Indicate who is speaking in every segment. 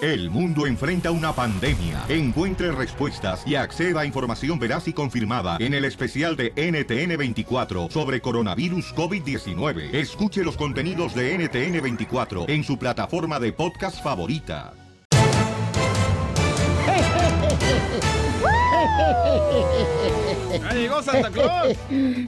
Speaker 1: El mundo enfrenta una pandemia. Encuentre respuestas y acceda a información veraz y confirmada en el especial de NTN24 sobre coronavirus COVID-19. Escuche los contenidos de NTN24 en su plataforma de podcast favorita.
Speaker 2: ¡Ya llegó Santa Claus!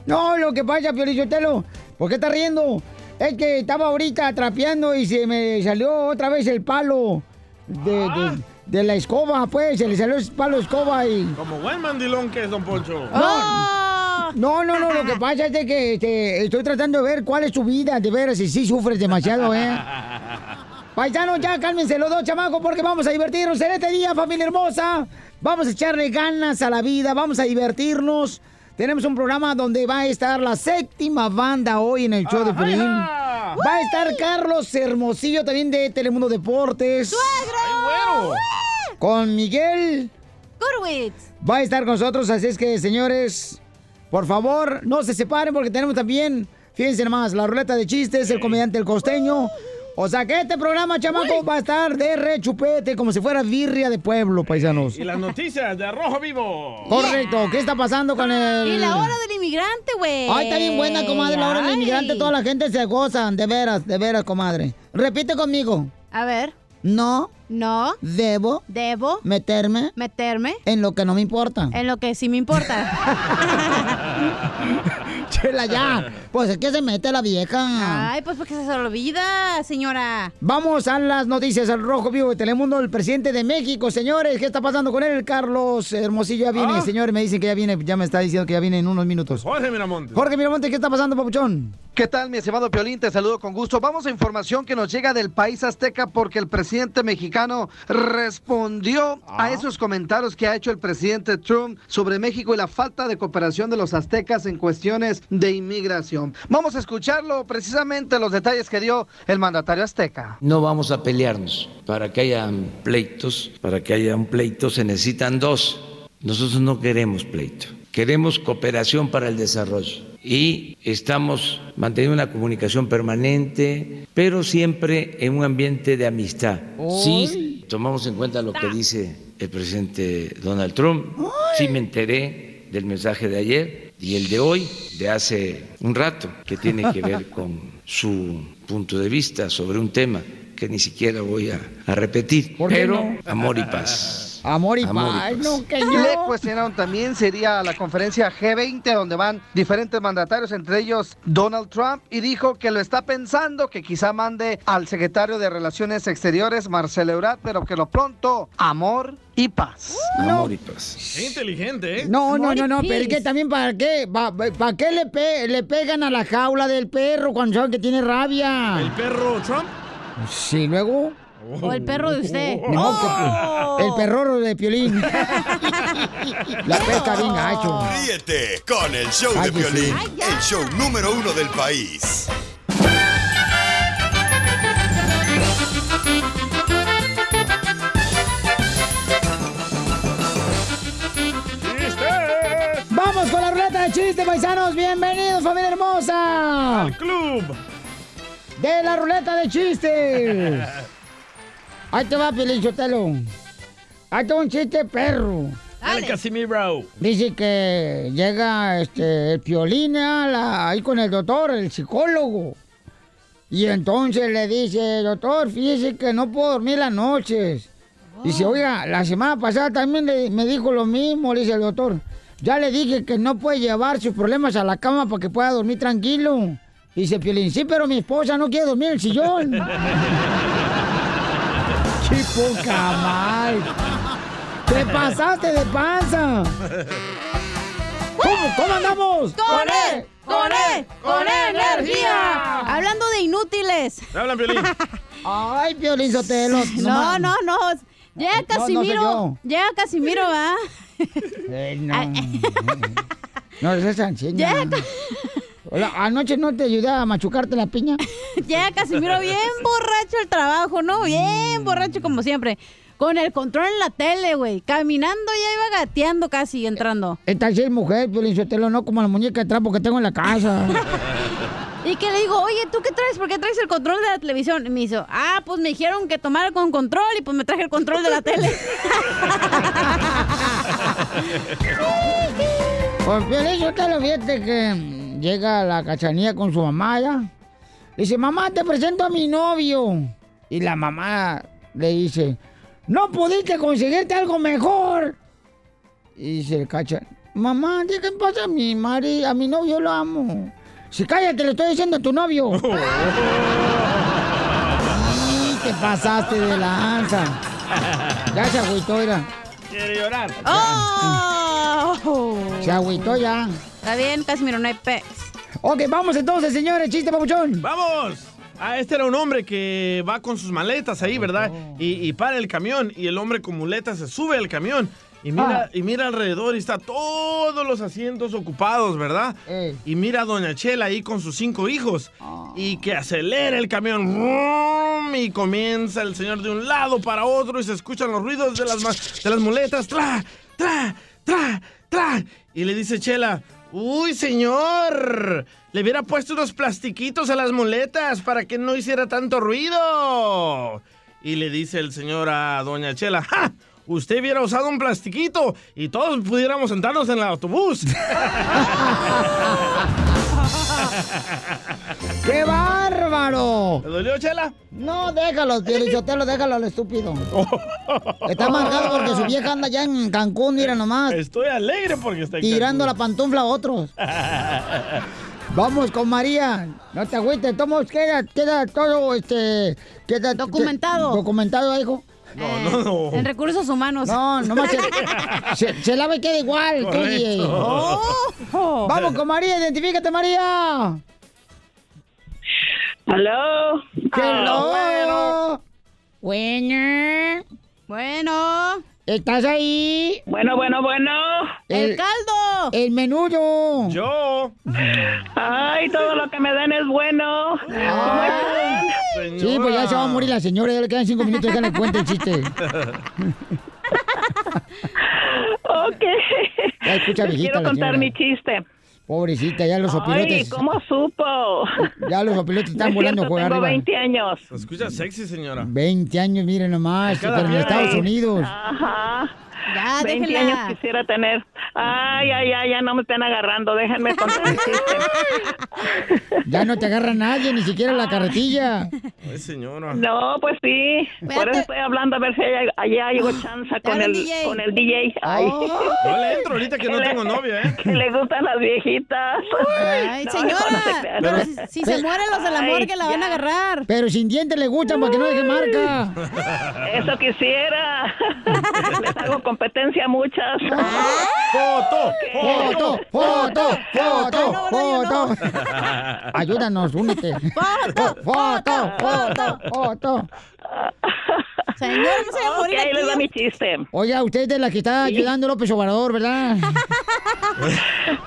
Speaker 3: No, lo que pasa, Piolichotelo, ¿por qué está riendo? Es que estaba ahorita trapeando y se me salió otra vez el palo de,
Speaker 2: Ah.
Speaker 3: de- de la escoba, pues, se le salió el palo de escoba y...
Speaker 2: Como buen mandilón que es Don Poncho.
Speaker 3: Oh. No, no, no, lo que pasa es de que este, estoy tratando de ver cuál es tu vida, de veras, si sí sufres demasiado, ¿eh? Paisano, ya cálmense los dos chamacos porque vamos a divertirnos en este día, familia hermosa. Vamos a echarle ganas a la vida, vamos a divertirnos. Tenemos un programa donde va a estar la séptima banda hoy en el show de Pelín. Va a estar Carlos Hermosillo también de Telemundo Deportes. Con Miguel.
Speaker 4: Gurwitz.
Speaker 3: Va a estar con nosotros, así es que, señores, por favor, no se separen porque tenemos también, fíjense nomás, la ruleta de chistes, el comediante El Costeño. O sea que este programa, chamaco, va a estar de rechupete, como si fuera birria de pueblo, paisanos.
Speaker 2: Y las noticias de Rojo Vivo.
Speaker 3: Correcto, ¿qué está pasando con el...?
Speaker 4: Y la hora del inmigrante, güey.
Speaker 3: Ay, está bien buena, comadre, la hora del
Speaker 4: Ay.
Speaker 3: inmigrante, toda la gente se gozan, de veras, de veras, comadre. Repite conmigo.
Speaker 4: A ver,
Speaker 3: No
Speaker 4: no
Speaker 3: debo
Speaker 4: debo
Speaker 3: meterme
Speaker 4: meterme
Speaker 3: en lo que no me importa.
Speaker 4: en lo que sí me importa.
Speaker 3: Chela, ya. Pues es que se mete la vieja.
Speaker 4: Ay, pues porque se se olvida, señora.
Speaker 3: Vamos a las noticias al Rojo Vivo de Telemundo, el presidente de México, señores, ¿qué está pasando con él? Carlos Hermosillo ya viene,
Speaker 2: ¿Ah?
Speaker 3: señores, me dicen que ya viene, ya me está diciendo que ya viene en unos minutos.
Speaker 2: Jorge Miramontes.
Speaker 3: Jorge Miramonte, ¿qué está pasando, papuchón?
Speaker 5: ¿Qué tal, mi estimado Piolín? Te saludo con gusto. Vamos a información que nos llega del país azteca porque el presidente mexicano respondió a esos comentarios que ha hecho el presidente Trump sobre México y la falta de cooperación de los aztecas en cuestiones de inmigración. Vamos a escucharlo precisamente los detalles que dio el mandatario azteca.
Speaker 6: No vamos a pelearnos. Para que haya pleitos, para que haya un pleito se necesitan dos. Nosotros no queremos pleito. Queremos cooperación para el desarrollo y estamos manteniendo una comunicación permanente, pero siempre en un ambiente de amistad. Sí, tomamos en cuenta lo que dice el presidente Donald Trump. Sí me enteré del mensaje de ayer y el de hoy, de hace un rato, que tiene que ver con su punto de vista sobre un tema que ni siquiera voy a, a repetir.
Speaker 3: ¿Por qué
Speaker 6: Pero
Speaker 3: no?
Speaker 6: amor y paz.
Speaker 3: Amor y
Speaker 6: Amor y
Speaker 3: paz. Ay,
Speaker 6: paz.
Speaker 3: no, que yo.
Speaker 5: Le cuestionaron también, sería la conferencia G20 donde van diferentes mandatarios, entre ellos Donald Trump, y dijo que lo está pensando, que quizá mande al secretario de Relaciones Exteriores, Marcelo Ebrard, pero que lo pronto, amor y paz.
Speaker 6: Amor y paz.
Speaker 2: Qué inteligente, ¿eh?
Speaker 3: No, no,
Speaker 4: Amor y
Speaker 3: no, no,
Speaker 4: peace.
Speaker 3: pero es que también para qué, ¿para qué le, pe- le pegan a la jaula del perro cuando saben que tiene
Speaker 2: El Oh,
Speaker 3: rabia?
Speaker 2: perro Trump.
Speaker 3: Sí, luego
Speaker 4: O el perro de usted.
Speaker 2: oh.
Speaker 4: Oh.
Speaker 3: Ni modo que- el perro de Piolín. la pesca bien gacho.
Speaker 7: Ríete con el show
Speaker 3: Ay,
Speaker 7: de
Speaker 3: pues sí.
Speaker 7: violín,
Speaker 4: Ay, ya.
Speaker 7: el show número uno del país.
Speaker 2: ¡Chistes!
Speaker 3: Vamos con la ruleta de chistes, paisanos. Bienvenidos, familia hermosa.
Speaker 2: Club.
Speaker 3: De la ruleta de chistes. Ahí te va, Pelichotelo. Ahí te va un chiste, perro.
Speaker 2: Dale,
Speaker 4: Dale.
Speaker 2: Casimiro.
Speaker 3: Dice que llega este, el piolín a la- ahí con el doctor, el psicólogo. Y entonces le dice, doctor, fíjese que no puedo dormir las noches. Dice, oiga, la semana pasada también le- me dijo lo mismo, le dice el doctor. Ya le dije que no puede llevar sus problemas a la cama para que pueda dormir tranquilo. Dice Piolín, sí, pero mi esposa no quiere dormir en el sillón. ¡Qué poca mal! ¡Te pasaste de panza! ¿Cómo, cómo andamos?
Speaker 4: ¡Con él! ¡Con él! ¡Con él, energía! Hablando de inútiles.
Speaker 2: Te hablan, Piolín.
Speaker 3: ¡Ay, Piolín Sotelo!
Speaker 4: No,
Speaker 3: ma-
Speaker 4: no, no. Llega
Speaker 3: no soy
Speaker 4: Casimiro.
Speaker 3: yo.
Speaker 4: Llega Casimiro, ¿ah?
Speaker 3: Eh, no. no, esa es ansiña.
Speaker 4: Llega,
Speaker 3: Hola, anoche no te ayudé a machucarte la piña.
Speaker 4: llega Casimiro bien borracho al trabajo, ¿no? Bien borracho como siempre. Con el control en la tele, güey. Caminando ya iba gateando casi entrando.
Speaker 3: Esta sí es mujer, Piolín Sotelo, no como la muñeca de trapo que tengo en la casa.
Speaker 4: Y Y que le digo, oye, ¿tú qué traes? ¿Por qué traes el control de la televisión? Y me hizo, ah, pues me dijeron que tomara con control y pues me traje el control de la tele.
Speaker 3: Pues Piolín Sotelo, fíjate que mm, llega la cachanilla con su mamá ya. Le dice, mamá, te presento a mi novio. Y la mamá le dice, no pudiste conseguirte algo mejor. Y dice el cacha, mamá, ¿de qué pasa a mi mari, a mi novio lo amo? Si cállate, le estoy diciendo a tu novio. Sí, te pasaste de la anza. Ya se agüitó, era.
Speaker 8: Quiere llorar.
Speaker 4: ¡Oh!
Speaker 3: Se agüitó ya.
Speaker 4: Está bien, Casimiro, no hay pez.
Speaker 3: Ok, vamos entonces, señores, chiste, papuchón.
Speaker 8: ¡Vamos! Ah, este era un hombre que va con sus maletas ahí, ¿verdad?
Speaker 3: Oh.
Speaker 8: Y, y para el camión. Y el hombre con muletas se sube al camión. Y mira,
Speaker 3: Ah.
Speaker 8: y mira alrededor y está todos los asientos ocupados, ¿verdad?
Speaker 3: Ey.
Speaker 8: Y mira a Doña Chela ahí con sus cinco hijos. Y que acelera el camión. ¡Rum! Y comienza el señor de un lado para otro y se escuchan los ruidos de las, ma- de las muletas. ¡Tra! ¡Tra! ¡Tra! ¡Tra! Y le dice Chela. ¡Uy, señor! Le hubiera puesto unos plastiquitos a las muletas para que no hiciera tanto ruido. Y le dice el señor a Doña Chela. ¡Ja! Usted hubiera usado un plastiquito y todos pudiéramos sentarnos en el autobús.
Speaker 3: ¡Qué bárbaro!
Speaker 8: ¿Te dolió, Chela?
Speaker 3: No, déjalo, Pielichotelo, déjalo al estúpido. Está marcado porque su vieja anda ya en Cancún, mira nomás,
Speaker 8: Estoy alegre porque está
Speaker 3: tirando la pantufla a otros. Vamos con María. No te agüites, tomos, queda, queda todo, este, queda
Speaker 4: Documentado. Eh,
Speaker 3: que- documentado, hijo.
Speaker 8: No, no, no.
Speaker 4: En recursos humanos.
Speaker 3: No, nomás se, se, se lava y queda igual, tú,
Speaker 8: Correcto.
Speaker 3: DJ.
Speaker 4: ¡Oh!
Speaker 3: Vamos con María, identifícate, María.
Speaker 9: Hello.
Speaker 3: Hello. Bueno.
Speaker 4: Bueno,
Speaker 3: ¿Estás ahí?
Speaker 9: Bueno, bueno, bueno.
Speaker 4: el,
Speaker 3: El-
Speaker 4: caldo.
Speaker 3: El menudo.
Speaker 8: Yo,
Speaker 9: Ay, todo lo que me dan es bueno.
Speaker 2: Ah.
Speaker 3: Ay.
Speaker 8: señora.
Speaker 3: Sí, pues ya se va a morir la señora, ya le quedan cinco minutos, ya le cuenta el chiste.
Speaker 9: Ok.
Speaker 3: Ya escucha,
Speaker 9: Les
Speaker 3: viejita
Speaker 9: Quiero
Speaker 3: la
Speaker 9: contar
Speaker 3: señora.
Speaker 9: mi chiste.
Speaker 3: Pobrecita, ya los
Speaker 9: Ay,
Speaker 3: opilotes.
Speaker 9: ¿cómo supo?
Speaker 3: Ya los opilotes están
Speaker 9: Es
Speaker 3: volando
Speaker 9: cierto,
Speaker 3: por
Speaker 9: Tengo
Speaker 3: arriba. 20.
Speaker 9: 20 años.
Speaker 8: Se escucha sexy, señora.
Speaker 3: años, miren nomás,
Speaker 8: Cada
Speaker 3: pero en
Speaker 8: viernes.
Speaker 3: Estados Unidos.
Speaker 9: Ajá.
Speaker 4: Ya,
Speaker 9: 20
Speaker 4: déjela.
Speaker 9: años quisiera tener. Ay, ay, ay, ya no me están agarrando. Déjenme contar el chiste.
Speaker 3: Ya no te agarra nadie, ni siquiera la carretilla.
Speaker 8: Ay, señora.
Speaker 9: No, pues sí. Por
Speaker 4: Espérate.
Speaker 9: eso estoy hablando a ver si hay- allá hay chanza con
Speaker 4: Ahora
Speaker 9: el,
Speaker 4: DJ.
Speaker 9: con el DJ. Ay.
Speaker 3: Oh,
Speaker 8: No le entro ahorita que no
Speaker 9: le-
Speaker 8: tengo novia, ¿eh?
Speaker 9: que le gustan las viejitas.
Speaker 4: Ay,
Speaker 9: No, no se
Speaker 4: señora.
Speaker 9: crean.
Speaker 4: pero si, si se mueren los del amor,
Speaker 9: Ay,
Speaker 4: que la van a
Speaker 9: ya.
Speaker 4: agarrar.
Speaker 3: pero sin dientes le gustan para que no deje marca.
Speaker 9: Eso quisiera. Les hago competencia a muchas.
Speaker 8: ¡Foto!
Speaker 3: ¡Foto! ¡Foto! ¡Foto!
Speaker 4: No, no, yo
Speaker 3: ¡Foto!
Speaker 4: no.
Speaker 3: Ah. Ayúdanos, únete.
Speaker 4: ¡Foto!
Speaker 3: ¡Foto! ¡Foto! ¡Foto!
Speaker 4: Señor, no se va a
Speaker 9: Ok,
Speaker 4: morir
Speaker 9: ahí les va
Speaker 4: aquí.
Speaker 9: mi chiste.
Speaker 3: Oiga, usted es de la que está ayudando a López Obrador, ¿verdad?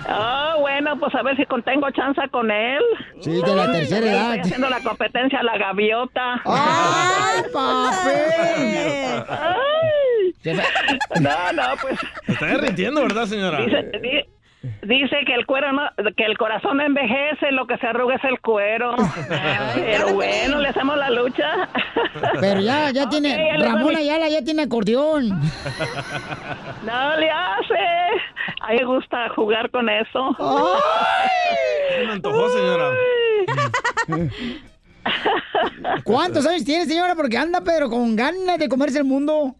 Speaker 9: Oh, bueno, pues a ver si con- tengo chance con él.
Speaker 3: Sí, de la tercera
Speaker 9: Estoy
Speaker 3: edad.
Speaker 9: haciendo la competencia a la gaviota.
Speaker 3: ¡Ay, papel!
Speaker 4: Eh,
Speaker 9: Ay.
Speaker 3: Se me-
Speaker 9: No, no, pues
Speaker 8: Se está derritiendo, ¿verdad, señora?
Speaker 9: dice, di- dice que el cuero no, que el corazón no envejece, lo que se arruga es el cuero. Pero bueno, le hacemos la lucha.
Speaker 3: Pero ya, ya
Speaker 9: ahí
Speaker 3: tiene.
Speaker 9: le va
Speaker 3: Ramón
Speaker 9: mi-
Speaker 3: Ayala ya tiene acordeón.
Speaker 9: No le hace. A mí me gusta jugar con eso.
Speaker 8: Se me antojó, señora.
Speaker 3: ¿Cuántos años tiene, señora? Porque anda, pero con ganas de comerse el mundo.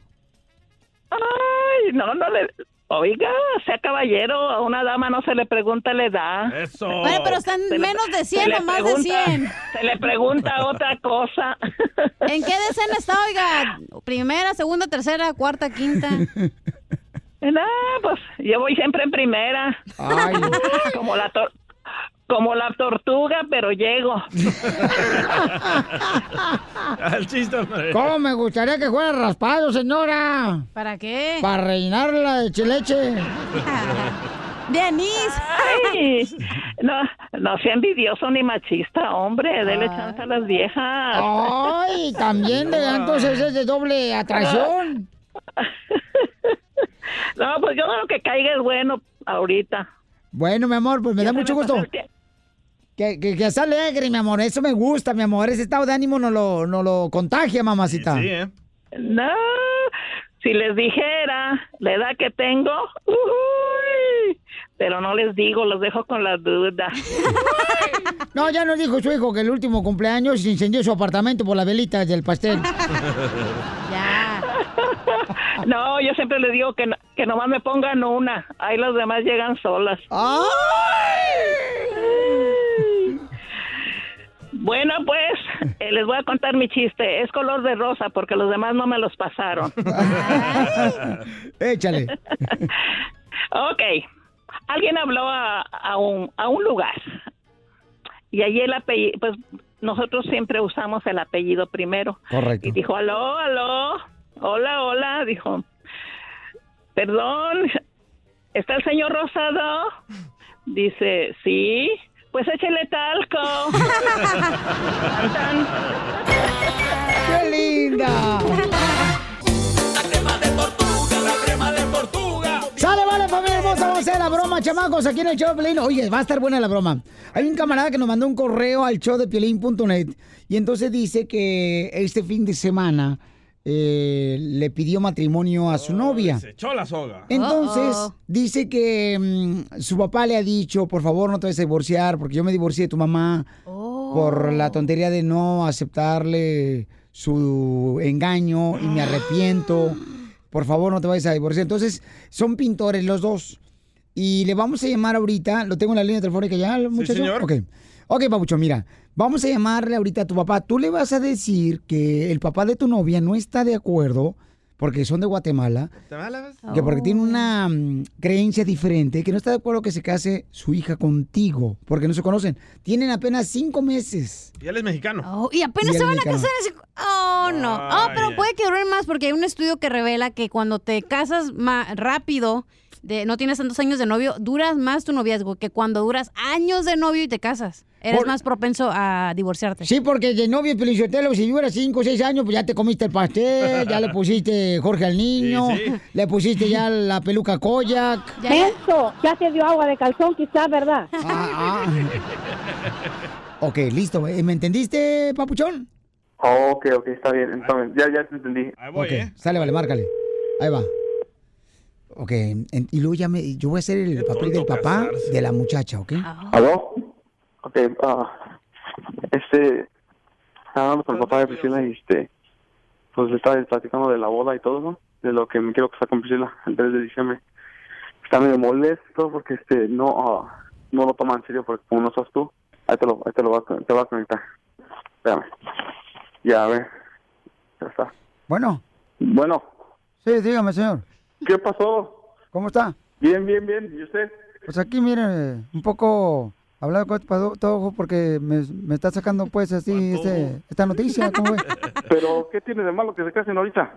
Speaker 9: Ay, no, no le. Oiga, sea caballero, a una dama no se le pregunta la edad.
Speaker 8: Eso.
Speaker 4: Bueno, pero están
Speaker 9: Se le-
Speaker 4: menos de
Speaker 9: se
Speaker 4: 100
Speaker 9: le
Speaker 4: o más de
Speaker 9: pregunta-
Speaker 4: 100.
Speaker 9: Se le pregunta otra cosa.
Speaker 4: ¿En qué decena está, oiga? Primera, segunda, tercera, cuarta, quinta.
Speaker 9: no, pues yo voy siempre en primera,
Speaker 3: Ay,
Speaker 9: como la tor- como la tortuga, pero llego.
Speaker 8: Al chiste, hombre.
Speaker 3: cómo me gustaría que fuera raspado, señora.
Speaker 4: ¿Para qué?
Speaker 3: Para reinarla de chileche.
Speaker 4: Denise.
Speaker 9: Ay, no, no sea envidioso ni machista, hombre, dele chance a las viejas.
Speaker 3: Ay, también de entonces es de doble atracción.
Speaker 9: No, pues yo creo que caiga es bueno ahorita.
Speaker 3: Bueno, mi amor, pues me da
Speaker 9: Se
Speaker 3: mucho
Speaker 9: me pasó
Speaker 3: gusto.
Speaker 9: el tie-
Speaker 3: Que, que, que está alegre, mi amor. Eso me gusta, mi amor. Ese estado de ánimo no lo, no lo contagia, mamacita.
Speaker 9: Sí, sí, ¿eh? No, si les dijera la edad que tengo, uy, pero no les digo, los dejo con la duda.
Speaker 3: No, ya nos dijo su hijo que el último cumpleaños incendió su apartamento por las velitas del pastel.
Speaker 9: No, yo siempre les digo que, no- que nomás me pongan una, ahí las demás llegan solas. Bueno, pues eh, les voy a contar mi chiste. Es color de rosa porque los demás no me los pasaron.
Speaker 3: Échale.
Speaker 9: Ok. Alguien habló a, a un, a un lugar. Y allí el apellido, pues nosotros siempre usamos el apellido primero.
Speaker 3: Correcto.
Speaker 9: Y dijo, aló, aló, hola, hola. Dijo, perdón, ¿está el señor Rosado? Dice, sí, pues échele talco.
Speaker 3: ¡Qué linda! ¡Sale, vale, familia hermosa! Vamos a hacer la broma, chamacos, aquí en el show de Piolín. Oye, va a estar buena la broma. Hay un camarada que nos mandó un correo al show de Piolín.net y entonces dice que este fin de semana eh, le pidió matrimonio a su novia.
Speaker 8: Se echó la soga.
Speaker 3: Entonces,
Speaker 8: Uh-oh.
Speaker 3: dice que mm, su papá le ha dicho, por favor, no te vayas a divorciar, porque yo me divorcié de tu mamá
Speaker 8: Oh.
Speaker 3: por la tontería de no aceptarle su engaño y me arrepiento. Por favor, no te vayas a divorciar. Entonces, son pintores los dos. Y le vamos a llamar ahorita, lo tengo en la línea telefónica ya, muchacho.
Speaker 10: señor.
Speaker 3: Ok. Ok, Pabucho, mira, vamos a llamarle ahorita a tu papá. Tú le vas a decir que el papá de tu novia no está de acuerdo, porque son de Guatemala, que porque tiene una mm, creencia diferente, que no está de acuerdo que se case su hija contigo, porque no se conocen. Tienen apenas cinco meses.
Speaker 8: Y él es mexicano.
Speaker 4: Oh, y apenas
Speaker 3: Y
Speaker 4: se
Speaker 3: el
Speaker 4: van a
Speaker 3: mexicano.
Speaker 4: casar así. Oh, no.
Speaker 8: Ah,
Speaker 4: oh, pero
Speaker 8: ya.
Speaker 4: puede que duren más porque hay un estudio que revela que cuando te casas ma- rápido, de, no tienes tantos años de novio, duras más tu noviazgo que cuando duras años de novio y te casas. Eres
Speaker 3: Por-
Speaker 4: más propenso a divorciarte.
Speaker 3: Sí, porque de novio Pelizotelo, si yo era cinco o seis años, pues ya te comiste el pastel, ya le pusiste Jorge al niño,
Speaker 11: Sí, sí.
Speaker 3: le pusiste ya la peluca Koyak.
Speaker 11: Ya, ya. Eso, ya te dio agua de calzón, quizás, ¿verdad?
Speaker 3: Ah, Ok, listo. Eh, ¿Me entendiste, papuchón?
Speaker 12: Oh, ok, ok, está bien. Entonces, ya, ya ¿eh? te entendí.
Speaker 3: ok, sale, vale, márcale. Ahí va. Ok, en- y luego ya me, yo voy a hacer el papel del papá de la muchacha, ¿ok?
Speaker 12: Ah. ¿Aló? Ok, ah, este, estaba hablando con el papá de Priscila y este, pues le estaba platicando de la boda y todo, ¿no? De lo que me quiero casar con Priscila el 3 de diciembre. Está medio molesto porque este, no, ah, no lo toma en serio porque como no sos tú, ahí te lo, ahí te lo voy a, te voy a conectar. Espérame. Ya, a ver. Ya está.
Speaker 3: Bueno.
Speaker 12: Bueno.
Speaker 3: Sí, dígame, señor.
Speaker 12: ¿Qué pasó?
Speaker 3: ¿Cómo está?
Speaker 12: Bien, bien, bien. ¿Y usted?
Speaker 3: Pues aquí, mire, un poco hablado con todo ojo porque me, me está sacando, pues, así, este, esta noticia, ¿cómo ve?
Speaker 12: Pero, ¿qué tiene de malo que se casen ahorita?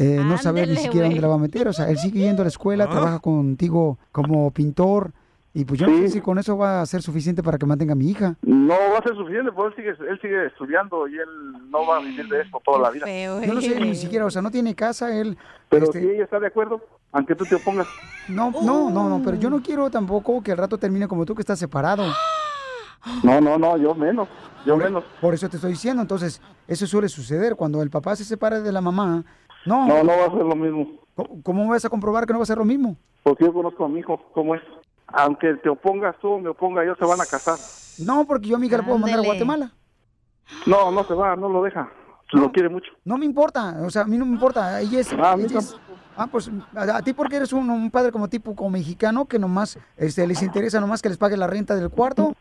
Speaker 3: Eh, no saber ni
Speaker 12: Ándele,
Speaker 3: siquiera dónde
Speaker 12: güey.
Speaker 3: la va a meter. O sea, él sigue yendo a la escuela, trabaja contigo como pintor. Y pues yo no sé si con eso va a ser suficiente para que mantenga a mi hija.
Speaker 12: No va a ser suficiente, porque él sigue, él sigue estudiando y él no va a vivir de esto toda la vida.
Speaker 3: Yo no sé ni siquiera, o sea, no tiene casa él.
Speaker 12: Pero
Speaker 3: este,
Speaker 12: si ella está de acuerdo, aunque tú te opongas.
Speaker 3: No, no, no, no, pero yo no quiero tampoco que el rato termine como tú que estás separado.
Speaker 12: No, no, no, yo menos, yo menos.
Speaker 3: Por eso te estoy diciendo, entonces, eso suele suceder cuando el papá se separa de la mamá. No.
Speaker 12: No, no va a ser lo mismo.
Speaker 3: ¿Cómo, cómo vas a comprobar que no va a ser lo mismo?
Speaker 12: Porque yo conozco a mi hijo, ¿cómo es? Aunque te opongas tú, me oponga yo, se van a casar.
Speaker 3: No, porque yo a mi hija la puedo mandar a
Speaker 12: Ándele.
Speaker 3: Guatemala.
Speaker 12: No, no se va, no lo deja. Lo quiere mucho.
Speaker 3: No me importa, o sea, a mí no me importa. Ella es,
Speaker 12: Ah, a mí
Speaker 3: ella es- Ah, pues a, a ti porque eres un, un padre como tipo como mexicano que nomás este, les interesa nomás que les pague la renta del cuarto.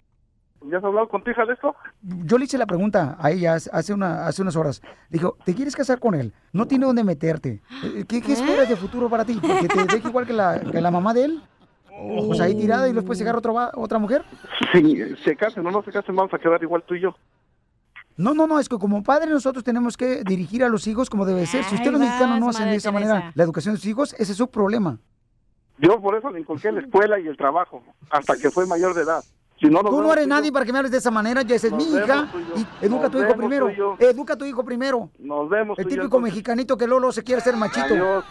Speaker 12: ¿Ya has hablado con tu hija de esto?
Speaker 3: Yo le hice la pregunta a ella hace- hace, una, hace unas horas. Le Dijo, ¿te quieres casar con él? No tiene dónde meterte. Eh, ¿Qué, qué esperas de futuro para ti? ¿Que te deje igual que la, que la mamá de él? O sea, ahí tirada y después se agarra otro va- otra mujer.
Speaker 12: Sí, se casen o no se casen, vamos a quedar igual tú y yo.
Speaker 3: No, no, no, es que como padre nosotros tenemos que dirigir a los hijos como debe ser. Si ustedes los
Speaker 12: Ahí
Speaker 3: mexicanos no
Speaker 12: vas,
Speaker 3: hacen de
Speaker 12: Madre
Speaker 3: esa
Speaker 12: Teresa.
Speaker 3: manera la educación de sus hijos, ese es su problema.
Speaker 12: Yo por eso le inculqué la escuela y el trabajo, hasta que fue mayor de edad. Si no, nos
Speaker 3: Tú no
Speaker 12: vemos
Speaker 3: eres
Speaker 12: tú y yo,
Speaker 3: nadie para que me hables de esa manera, ya esa es
Speaker 12: Nos
Speaker 3: mi
Speaker 12: vemos
Speaker 3: hija.
Speaker 12: tú y yo.
Speaker 3: Y educa a
Speaker 12: Nos
Speaker 3: tu hijo
Speaker 12: vemos
Speaker 3: primero.
Speaker 12: tú y yo.
Speaker 3: Educa a tu hijo primero.
Speaker 12: Nos vemos.
Speaker 3: El
Speaker 12: tú y yo,
Speaker 3: típico
Speaker 12: entonces.
Speaker 3: mexicanito que Lolo se quiere hacer machito.
Speaker 12: Adiós,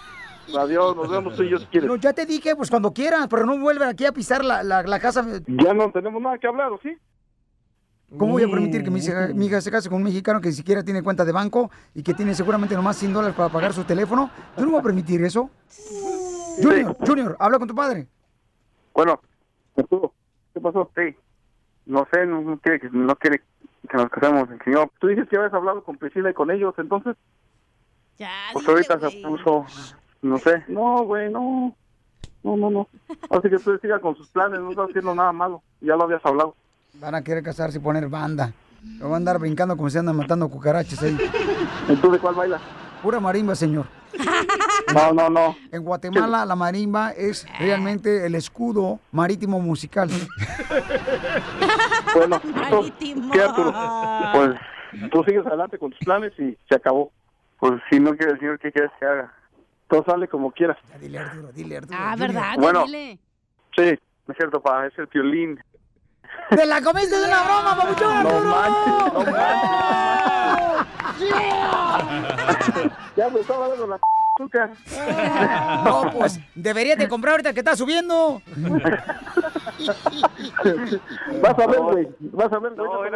Speaker 12: adiós,
Speaker 3: pues.
Speaker 12: nos vemos tú y yo si quieres.
Speaker 3: No, ya pues, te dije, pues cuando quieras, pero no vuelvan aquí a pisar la, la- la casa.
Speaker 12: Ya no tenemos nada que hablar, ¿o sí? Mm.
Speaker 3: ¿Cómo voy a permitir que mi, hija- mi hija se case con un mexicano que ni siquiera tiene cuenta de banco y que tiene seguramente nomás 100 dólares para pagar su teléfono? Yo no voy a permitir eso. Junior, Junior, habla con tu padre.
Speaker 12: Bueno, Arturo, ¿qué pasó? Sí. No sé, no, no quiere que no quiere que nos casemos el señor. Tú dices que habías hablado con Priscila y con ellos, entonces. Pues ahorita se puso, no sé. No, güey, no. No, no, no. Así que tú sigas con sus planes, no estás haciendo nada malo. Ya lo habías hablado.
Speaker 3: Van a querer casarse y poner banda. Lo van a andar brincando como si andan matando cucarachas ahí.
Speaker 12: ¿Y tú de cuál bailas?
Speaker 3: Pura marimba, señor.
Speaker 12: No, no, no.
Speaker 3: En Guatemala la marimba es realmente el escudo marítimo musical.
Speaker 12: Bueno, entonces, ¿qué, Arturo? Pues tú sigues adelante con tus planes y se acabó. Pues si no quiere el señor, ¿qué quieres que haga? Todo sale como quieras.
Speaker 3: Ah, dile, Arturo, dile, Arturo.
Speaker 4: Ah, ¿verdad?
Speaker 12: Bueno.
Speaker 4: Dile.
Speaker 12: Sí, no es cierto, pa, es el violín.
Speaker 3: ¡Te la comiste de una broma, papuchón, Arturo!
Speaker 12: Ya me estaba dando la azúcar.
Speaker 3: No, pues deberías de comprar ahorita que está subiendo.
Speaker 12: Vas a ver, güey. Vas a ver, güey.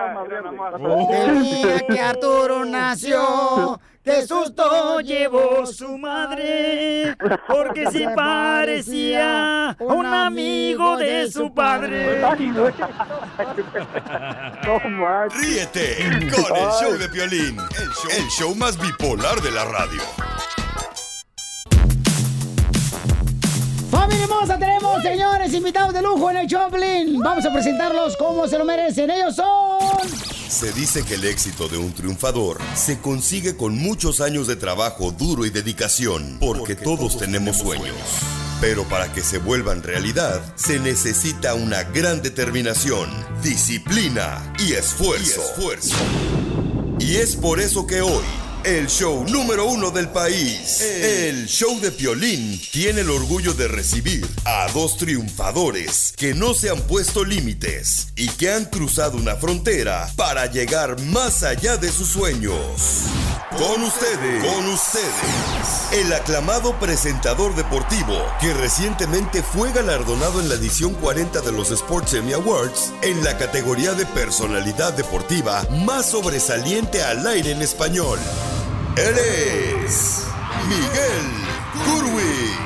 Speaker 12: No,
Speaker 3: El día que Arturo nació, qué susto llevó su madre, porque se parecía a un amigo de su padre.
Speaker 1: Ríete con el show de Piolín, el show, el show más bipolar de la radio.
Speaker 3: ¡Familia hermosa! Tenemos, señores, invitados de lujo en el Choplin. Vamos a presentarlos como se lo merecen. Ellos son...
Speaker 1: Se dice que el éxito de un triunfador se consigue con muchos años de trabajo duro y dedicación, porque, todos, tenemos sueños. Pero para que se vuelvan realidad, se necesita una gran determinación, disciplina y esfuerzo. Y, es por eso que hoy, el show número uno del país, el show de Piolín, tiene el orgullo de recibir a dos triunfadores que no se han puesto límites y que han cruzado una frontera para llegar más allá de sus sueños. Con ustedes, con ustedes, el aclamado presentador deportivo que recientemente fue galardonado en la edición 40 de los Sports Emmy Awards en la categoría de personalidad deportiva más sobresaliente al aire en español. Él es Miguel Gurwitz.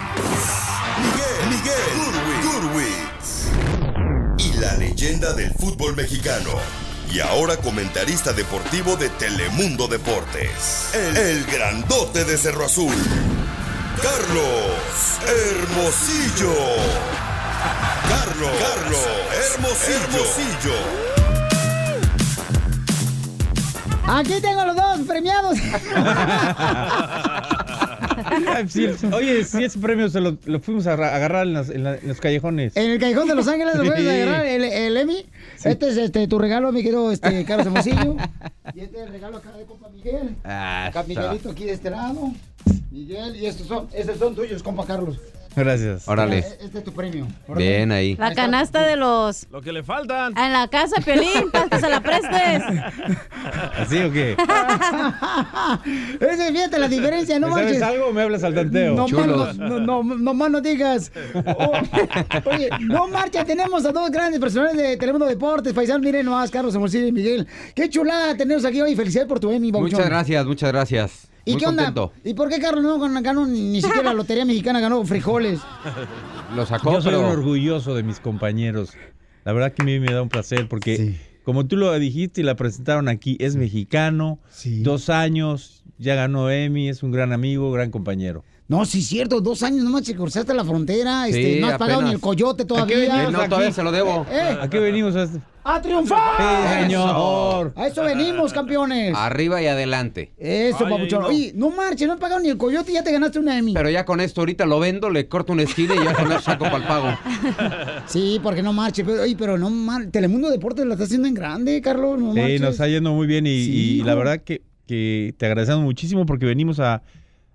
Speaker 1: Miguel, Miguel Gurwitz. Y la leyenda del fútbol mexicano. Y ahora comentarista deportivo de Telemundo Deportes. El, el grandote de Cerro Azul. Carlos Hermosillo. Carlos, Carlos Hermosillo.
Speaker 3: Aquí tengo a los dos premiados.
Speaker 10: Ah, Sí, oye, si ese premio se lo, lo fuimos a ra- agarrar en, las- en la- en los callejones.
Speaker 3: En el Callejón de Los Ángeles, lo puedes agarrar, el, el Emmy. Este es este, tu regalo, mi querido este, Carlos Hermosillo. Y este es el regalo acá de compa Miguel.
Speaker 10: Ah,
Speaker 3: Acá Miguelito aquí de este lado. Miguel, y estos son, estos son tuyos, compa Carlos.
Speaker 10: Gracias.
Speaker 3: Mira, Este es tu premio.
Speaker 10: Bien ahí.
Speaker 4: La canasta de los...
Speaker 8: Lo que le faltan.
Speaker 4: En la casa, Pelín, para que se la prestes.
Speaker 10: ¿Así o qué?
Speaker 3: Ese, fíjate la diferencia, no
Speaker 10: ¿Me ¿Sabes
Speaker 3: manches.
Speaker 10: algo o me hablas al tanteo?
Speaker 3: No, más no, no, no más no digas. O- oye, no marcha, tenemos a dos grandes personajes de Telemundo Deportes, Paisano, miren nomás, Carlos Hermosillo y Miguel. Qué chulada tenerlos aquí hoy, felicidades por tu Emmy, Babuchón.
Speaker 13: Muchas gracias, muchas gracias.
Speaker 3: ¿Y
Speaker 13: Muy
Speaker 3: qué
Speaker 13: contento.
Speaker 3: onda? ¿Y por qué Carlos no gan- ganó ni ni siquiera la Lotería Mexicana, ganó frijoles?
Speaker 13: Lo sacó,
Speaker 10: Yo soy
Speaker 13: pero-
Speaker 10: un orgulloso de mis compañeros. La verdad que a mí me da un placer porque, como tú lo dijiste y la presentaron aquí, es mexicano, dos años, ya ganó Emmy, es un gran amigo, gran compañero.
Speaker 3: No, sí, es cierto, dos años nomás te cruzaste la frontera,
Speaker 10: Sí,
Speaker 3: este, no has pagado
Speaker 10: apenas.
Speaker 3: ni el coyote
Speaker 10: ¿A qué
Speaker 3: todavía.
Speaker 10: venimos aquí?
Speaker 3: Eh,
Speaker 10: ¿A qué venimos? a este?
Speaker 3: ¡A triunfar!
Speaker 13: Sí, señor.
Speaker 3: A eso venimos, campeones.
Speaker 13: Arriba y adelante.
Speaker 3: Eso, papuchón. Oye, no marches, no has pagado ni el coyote y ya te ganaste una Emmy.
Speaker 13: Pero ya con esto ahorita lo vendo, le corto una esquina y ya con eso saco para el pago.
Speaker 3: Sí, porque no marche. Pero, oye, pero no marche. Telemundo Deportes la está haciendo en grande, Carlos. No
Speaker 10: Sí,
Speaker 3: marches.
Speaker 10: nos está yendo muy bien y, y
Speaker 3: hijo.
Speaker 10: la verdad que, que te agradecemos muchísimo porque venimos a,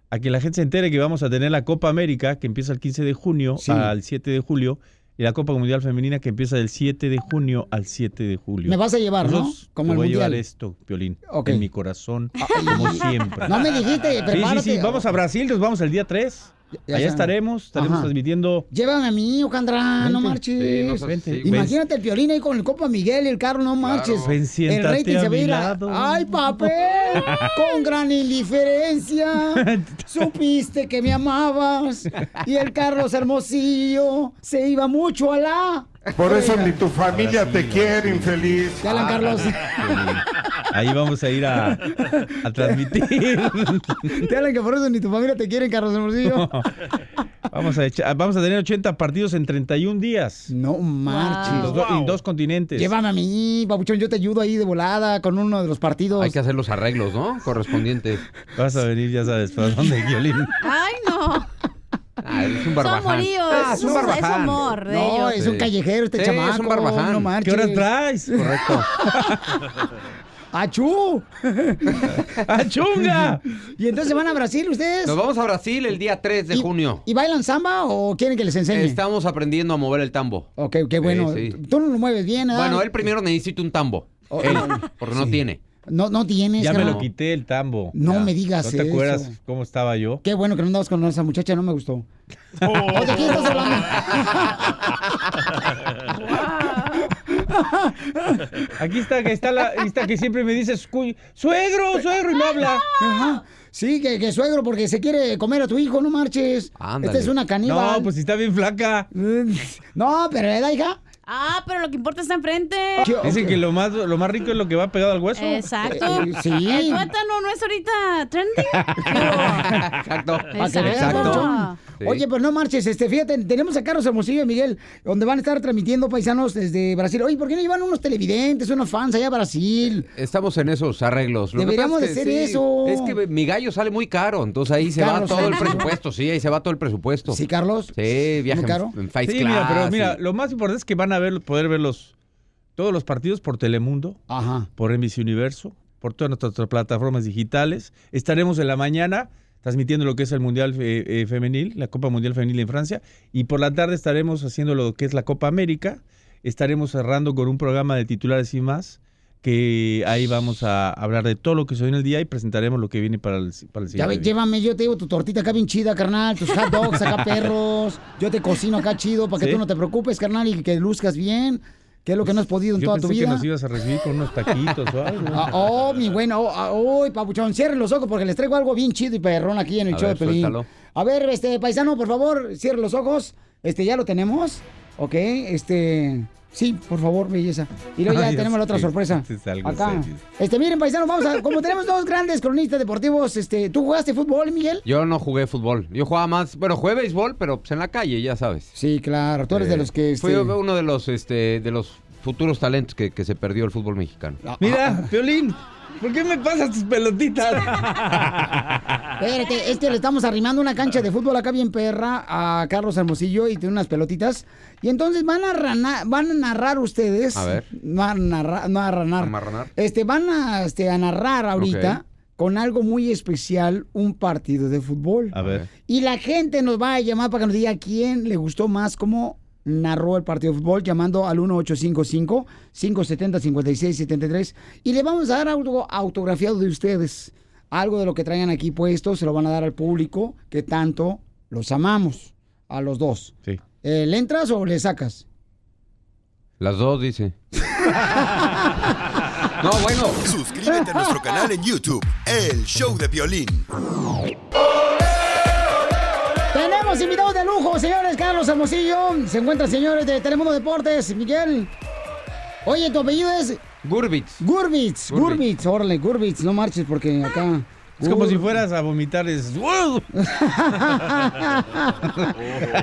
Speaker 10: a que la gente se entere que vamos a tener la Copa América que empieza el 15 de junio
Speaker 3: Sí.
Speaker 10: al 7 de julio y la Copa Mundial Femenina que empieza del 7 de junio al 7 de julio.
Speaker 3: Me vas a llevar, ¿no?
Speaker 10: Nosotros
Speaker 3: Como
Speaker 10: te
Speaker 3: el
Speaker 10: voy a
Speaker 3: Mundial.
Speaker 10: llevar esto, Violín,
Speaker 3: Ok. Ah,
Speaker 10: en mi corazón, como siempre.
Speaker 3: No me dijiste,
Speaker 10: Sí, sí,
Speaker 3: prepárate.
Speaker 10: sí, vamos a Brasil, nos vamos el día 3.
Speaker 3: Ya
Speaker 10: Allá
Speaker 3: está.
Speaker 10: estaremos, estaremos
Speaker 3: Ajá.
Speaker 10: transmitiendo.
Speaker 3: Llévame a mi hijo, Candra, no
Speaker 10: Vente.
Speaker 3: marches.
Speaker 10: Sí, no seas- Vente. sí,
Speaker 3: Imagínate el piolín ahí con el copa Miguel y el carro, no marches.
Speaker 10: Ven,
Speaker 3: el
Speaker 10: siéntate a
Speaker 3: va
Speaker 10: mi
Speaker 3: ir
Speaker 10: lado.
Speaker 3: ¡Ay, papel! con gran indiferencia. Supiste que me amabas. Y el Carlos Hermosillo se iba mucho a la.
Speaker 14: Por eso ni tu
Speaker 10: familia
Speaker 14: te quiere, infeliz.
Speaker 3: Ya,
Speaker 10: Ah.
Speaker 3: Alan Carlos.
Speaker 10: Ahí vamos a ir a, a transmitir.
Speaker 3: Te hablan que por eso ni tu familia te quiere, Carlos Hermosillo.
Speaker 10: Vamos a, echa- vamos a tener 80 partidos en 31 días.
Speaker 3: No marches.
Speaker 10: En, los do- en dos continentes.
Speaker 3: Llévame a mí, babuchón, yo te ayudo ahí de volada con uno de los partidos.
Speaker 13: Hay que hacer los arreglos, ¿no? Correspondientes.
Speaker 10: Vas a venir, ya sabes, para dónde, Violín.
Speaker 4: Ay, no.
Speaker 13: Ah, es un
Speaker 4: Son
Speaker 13: barbaján.
Speaker 4: moríos.
Speaker 13: Ah, es un
Speaker 4: es- es
Speaker 13: barbaján.
Speaker 4: amor de
Speaker 3: No,
Speaker 4: ellos.
Speaker 3: es un callejero este
Speaker 13: Sí,
Speaker 3: chamaco.
Speaker 13: es un barbaján.
Speaker 3: No
Speaker 13: ¿Qué
Speaker 3: marches.
Speaker 13: horas
Speaker 10: traes?
Speaker 13: Correcto.
Speaker 3: ¡Achú! ¡Ah,
Speaker 10: ¡Achunga!
Speaker 3: ¿Y entonces van a Brasil ustedes?
Speaker 13: Nos vamos a Brasil el día 3 de junio.
Speaker 3: ¿Y bailan samba o quieren que les enseñe?
Speaker 13: Estamos aprendiendo a mover el tambo.
Speaker 3: Ok, qué bueno.
Speaker 13: Sí, sí.
Speaker 3: Tú no lo mueves bien, ¿eh?
Speaker 13: Bueno, él primero necesita un tambo.
Speaker 3: Oh,
Speaker 13: Él, porque no tiene.
Speaker 3: No, no tienes.
Speaker 10: Ya me
Speaker 3: carnal.
Speaker 10: lo quité el tambo.
Speaker 3: No
Speaker 10: Ya.
Speaker 3: me digas
Speaker 10: ¿No te
Speaker 3: eso.
Speaker 10: acuerdas cómo estaba yo?
Speaker 3: Qué bueno que no andabas con esa muchacha, no me gustó.
Speaker 2: Oh.
Speaker 3: ¿O de quién estás hablando?
Speaker 10: Aquí está, que está la, ahí está que siempre me dices, "Cu- suegro, suegro, y no habla.
Speaker 3: Ajá. Sí, que, que suegro, porque se quiere comer a tu hijo, no marches. Esta es una caníbal.
Speaker 10: No, pues si está bien flaca.
Speaker 3: No, pero ¿verdad, hija?
Speaker 4: Ah, pero lo que importa está enfrente.
Speaker 10: Dicen que lo más, lo más rico es lo que va pegado al hueso.
Speaker 4: Exacto.
Speaker 3: Eh,
Speaker 4: El
Speaker 10: Sí.
Speaker 4: tuétano no es ahorita trending.
Speaker 13: Exacto.
Speaker 3: Pa' que veas, babuchón. Oye, pero no marches, este, fíjate, tenemos a Carlos Hermosillo y Miguel, donde van a estar transmitiendo paisanos desde Brasil. Oye, ¿por qué no llevan unos televidentes, unos fans allá a Brasil?
Speaker 13: Estamos en esos arreglos. que
Speaker 3: Deberíamos
Speaker 13: pasa es
Speaker 3: de
Speaker 13: que
Speaker 3: hacer eso.
Speaker 13: Es que mi gallo sale muy caro, entonces ahí se
Speaker 10: Carlos,
Speaker 13: va todo el
Speaker 10: ¿sí?
Speaker 13: presupuesto, sí, ahí se va todo el presupuesto.
Speaker 3: Sí, Carlos.
Speaker 13: Sí, viaje
Speaker 10: ¿Muy caro?
Speaker 13: en, en Fight
Speaker 10: Sí, mira, pero mira, lo más importante es que van a ver, poder ver los, todos los partidos por Telemundo, por NBC Universo, por todas nuestras otras plataformas digitales. Estaremos en la mañana transmitiendo lo que es el Mundial eh, eh, Femenil, la Copa Mundial Femenil en Francia, y por la tarde estaremos haciendo lo que es la Copa América. Estaremos cerrando con un programa de titulares y más, que ahí vamos a hablar de todo lo que se ve en el día y presentaremos lo que viene para el, para el
Speaker 3: Ya
Speaker 10: siguiente
Speaker 3: ve,
Speaker 10: día.
Speaker 3: llévame, yo te digo tu tortita acá bien chida, carnal, tus hot dogs acá perros, yo te cocino acá chido para que
Speaker 10: Sí.
Speaker 3: tú no te preocupes, carnal, y que luzcas bien, que es lo que no has podido en
Speaker 10: Yo
Speaker 3: toda
Speaker 10: pensé
Speaker 3: tu vida.
Speaker 10: que nos ibas a recibir con unos taquitos o algo.
Speaker 3: Ah, oh, mi bueno, oh, ah, uy, papuchón, cierren los ojos porque les traigo algo bien chido y perrón aquí en el
Speaker 10: A
Speaker 3: show
Speaker 10: ver,
Speaker 3: de Pelín.
Speaker 10: suéltalo.
Speaker 3: A ver, este, paisano, por favor, cierren los ojos. Este, ya lo tenemos. Ok, este. Sí, por favor, belleza. Y luego ya
Speaker 10: Ay,
Speaker 3: tenemos la otra
Speaker 10: sí,
Speaker 3: sorpresa.
Speaker 10: sí, es algo
Speaker 3: Acá.
Speaker 10: serio.
Speaker 3: Este, miren, paisano, vamos a. Como tenemos dos grandes cronistas deportivos, este, ¿tú jugaste fútbol, Miguel?
Speaker 13: Yo no jugué fútbol. Yo jugaba más, bueno, jugué béisbol, pero pues en la calle, ya sabes.
Speaker 3: Sí, claro, tú eres
Speaker 10: Eh,
Speaker 3: de los que, este-
Speaker 13: Fui uno de los este de los futuros talentos que, que se perdió el fútbol mexicano.
Speaker 10: Mira, Piolín, ¿por qué me pasas tus pelotitas?
Speaker 3: Espérate, es que le estamos arrimando una cancha de fútbol acá bien perra a Carlos Hermosillo y tiene unas pelotitas. Y entonces van a, rana- van a narrar ustedes.
Speaker 13: A ver.
Speaker 3: Van a narrar. No a ranar.
Speaker 13: Amarranar.
Speaker 3: Este, van a, este, a narrar ahorita con algo muy especial un partido de fútbol.
Speaker 10: A ver.
Speaker 3: Y la gente nos va a llamar para que nos diga quién le gustó más cómo narró el partido de fútbol, llamando al 1855-570-5673. Y le vamos a dar algo autografiado de ustedes. Algo de lo que traigan aquí puesto, se lo van a dar al público, que tanto los amamos, a los dos.
Speaker 10: Sí.
Speaker 3: Eh, ¿Le entras o le sacas?
Speaker 13: Las dos, dice. no, bueno.
Speaker 1: Suscríbete a nuestro canal en YouTube, El Show de Violín.
Speaker 3: Tenemos invitados de lujo, señores. Carlos Hermosillo. Se encuentran señores de Telemundo Deportes. Miguel. Oye, tu apellido es.
Speaker 13: Gurbitz.
Speaker 3: Gurbitz. Gurbitz. Órale, Gurbitz. No marches porque acá.
Speaker 10: Es como si
Speaker 3: Gur-
Speaker 10: fueras a vomitar. Es...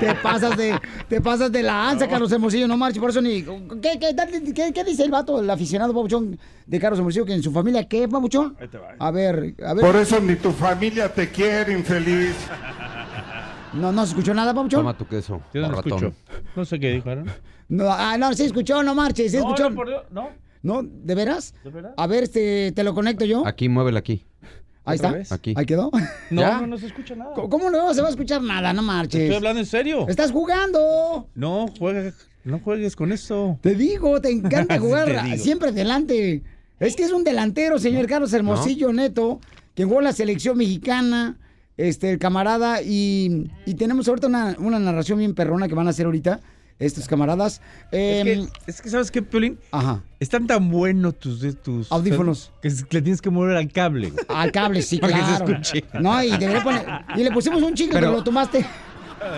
Speaker 3: te pasas de, te pasas de la ansa, Carlos Hermosillo, no marches, por eso ni... ¿Qué, qué, dale, qué- qué dice el vato, el aficionado Pabuchón de Carlos Hermosillo, que en su familia, ¿qué, Pabuchón?
Speaker 10: eh.
Speaker 3: A ver, a ver.
Speaker 14: Por eso ni tu familia te quiere, infeliz.
Speaker 3: No, no se escuchó nada, Pabuchón.
Speaker 13: Toma tu queso.
Speaker 10: Yo no
Speaker 13: ratón.
Speaker 10: escucho. No sé qué dijeron.
Speaker 3: No, ah, no, sí escuchó, no marches, sí
Speaker 10: No,
Speaker 3: escuchó.
Speaker 10: no, por Dios, no.
Speaker 3: ¿No? ¿De veras?
Speaker 10: ¿De veras?
Speaker 3: A ver, este, te lo conecto yo.
Speaker 13: Aquí, muévela aquí.
Speaker 3: Ahí está.
Speaker 13: ¿Otra vez? Aquí.
Speaker 3: Ahí quedó.
Speaker 10: No,
Speaker 13: ¿Ya?
Speaker 10: no, no se escucha nada.
Speaker 3: ¿Cómo- ¿Cómo no se va a escuchar nada? No marches.
Speaker 10: Estoy hablando en serio.
Speaker 3: Estás jugando.
Speaker 10: No, juega, no juegues con eso.
Speaker 3: Te digo, te encanta
Speaker 10: Sí,
Speaker 3: jugar
Speaker 10: te digo.
Speaker 3: siempre delante. Es que es un delantero, señor Carlos Hermosillo Neto, que jugó en la selección mexicana, este, el camarada, y, y tenemos ahorita una, una narración bien perrona que van a hacer ahorita estos camaradas. Em,
Speaker 10: Es que, es que, ¿sabes qué, Piolín?
Speaker 3: Ajá.
Speaker 10: Están tan buenos tus, de tus
Speaker 3: Audífonos.
Speaker 10: Que es- le tienes que mover al cable. güey.
Speaker 3: Al cable, sí,
Speaker 10: Para que se
Speaker 3: claro.
Speaker 10: escuche.
Speaker 3: No, y, debería poner- y le pusimos un chicle, pero,
Speaker 13: Pero-
Speaker 3: lo tomaste.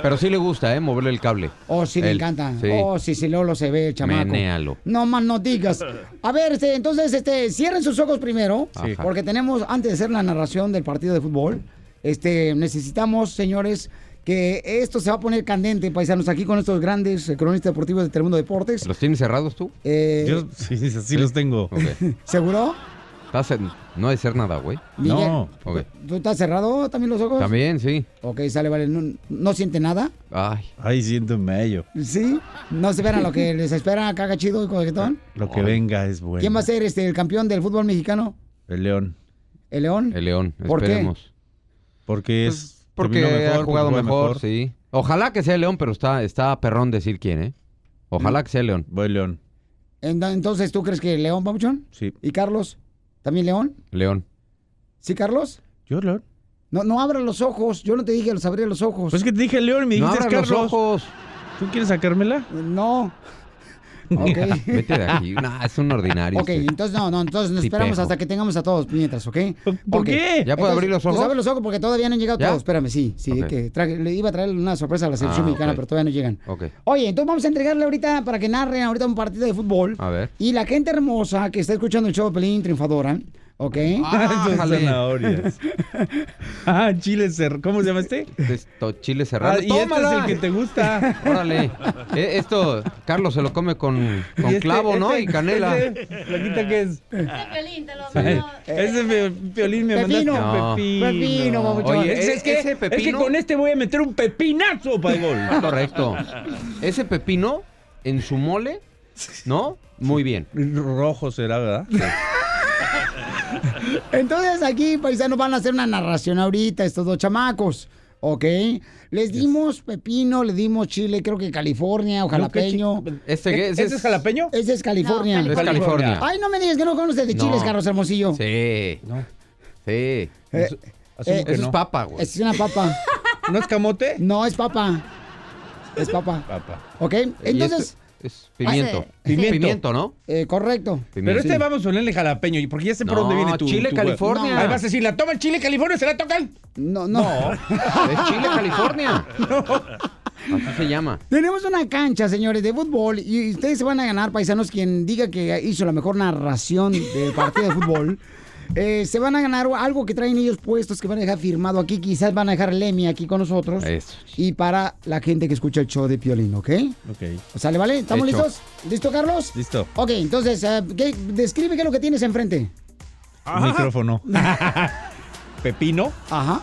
Speaker 13: Pero sí le gusta, ¿eh? Moverle el cable.
Speaker 3: Oh, sí, le
Speaker 13: Él,
Speaker 3: encanta.
Speaker 13: Sí.
Speaker 3: Oh, sí, sí, luego lo se ve, el chamaco.
Speaker 13: Menéalo.
Speaker 3: No más no digas. A ver, este, entonces, este, cierren sus ojos primero,
Speaker 13: Sí. Ajá.
Speaker 3: porque tenemos, antes de hacer la narración del partido de fútbol, este, necesitamos, señores, que esto se va a poner candente, paisanos, aquí con estos grandes eh, cronistas deportivos de Telemundo Deportes.
Speaker 13: ¿Los tienes cerrados tú?
Speaker 3: Eh,
Speaker 10: Yo sí, sí, sí los tengo.
Speaker 3: ¿Seguro?
Speaker 13: Estás en- No ha de ser nada, güey.
Speaker 3: Miguel.
Speaker 13: Ok.
Speaker 3: ¿Tú estás cerrado también los ojos?
Speaker 13: También, sí.
Speaker 3: Ok, sale, vale. ¿No, no siente nada?
Speaker 13: Ay.
Speaker 10: Ay, siento un mello.
Speaker 3: ¿Sí? ¿No se esperan lo que les espera acá, chido y coquetón?
Speaker 13: Ah,
Speaker 10: Lo que venga es bueno.
Speaker 3: ¿Quién va a ser este, el campeón del fútbol mexicano?
Speaker 10: El León.
Speaker 3: ¿El León?
Speaker 13: El León,
Speaker 3: ¿Por qué?
Speaker 13: esperemos.
Speaker 10: Porque es.
Speaker 13: Pues, Porque
Speaker 10: terminó
Speaker 13: ha
Speaker 10: mejor,
Speaker 13: jugado
Speaker 10: porque
Speaker 13: mejor,
Speaker 10: juega
Speaker 13: sí. Ojalá que sea el León, pero está, está perrón decir quién, ¿eh? Ojalá que sea el León.
Speaker 10: Mm. Voy León.
Speaker 3: En- Entonces, ¿tú crees que León, Papuchón?
Speaker 10: Sí.
Speaker 3: ¿Y Carlos? ¿También León?
Speaker 13: León.
Speaker 3: ¿Sí, Carlos?
Speaker 10: Yo, León.
Speaker 3: No, no abras los ojos. Yo no te dije, los abrí los ojos.
Speaker 10: Pues es que te dije León y me
Speaker 3: No
Speaker 10: dijiste
Speaker 3: abras los
Speaker 10: Carlos. ¿Tú quieres sacármela?
Speaker 3: Eh, No. Ok.
Speaker 13: Vete de aquí. No, es un ordinario. este.
Speaker 3: Ok,
Speaker 13: usted.
Speaker 3: entonces no, no, entonces nos
Speaker 13: Tipejo.
Speaker 3: esperamos hasta que tengamos a todos mientras, ¿ok?
Speaker 13: por
Speaker 3: Ok.
Speaker 13: qué? ¿Ya puedo
Speaker 3: Entonces,
Speaker 13: abrir los
Speaker 3: pues,
Speaker 13: ojos?
Speaker 3: abre los ojos porque todavía no han llegado
Speaker 13: ¿Ya?
Speaker 3: todos. Espérame, sí, sí,
Speaker 13: Ok.
Speaker 3: que traje- le iba a traer una sorpresa a la selección
Speaker 13: Ah,
Speaker 3: mexicana,
Speaker 13: ok.
Speaker 3: pero todavía no llegan.
Speaker 13: Ok.
Speaker 3: Oye, entonces vamos a entregarle ahorita para que narren ahorita un partido de fútbol.
Speaker 13: A ver.
Speaker 3: Y la gente hermosa que está escuchando el show de Pelín Triunfadora, ¿ok?
Speaker 10: Son zanahorias. ah, chile cerrado. ¿Cómo se llama este?
Speaker 13: Esto, chile cerrado.
Speaker 10: Ah, y este
Speaker 13: ¡Tómala!
Speaker 10: es el que te gusta.
Speaker 13: Órale. Eh, esto, Carlos se lo come con, con
Speaker 10: Y este-
Speaker 13: clavo, ¿no?
Speaker 10: este-
Speaker 13: y canela.
Speaker 10: este, ¿Flaquita qué es?
Speaker 3: Este
Speaker 13: Sí.
Speaker 10: Ese pe- violín me
Speaker 13: Pepino.
Speaker 10: mandaste.
Speaker 13: No.
Speaker 10: Pepino.
Speaker 13: Pepino, babuchón. Oye,
Speaker 10: es,
Speaker 13: e-
Speaker 10: es que,
Speaker 13: ese
Speaker 10: es que
Speaker 13: pepino-
Speaker 10: con este voy a meter un pepinazo para el
Speaker 3: Ah,
Speaker 10: gol.
Speaker 13: Correcto. Ese pepino en su mole, ¿no? Muy bien.
Speaker 10: Rojo será, ¿verdad?
Speaker 3: Entonces aquí, paisanos, van a hacer una narración ahorita, estos dos chamacos. ¿Ok? Les dimos pepino, le dimos chile, creo que California o
Speaker 10: No, qué
Speaker 3: jalapeño. E-,
Speaker 10: chi- ¿Este qué? ¿Ese ¿Ese es jalapeño?
Speaker 3: Ese es California.
Speaker 13: No, Es California. California.
Speaker 3: Ay, no me digas que no conoces de
Speaker 13: No.
Speaker 3: chiles, Carlos Hermosillo.
Speaker 13: Sí. Sí.
Speaker 3: Eh,
Speaker 13: Eso-
Speaker 3: eh,
Speaker 13: eso es papa, güey.
Speaker 3: Es una papa.
Speaker 10: ¿No es camote?
Speaker 3: No, es papa. Es papa.
Speaker 10: Papa.
Speaker 3: ¿Ok?
Speaker 13: Y
Speaker 3: Entonces.
Speaker 13: este es pimiento.
Speaker 3: Ah, sí.
Speaker 13: pimiento. ¿no?
Speaker 3: eh, correcto.
Speaker 10: Pero este
Speaker 3: Sí.
Speaker 10: vamos a ponerle jalapeño, porque ya sé por
Speaker 13: No,
Speaker 10: dónde viene tu
Speaker 13: chile
Speaker 10: tu huevo.
Speaker 13: California.
Speaker 10: Ahí vas a decir, la toma el chile California, se la tocan.
Speaker 3: No, no.
Speaker 13: Es Chile, California. Así se llama.
Speaker 3: Tenemos una cancha, señores, de fútbol y ustedes se van a ganar, paisanos, quien diga que hizo la mejor narración del partido de fútbol. eh, se van a ganar algo que traen ellos puestos, que van a dejar firmado aquí. Quizás van a dejar Lemmy aquí con nosotros.
Speaker 13: Eso.
Speaker 3: Y para la gente que escucha el show de Piolín, ¿ok?
Speaker 10: Ok.
Speaker 3: ¿Sale, vale? ¿Estamos
Speaker 10: Hecho.
Speaker 3: listos? ¿Listo, Carlos?
Speaker 10: Listo.
Speaker 3: Ok, entonces, eh, ¿qué- describe qué es lo que tienes enfrente.
Speaker 10: Un micrófono. Pepino.
Speaker 3: Ajá.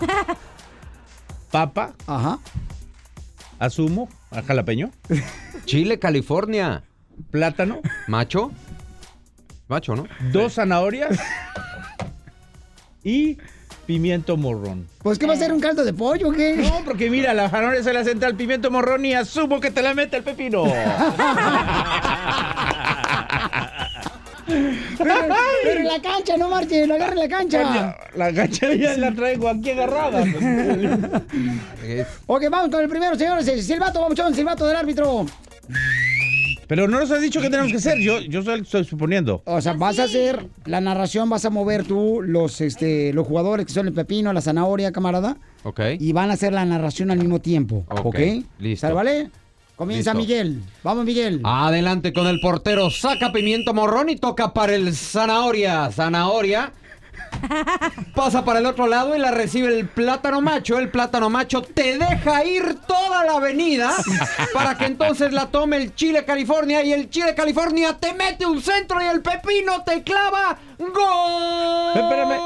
Speaker 10: Papa.
Speaker 3: Ajá.
Speaker 10: Asumo. a Jalapeño.
Speaker 13: Chile, California.
Speaker 10: Plátano.
Speaker 13: Macho. Macho, ¿no?
Speaker 10: Dos zanahorias. y pimiento morrón.
Speaker 3: Pues, ¿qué va a
Speaker 13: Eh.
Speaker 3: ser un caldo de pollo o qué?
Speaker 10: No, porque mira, la zanahoria se la senta al pimiento morrón y asumo que te la mete el pepino.
Speaker 3: Pero, pero en la cancha, no marchen, lo agarren en la cancha.
Speaker 10: La gacha ya la traigo aquí agarrada. pues.
Speaker 3: Ok, vamos con el primero, señores. El silbato, vamos, John, silbato del árbitro.
Speaker 10: Pero no nos has dicho qué tenemos que hacer. Yo, yo soy- estoy suponiendo.
Speaker 3: O sea, vas a hacer la narración, vas a mover tú los, este, los jugadores que son el pepino, la zanahoria, camarada,
Speaker 13: Ok.
Speaker 3: y van a hacer la narración al mismo tiempo. ¿Ok?
Speaker 13: Ok, listo.
Speaker 3: ¿Sale, vale? Comienza
Speaker 13: Listo.
Speaker 3: Miguel. Vamos, Miguel.
Speaker 13: Adelante con el portero. Saca pimiento morrón y toca para el zanahoria. Zanahoria. Pasa para el otro lado y la recibe el plátano macho. El plátano macho te deja ir toda la avenida para que entonces la tome el Chile California. Y el Chile California te mete un centro y el pepino te clava. ¡Gol!
Speaker 10: Espérame.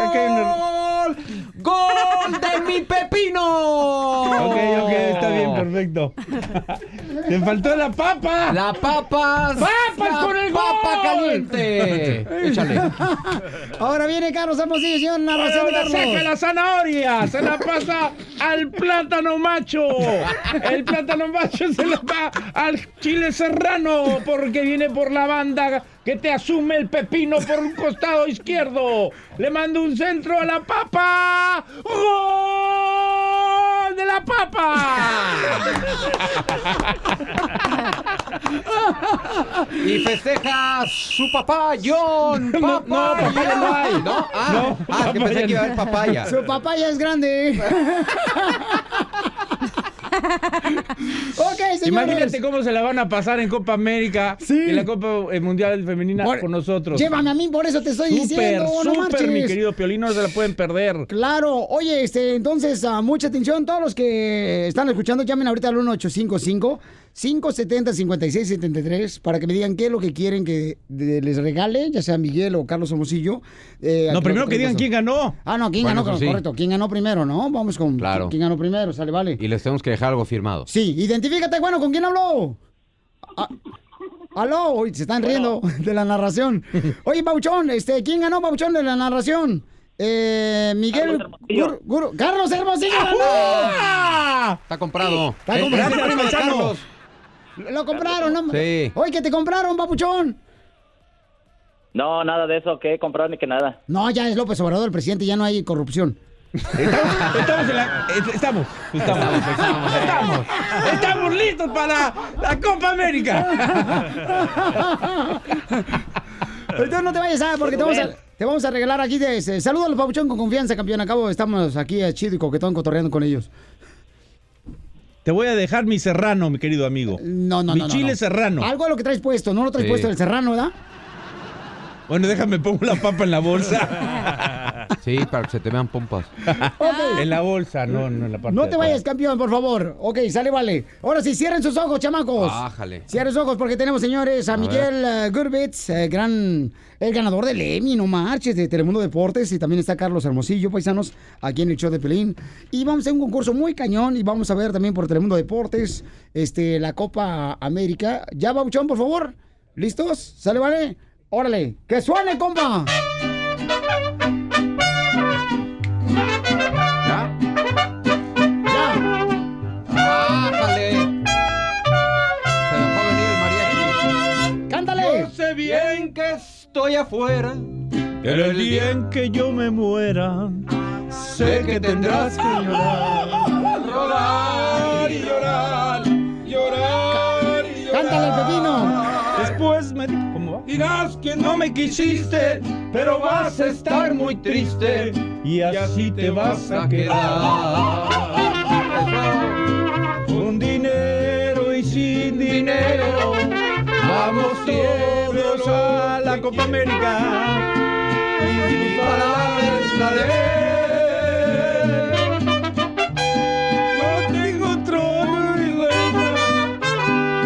Speaker 10: Aquí hay un error.
Speaker 13: ¡Gol de mi pepino!
Speaker 10: Ok, ok, está
Speaker 13: Oh.
Speaker 10: bien, perfecto. Te faltó la papa.
Speaker 13: La papa.
Speaker 10: ¡Papas
Speaker 13: la
Speaker 10: con el
Speaker 13: papa
Speaker 10: gol!
Speaker 13: caliente. Eh, Échale.
Speaker 3: Ahora viene Carlos Hermosillo, señor, narración de
Speaker 10: Ahora
Speaker 3: Carlos.
Speaker 10: saca la zanahoria, se la pasa
Speaker 15: al plátano macho. El plátano macho se le va al chile serrano porque viene por la banda que te asume el pepino por un costado izquierdo. Le mando un centro a la papa. ¡Gol de la papa!
Speaker 13: Y festeja su papá, John. No,
Speaker 15: papaya no hay.
Speaker 13: ¿No? Ah, ah, que pensé que iba a haber papaya.
Speaker 3: Su papaya es grande. ok, señores.
Speaker 15: Imagínate cómo se la van a pasar en Copa América y en la Copa eh, Mundial Femenina
Speaker 3: Por-
Speaker 15: con nosotros.
Speaker 3: Llévame a mí, por eso te estoy
Speaker 15: Súper,
Speaker 3: diciendo. no
Speaker 15: súper, mi
Speaker 3: marches.
Speaker 15: querido Piolín, no se la pueden perder.
Speaker 3: Claro, oye, este, entonces, ah, mucha atención, todos los que están escuchando, llamen ahorita al 1855-570-5673 para que me digan qué es lo que quieren que de- les regale, ya sea Miguel o Carlos Hermosillo. eh,
Speaker 15: No,
Speaker 3: aquí
Speaker 15: primero
Speaker 3: lo
Speaker 15: que digan
Speaker 3: tenemos.
Speaker 15: quién ganó.
Speaker 3: Ah, no, quién
Speaker 13: Bueno,
Speaker 3: ganó,
Speaker 13: eso sí.
Speaker 3: correcto, quién ganó primero, ¿no? Vamos con
Speaker 13: Claro.
Speaker 3: quién ganó primero, sale, vale.
Speaker 13: Y les tenemos que dejar algo firmado.
Speaker 3: Sí, identifícate, bueno, ¿con quién habló? Ah, aló, uy, se están riendo de la narración. Oye, Pauchón, este, ¿quién ganó Pauchón de la narración? Eh, Miguel Gur- Guru- Carlos Hermosillo. ganó.
Speaker 13: Está comprado.
Speaker 3: Está
Speaker 13: Eh,
Speaker 3: comprado.
Speaker 13: gracias, primo de
Speaker 3: Paisano.
Speaker 13: Carlos.
Speaker 3: Lo compraron, ¿no?
Speaker 13: Sí.
Speaker 3: Oye, que te compraron, Papuchón.
Speaker 9: No, nada de eso, que comprar ni que nada.
Speaker 3: No, ya es López Obrador el presidente, ya no hay corrupción.
Speaker 15: Estamos en la- eh, Estamos, estamos, eh. estamos, estamos, Estamos listos para la Copa América.
Speaker 3: Entonces no te vayas a porque te vamos a, te vamos a regalar aquí de ese. Saludos a los Papuchón con confianza, campeón. Acabo, estamos aquí a chido y coquetón cotorreando con ellos.
Speaker 10: Te voy a dejar mi serrano, mi querido amigo.
Speaker 3: No, Oh, no,
Speaker 10: mi
Speaker 3: no, no,
Speaker 10: chile
Speaker 3: no.
Speaker 10: serrano.
Speaker 3: Algo a lo que traes puesto, no lo traes
Speaker 10: Sí.
Speaker 3: puesto el serrano, ¿verdad?
Speaker 10: Bueno, déjame pongo la papa en la bolsa.
Speaker 13: Sí, para que se te vean pompas.
Speaker 10: En la bolsa, no, no en la parte.
Speaker 3: No
Speaker 10: de
Speaker 3: te
Speaker 10: atrás.
Speaker 3: vayas, campeón, por favor. Ok, sale, vale. Ahora sí, cierren sus ojos, chamacos.
Speaker 10: Ájale.
Speaker 3: Cierren sus ojos porque tenemos, señores, a,
Speaker 10: A
Speaker 3: Miguel eh, Gurbitz, eh, gran, el ganador del Emmy, no marches, de Telemundo Deportes. Y también está Carlos Hermosillo, paisanos, aquí en el show de Pelín. Y vamos a hacer un concurso muy cañón y vamos a ver también por Telemundo Deportes este, la Copa América. Ya, Bauchón, por favor. ¿Listos? ¿Sale, vale? Órale, que suene, compa.
Speaker 13: ¡Ájale! Se dejó venir el mariachi.
Speaker 3: ¡Cántale!
Speaker 13: Yo sé bien que estoy afuera.
Speaker 15: Pero el día en que yo me muera, sé que tendrás que llorar.
Speaker 13: Llorar y llorar, llorar y llorar.
Speaker 3: ¡Cántale al pepino!
Speaker 15: Después me dirás que no me quisiste, pero vas a estar muy triste y así te vas a quedar. Con dinero y sin dinero, vamos todos a la Copa América. Y mi palabra es la de él. No tengo trono ni reina,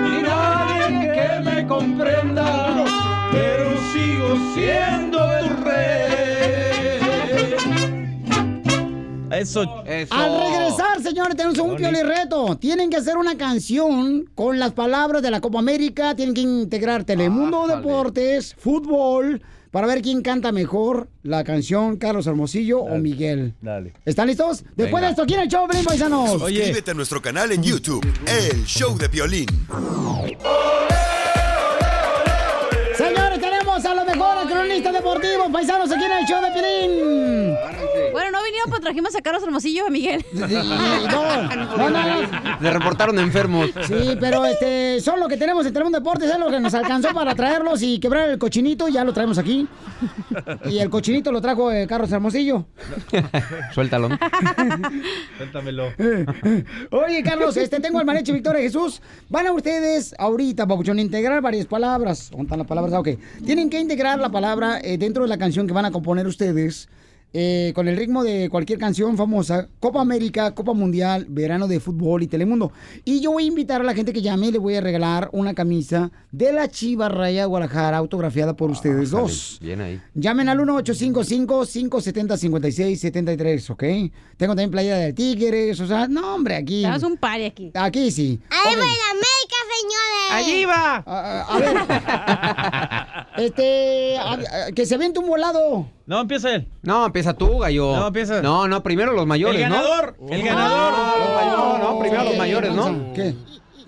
Speaker 15: ni nadie que me comprenda, pero sigo siendo tu rey.
Speaker 10: Eso.
Speaker 3: Al regresar, señores, tenemos un pioli reto. Tienen que hacer una canción con las palabras de la Copa América. Tienen que integrar Telemundo Deportes, fútbol, para ver quién canta mejor la canción, Carlos Hermosillo o Miguel.
Speaker 10: Dale.
Speaker 3: ¿Están listos? Después
Speaker 1: Venga.
Speaker 3: de esto, ¿quién el show, Pelín, paisanos?
Speaker 1: Suscríbete a nuestro canal en YouTube, El Show de Violín.
Speaker 3: Señores, tenemos a los mejores cronistas deportivos, paisanos, aquí en el show de Pelín.
Speaker 4: Bueno, no vinieron, pero trajimos a Carlos Hermosillo y a Miguel.
Speaker 3: No, no, no.
Speaker 13: Le reportaron enfermos.
Speaker 3: Sí, pero este, son lo que tenemos en Telemundo Deportes, es lo que nos alcanzó para traerlos y quebrar el cochinito, ya lo traemos aquí. Y el cochinito lo trajo eh, Carlos Hermosillo.
Speaker 13: Suéltalo.
Speaker 10: Cuéntamelo.
Speaker 3: Oye, Carlos, este tengo al marecho Victoria Jesús. Van a ustedes ahorita, Papuchón, a integrar varias palabras. ¿Dónde están las palabras? Ah, Ok. Tienen que integrar la palabra eh, dentro de la canción que van a componer ustedes. eh, con el ritmo de cualquier canción famosa, Copa América, Copa Mundial, Verano de Fútbol y Telemundo. Y yo voy a invitar a la gente que llame y le voy a regalar una camisa de la Chiva Raya de Guadalajara autografiada por ustedes dos.
Speaker 13: Bien ahí.
Speaker 3: Llamen al 1-855-570-5673, ¿ok? Tengo también playera del Tigres, o sea, no, hombre, aquí.
Speaker 4: Tenemos un party aquí.
Speaker 3: Aquí sí.
Speaker 2: ¡Ahí va la América, señores!
Speaker 3: Allí va. A ver, Este, a- a- que se vente un volado.
Speaker 10: No, empieza él.
Speaker 13: No, empieza tú, gallo. No,
Speaker 10: empieza.
Speaker 13: No, no, primero los mayores,
Speaker 10: El ganador,
Speaker 13: ¿no?
Speaker 10: el ganador.
Speaker 3: Ah.
Speaker 13: No, no, primero los
Speaker 10: ¿Qué,
Speaker 13: mayores, ¿no?
Speaker 10: panza?
Speaker 3: ¿Qué?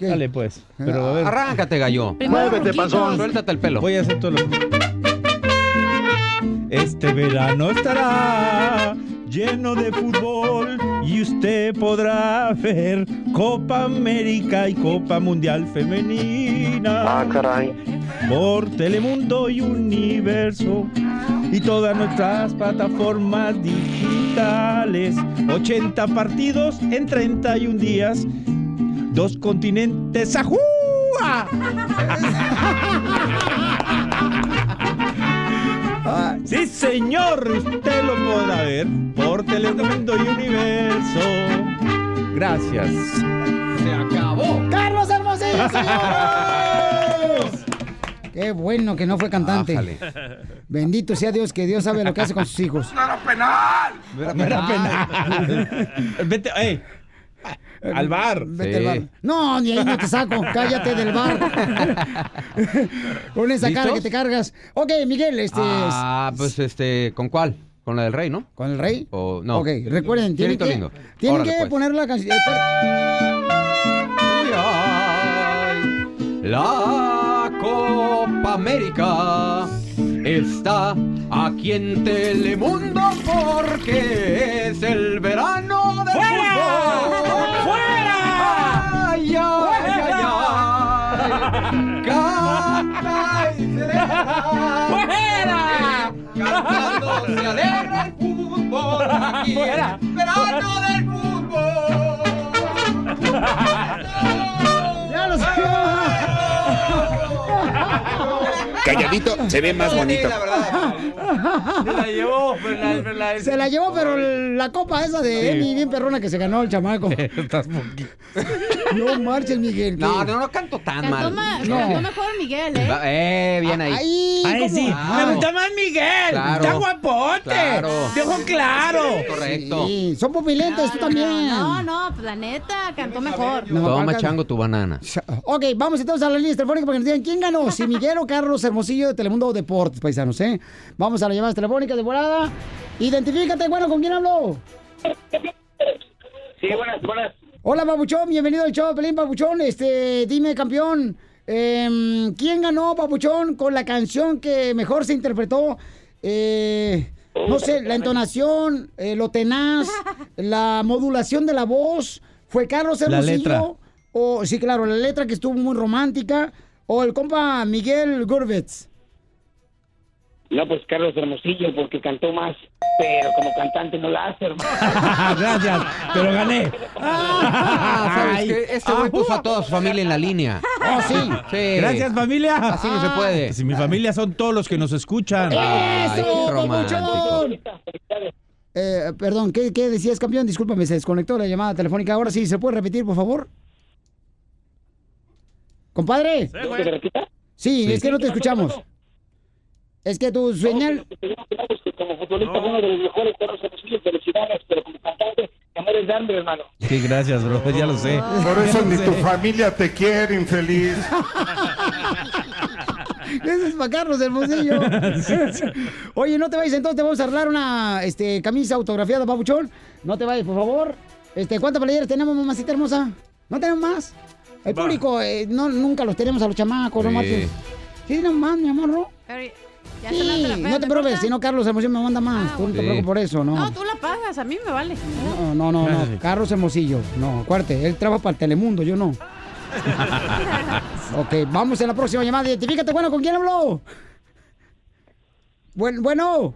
Speaker 10: Dale, pues. Pero a ver.
Speaker 13: Arráncate, gallo.
Speaker 10: Primero Muévete, los panzón. ronquitos.
Speaker 13: Suéltate el pelo.
Speaker 10: Voy a hacer todo lo Este verano estará lleno de fútbol y usted podrá ver Copa América y Copa Mundial Femenina.
Speaker 12: Ah, caray.
Speaker 10: Por Telemundo y Universo y todas nuestras plataformas digitales. 80 partidos en 31 días. Dos continentes. ¡Ajú! Ah, Sí, señor, usted lo podrá ver por Telemundo y Universo. Gracias. Se acabó.
Speaker 3: ¡Carlos Hermosillo, señores! Qué bueno que no fue cantante.
Speaker 10: Ájale.
Speaker 3: Bendito sea Dios que Dios sabe lo que hace con sus hijos. Ah.
Speaker 10: No era penal. Vete, ey, al bar.
Speaker 3: Vete al bar. No, ni ahí no te saco. Cállate del bar. Con esa cara
Speaker 13: ¿Listos?
Speaker 3: que te cargas. Ok, Miguel, este.
Speaker 13: Ah, pues este, ¿con cuál? Con la del rey, ¿no?
Speaker 3: ¿Con el rey?
Speaker 13: O no.
Speaker 3: Ok, recuerden, tienen
Speaker 13: Cielito
Speaker 3: que,
Speaker 13: lindo.
Speaker 3: tienen
Speaker 13: Órale,
Speaker 3: que
Speaker 13: pues.
Speaker 3: poner la canción. Eh,
Speaker 13: oh. La Copa América está aquí en Telemundo porque es el verano de ¡Fuera! ¡Fuera! ¡Ay, ay, ay, ay! ¡Canta y celebra! ¡Fuera! Cantando se alegra el fútbol aquí
Speaker 16: ¡Fuera!
Speaker 13: en verano del fútbol.
Speaker 3: ¡Ya lo sacó!
Speaker 6: Calladito se ve más bonito.
Speaker 3: Se la llevó,
Speaker 13: pues,
Speaker 3: Se la llevó, pero la copa esa de
Speaker 13: Sí.
Speaker 3: Emi, bien perrona que se ganó el chamaco. No marches, Miguel.
Speaker 13: No, no, no canto tan
Speaker 4: Cantó,
Speaker 13: mal.
Speaker 4: ma-
Speaker 13: No.
Speaker 4: cantó mejor Miguel, ¿eh?
Speaker 13: Va- Eh, bien ahí.
Speaker 3: Ahí, Ah.
Speaker 13: ¿cómo?
Speaker 8: sí.
Speaker 13: Claro.
Speaker 8: Me gusta más Miguel.
Speaker 13: Claro.
Speaker 8: Está guapote.
Speaker 13: Claro.
Speaker 8: De ojo claro.
Speaker 13: Correcto.
Speaker 3: Sí, son pupilentos, tú también.
Speaker 4: No, no, pues, la neta, cantó mejor.
Speaker 13: Toma chango tu banana.
Speaker 3: Ok, vamos entonces a la línea telefónica para que nos digan quién ganó, si Miguel o Carlos Hermosillo de Telemundo Deportes, paisanos, ¿eh? Vamos a las llamadas telefónicas de volada. Identifícate, bueno, ¿con quién habló?
Speaker 17: Sí, buenas, buenas.
Speaker 3: Hola, Papuchón, bienvenido al show, Pelín Papuchón. Este, dime, campeón, em, ¿quién ganó, Papuchón, con la canción que mejor se interpretó? Eh, no sé, la entonación, eh, lo tenaz, la modulación de la voz. ¿Fue Carlos
Speaker 10: La
Speaker 3: Hermosillo?
Speaker 10: letra.
Speaker 3: O, sí, claro, la letra que estuvo muy romántica. O el compa Miguel Gurbetz.
Speaker 17: No, pues Carlos Hermosillo, porque cantó más, pero como cantante no la hace, hermano.
Speaker 10: Gracias, pero gané.
Speaker 13: Ah, ¿sabes
Speaker 10: Ay.
Speaker 13: qué? Este güey puso a toda su familia en la línea.
Speaker 3: Oh, sí.
Speaker 13: Sí.
Speaker 10: Gracias, familia. Ah,
Speaker 13: Así no se puede.
Speaker 10: Si mi familia son todos los que nos escuchan.
Speaker 13: Ay,
Speaker 3: ¡Eso,
Speaker 13: qué
Speaker 3: papuchón!
Speaker 13: romántico.
Speaker 3: Eh, perdón, ¿qué, ¿qué decías, campeón? Discúlpame, se desconectó la llamada telefónica. Ahora sí, ¿se puede repetir, por favor? Compadre. Sí, es que no te escuchamos. Es que tu señal...
Speaker 17: Como futbolista fue uno de los mejores Carlos Hermosillo, felicidades, pero como cantante, amor es darme, hermano.
Speaker 10: Sí, gracias, bro. Ya lo sé.
Speaker 14: Por eso
Speaker 10: Ya lo
Speaker 14: ni tu
Speaker 10: sé.
Speaker 14: familia te quiere, infeliz.
Speaker 3: Ese es para Carlos Hermosillo. Oye, no te vayas, entonces te vamos a arreglar una este, camisa autografiada, papuchón. No te vayas, por favor. Este, ¿Cuántas playeras tenemos, mamacita hermosa? ¿No tenemos más? El
Speaker 4: Va.
Speaker 3: público, eh, no, nunca los tenemos a los chamacos, no
Speaker 4: Sí.
Speaker 3: marches. Sí, no más, mi amor, ¿no?
Speaker 4: Pero ya se la
Speaker 3: Sí,
Speaker 4: atrapé,
Speaker 3: no te preocupes, si no, Carlos Hermosillo me manda más. Tú no te
Speaker 4: Sí.
Speaker 3: preocupes por eso, ¿no?
Speaker 4: Ah, No, tú la pagas, a mí me vale.
Speaker 3: No, no, no, no. Carlos Hermosillo. No, acuérdate, él trabaja para Telemundo, yo no. Ok, vamos a la próxima llamada. Identifícate, bueno, ¿con quién habló? Bueno, bueno.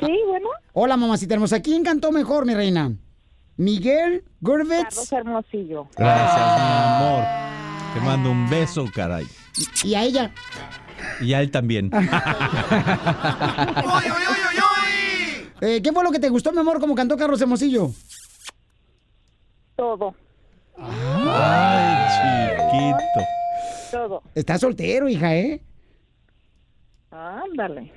Speaker 11: Sí, bueno.
Speaker 3: Hola, mamacita hermosa. ¿Quién cantó mejor, mi reina? ¿Miguel Gurbetz?
Speaker 11: Carlos Hermosillo.
Speaker 10: Gracias, mi amor. Te mando un beso, caray.
Speaker 3: Y a ella.
Speaker 10: Y a él también.
Speaker 3: Eh, ¿Qué fue lo que te gustó, mi amor, como cantó Carlos Hermosillo?
Speaker 11: Todo,
Speaker 10: Ay, chiquito.
Speaker 11: todo.
Speaker 3: Estás soltero, hija, ¿eh?
Speaker 11: Ándale.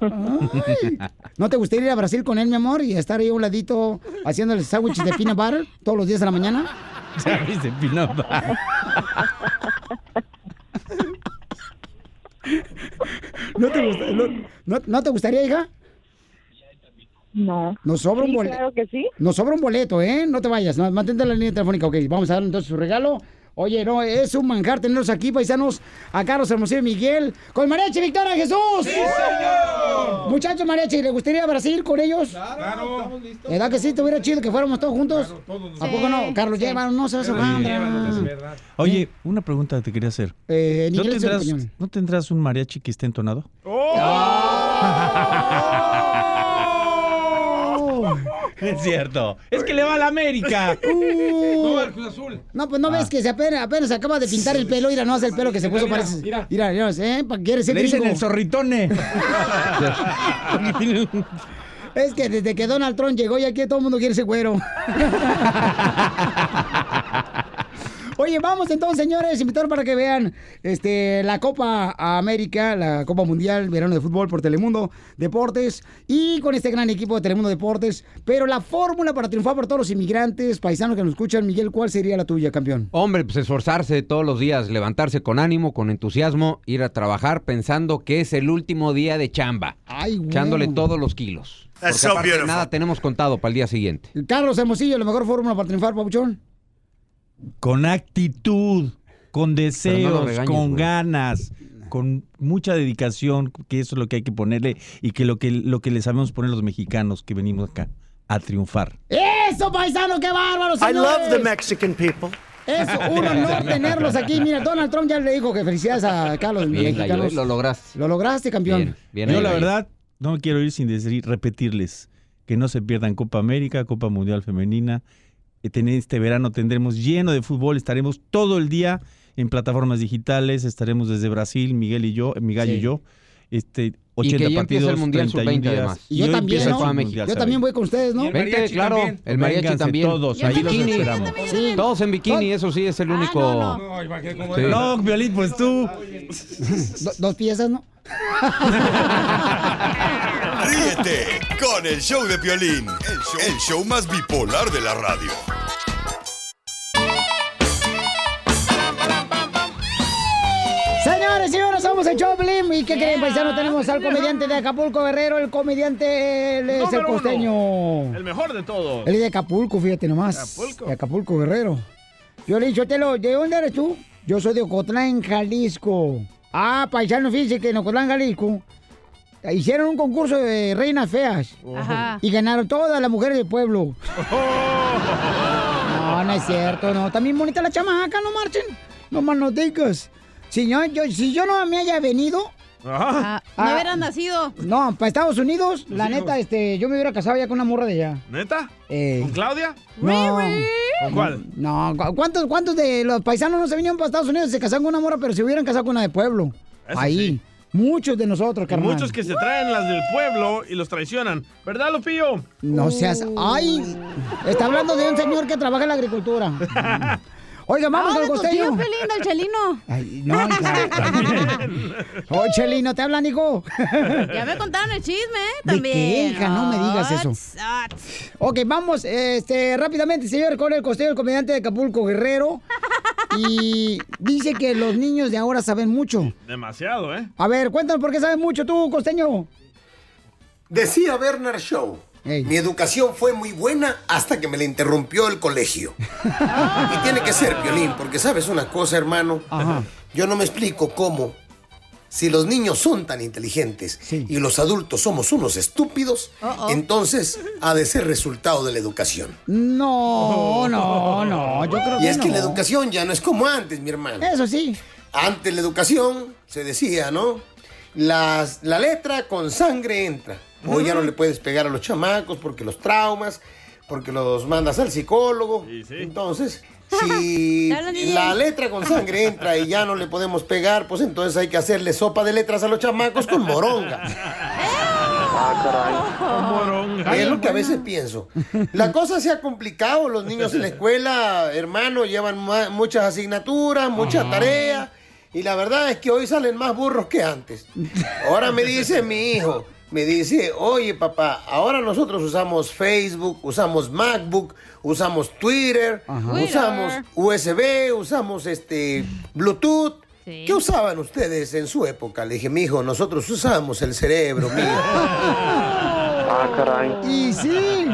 Speaker 3: Ay. ¿No te gustaría ir a Brasil con él, mi amor, y estar ahí a un ladito haciéndole sándwiches de peanut butter todos los días de la mañana?
Speaker 10: Sabes de Pinot Bar.
Speaker 3: ¿No te, gusta- no- no- no te gustaría, hija?
Speaker 11: No.
Speaker 3: Nos sobra un
Speaker 11: Sí,
Speaker 3: boleto.
Speaker 11: claro que sí.
Speaker 3: Nos sobra un boleto, ¿eh? No te vayas, no, mantente en la línea telefónica. Ok, vamos a darle entonces su regalo. Oye, no, es un manjar tenerlos aquí, paisanos, a Carlos Hermosillo y Miguel, con Mariachi Victoria Jesús.
Speaker 16: ¡Sí, señor!
Speaker 3: Muchachos, Mariachi, ¿le gustaría Brasil con ellos?
Speaker 16: Claro.
Speaker 3: ¿Verdad que sí? Te hubiera chido que fuéramos todos juntos. ¿A
Speaker 16: Sí,
Speaker 3: poco no? Carlos,
Speaker 16: sí.
Speaker 3: lleva, no se va a
Speaker 10: pues, Oye, una pregunta que te quería hacer.
Speaker 3: Eh, en
Speaker 10: ¿No,
Speaker 3: inglés, en
Speaker 10: tendrás,
Speaker 3: español.
Speaker 10: ¿No tendrás un mariachi que esté entonado? No es cierto. Oh. Es que le va a la América.
Speaker 3: Uh, No,
Speaker 18: al Cruz Azul.
Speaker 3: No, pues no ves que se apenas, apenas acaba de pintar el pelo. Mira, no hace el pelo que se puso.
Speaker 18: Mira,
Speaker 3: parece. Mira,
Speaker 18: mira.
Speaker 3: mira, ¿eh? Pa- ¿Quieres ser
Speaker 10: Le dicen
Speaker 3: gringo.
Speaker 10: el zorritone.
Speaker 3: Es que desde que Donald Trump llegó y aquí todo el mundo quiere ese güero. Oye, vamos entonces, señores, invitar para que vean este, la Copa América, la Copa Mundial, verano de fútbol por Telemundo Deportes y con este gran equipo de Telemundo Deportes. Pero la fórmula para triunfar por todos los inmigrantes, paisanos que nos escuchan, Miguel, ¿cuál sería la tuya, campeón?
Speaker 13: Hombre, pues esforzarse todos los días, levantarse con ánimo, con entusiasmo, ir a trabajar pensando que es el último día de chamba.
Speaker 3: Ay, güey.
Speaker 13: Echándole todos los kilos.
Speaker 3: That's so
Speaker 13: aparte de
Speaker 3: beautiful.
Speaker 13: nada tenemos contado para el día siguiente.
Speaker 3: Carlos Hermosillo, la mejor fórmula para triunfar, Pabuchón.
Speaker 10: con actitud, con deseos,
Speaker 13: regañes,
Speaker 10: con
Speaker 13: güey.
Speaker 10: ganas, con mucha dedicación, que eso es lo que hay que ponerle y que lo que, lo que le sabemos poner los mexicanos que venimos acá a triunfar.
Speaker 3: ¡Eso, paisano! ¡Qué bárbaro, señores!
Speaker 10: Mexican people.
Speaker 3: Es un honor tenerlos aquí. Mira, Donald Trump ya le dijo que felicidades a Carlos
Speaker 10: Bien,
Speaker 3: Mexicanos.
Speaker 10: Gallo, lo
Speaker 13: lograste.
Speaker 3: Lo lograste, campeón.
Speaker 10: Yo la verdad no me quiero ir sin decir, repetirles que no se pierdan Copa América, Copa Mundial Femenina. Eh, ten- Este verano tendremos lleno de fútbol, estaremos todo el día en plataformas digitales, estaremos desde Brasil, Miguel y yo, eh, mi gallo
Speaker 13: Sí.
Speaker 10: y yo. Este,
Speaker 13: Y que
Speaker 10: 80
Speaker 13: ya empieza
Speaker 10: partidos,
Speaker 13: el Mundial
Speaker 10: 31
Speaker 13: Sub-20
Speaker 10: días.
Speaker 13: además.
Speaker 3: Y yo
Speaker 10: hoy
Speaker 3: también,
Speaker 10: empieza el
Speaker 3: ¿no?
Speaker 10: Mundial
Speaker 3: Yo también
Speaker 10: Sub-20.
Speaker 3: voy con ustedes, ¿no?
Speaker 13: Vente, claro, el mariachi
Speaker 10: Vénganse
Speaker 13: también.
Speaker 10: todos,
Speaker 13: Y el
Speaker 10: ahí los
Speaker 13: bikini.
Speaker 10: esperamos.
Speaker 13: Todos en bikini, eso sí,
Speaker 3: Ah,
Speaker 13: es el único... Sí.
Speaker 10: No, Violín, pues tú.
Speaker 3: Do- dos piezas, ¿no?
Speaker 1: Ríete con el show de Piolín, el show, el show más bipolar de la radio.
Speaker 3: Señores, señores, somos el Choplin. ¿Y qué creen, paisano? Tenemos al comediante de Acapulco Guerrero, el comediante, él es el
Speaker 8: Número uno.
Speaker 3: costeño.
Speaker 8: El mejor de todos.
Speaker 3: Él es de Acapulco, fíjate nomás.
Speaker 8: Acapulco.
Speaker 3: De Acapulco Guerrero. Yo le dicho, Telo, ¿de dónde eres tú? Yo soy de Ocotlán, Jalisco. Ah, paisano, fíjense que en Ocotlán, Jalisco, eh, hicieron un concurso de reinas feas.
Speaker 16: Ajá.
Speaker 3: Y ganaron todas las mujeres del pueblo. No, no es cierto, no. También bonita la chamaca, no marchen. No más no digas. Si yo, yo- si yo no me haya venido.
Speaker 4: Ah, no hubieras nacido.
Speaker 3: No, para Estados Unidos, la
Speaker 4: hijos.
Speaker 3: neta, este, yo me hubiera casado ya con una morra de allá.
Speaker 8: ¿Neta?
Speaker 3: Eh.
Speaker 8: ¿Con Claudia?
Speaker 3: No.
Speaker 8: ¿Con cuál?
Speaker 3: No, ¿cu- ¿cuántos, ¿cuántos de los paisanos no se vinieron para Estados Unidos? y Se casaron con una morra, pero se hubieran casado con una de pueblo.
Speaker 8: Eso
Speaker 3: Ahí.
Speaker 8: sí.
Speaker 3: Muchos de nosotros,
Speaker 8: Que
Speaker 3: carnal.
Speaker 8: muchos que se traen las del pueblo y los traicionan. ¿Verdad, Lupillo?
Speaker 3: No seas. ¡Ay! Está hablando de un señor que trabaja en la agricultura. Oiga, vamos al
Speaker 4: Ah, de tu tío
Speaker 3: costeño.
Speaker 4: Pelín, del Chelino.
Speaker 3: Ay, no, hija. Oh, Cheli, no te hablan, hijo.
Speaker 4: Ya me contaron el chisme, ¿eh?
Speaker 3: ¿De
Speaker 4: También. Ah,
Speaker 3: qué, hija? No me digas eso.
Speaker 4: Ots, ots.
Speaker 3: Ok, vamos este, rápidamente, señor, con el costeño, el comediante de Acapulco Guerrero. Y dice que los niños de ahora saben mucho.
Speaker 8: Demasiado, ¿eh?
Speaker 3: A ver, cuéntanos por qué sabes mucho tú, costeño.
Speaker 19: Decía Bernard Shaw, mi educación fue muy buena hasta que me la interrumpió el colegio.
Speaker 3: Ah.
Speaker 19: y tiene que ser, Piolín, porque sabes una cosa, hermano. Yo no me explico cómo, si los niños son tan inteligentes y los adultos somos unos estúpidos, entonces ha de ser resultado de la educación.
Speaker 3: No, no, no, yo creo
Speaker 19: Oh. y
Speaker 3: que
Speaker 19: es que
Speaker 3: no.
Speaker 19: la educación ya no es como antes, mi hermano.
Speaker 3: Eso sí.
Speaker 19: Antes la educación se decía, ¿no? Las- la letra con sangre entra. Hoy ya no le puedes pegar a los chamacos porque los traumas, porque los mandas al psicólogo. Entonces, si
Speaker 16: Dale, DJ.
Speaker 19: la letra con sangre entra y ya no le podemos pegar, pues entonces hay que hacerle sopa de letras a los chamacos con moronga. Es lo que a veces pienso. La cosa se ha complicado. Los niños en la escuela, hermano, llevan ma- muchas asignaturas, muchas
Speaker 16: Ajá.
Speaker 19: tareas. Y la verdad es que hoy salen más burros que antes. Ahora me dice mi hijo, me dice, oye papá, ahora nosotros usamos Facebook, usamos MacBook, usamos Twitter,
Speaker 16: Ajá.
Speaker 19: usamos USB, usamos este Bluetooth. ¿Qué usaban ustedes en su época? Le dije, mijo, nosotros usábamos el cerebro, mijo. ah,
Speaker 12: caray.
Speaker 3: Y sí.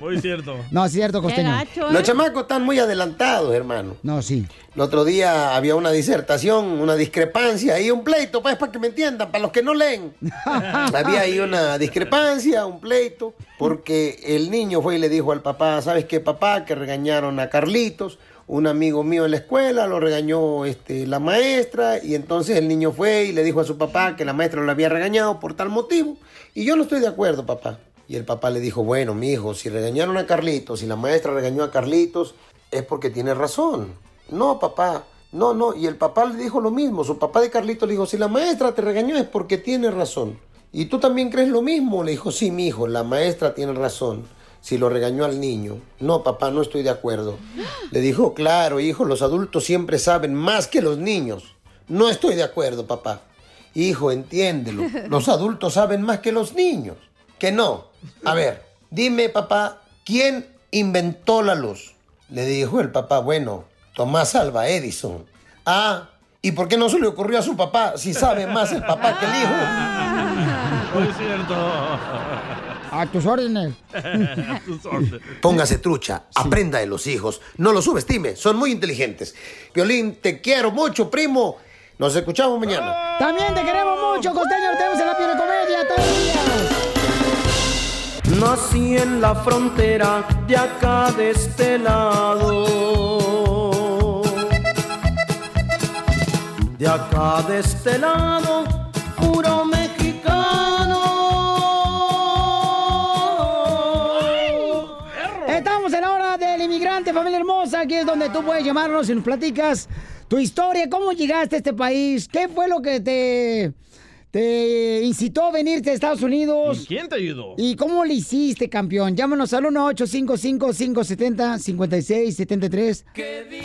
Speaker 8: Muy cierto.
Speaker 3: No, es cierto, costeño.
Speaker 19: Los chamacos están muy adelantados, hermano.
Speaker 3: No, sí.
Speaker 19: El otro día había una disertación, una discrepancia y un pleito, pues, para que me entiendan, para los que no leen. había ahí una discrepancia, un pleito, porque el niño fue y le dijo al papá, ¿sabes qué, papá? Que regañaron a Carlitos, un amigo mío en la escuela, lo regañó este, la maestra, y entonces el niño fue y le dijo a su papá que la maestra lo había regañado por tal motivo, y yo no estoy de acuerdo, papá. Y el papá le dijo, bueno, mijo, si regañaron a Carlitos, si la maestra regañó a Carlitos, es porque tiene razón. No, papá, no, no. Y el papá le dijo lo mismo. Su papá de Carlitos le dijo, si la maestra te regañó es porque tiene razón. ¿Y tú también crees lo mismo? Le dijo, sí, mijo, la maestra tiene razón. Si lo regañó al niño. No, papá, no estoy de acuerdo. Le dijo, claro, hijo, los adultos siempre saben más que los niños. No estoy de acuerdo, papá. Hijo, entiéndelo. Los adultos saben más que los niños. Que no. A ver, dime, papá, ¿quién inventó la luz? Le dijo el papá, bueno, Tomás Alba Edison. Ah, ¿y por qué no se le ocurrió a su papá si sabe más el papá que el hijo?
Speaker 8: Muy cierto.
Speaker 3: A tus órdenes.
Speaker 19: Póngase trucha, aprenda de los hijos, no los subestime, son muy inteligentes. Violín, te quiero mucho, primo. Nos escuchamos mañana.
Speaker 3: También te queremos mucho, costeño. Tenemos en la piel comedia todos los días.
Speaker 2: Nací en la frontera de acá de este lado. De acá de este lado, puro mexicano.
Speaker 3: Estamos en la hora del inmigrante, familia hermosa. Aquí es donde tú puedes llamarnos y nos platicas tu historia, cómo llegaste a este país, qué fue lo que te, te incitó a venirte a Estados Unidos.
Speaker 8: ¿Quién te ayudó?
Speaker 3: ¿Y cómo le hiciste, campeón? Llámanos al 1-855-570-5673.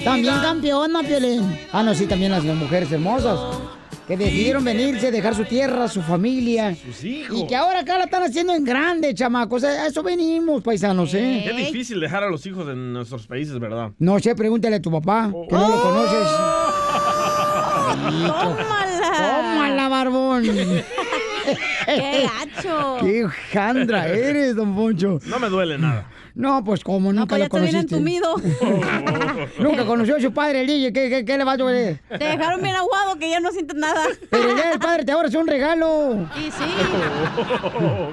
Speaker 3: También campeón, Piolín. Ah, no, sí, también las mujeres hermosas. Que decidieron venirse, dejar su tierra, su familia.
Speaker 8: hijos.
Speaker 3: Y que ahora acá la están haciendo en grande, chamacos. A eso venimos, paisanos, ¿eh?
Speaker 8: Qué difícil dejar a los hijos en nuestros países, ¿verdad?
Speaker 3: No sé, pregúntale a tu papá,
Speaker 8: Oh.
Speaker 3: que no lo conoces.
Speaker 4: ¡Tómala!
Speaker 3: ¡Tómala, barbón!
Speaker 4: ¡Qué gacho!
Speaker 3: ¡Qué jandra eres, don Poncho!
Speaker 8: No me duele nada.
Speaker 3: No, pues como nunca
Speaker 4: pues ya
Speaker 3: lo
Speaker 4: te viene
Speaker 3: conociste.
Speaker 4: entumido.
Speaker 3: nunca conoció a su padre, el DJ. ¿Qué, qué, qué le va a doler?
Speaker 4: Te dejaron bien aguado que ya no sientes nada.
Speaker 3: Pero ya el padre te ahora es un regalo.
Speaker 4: Y sí.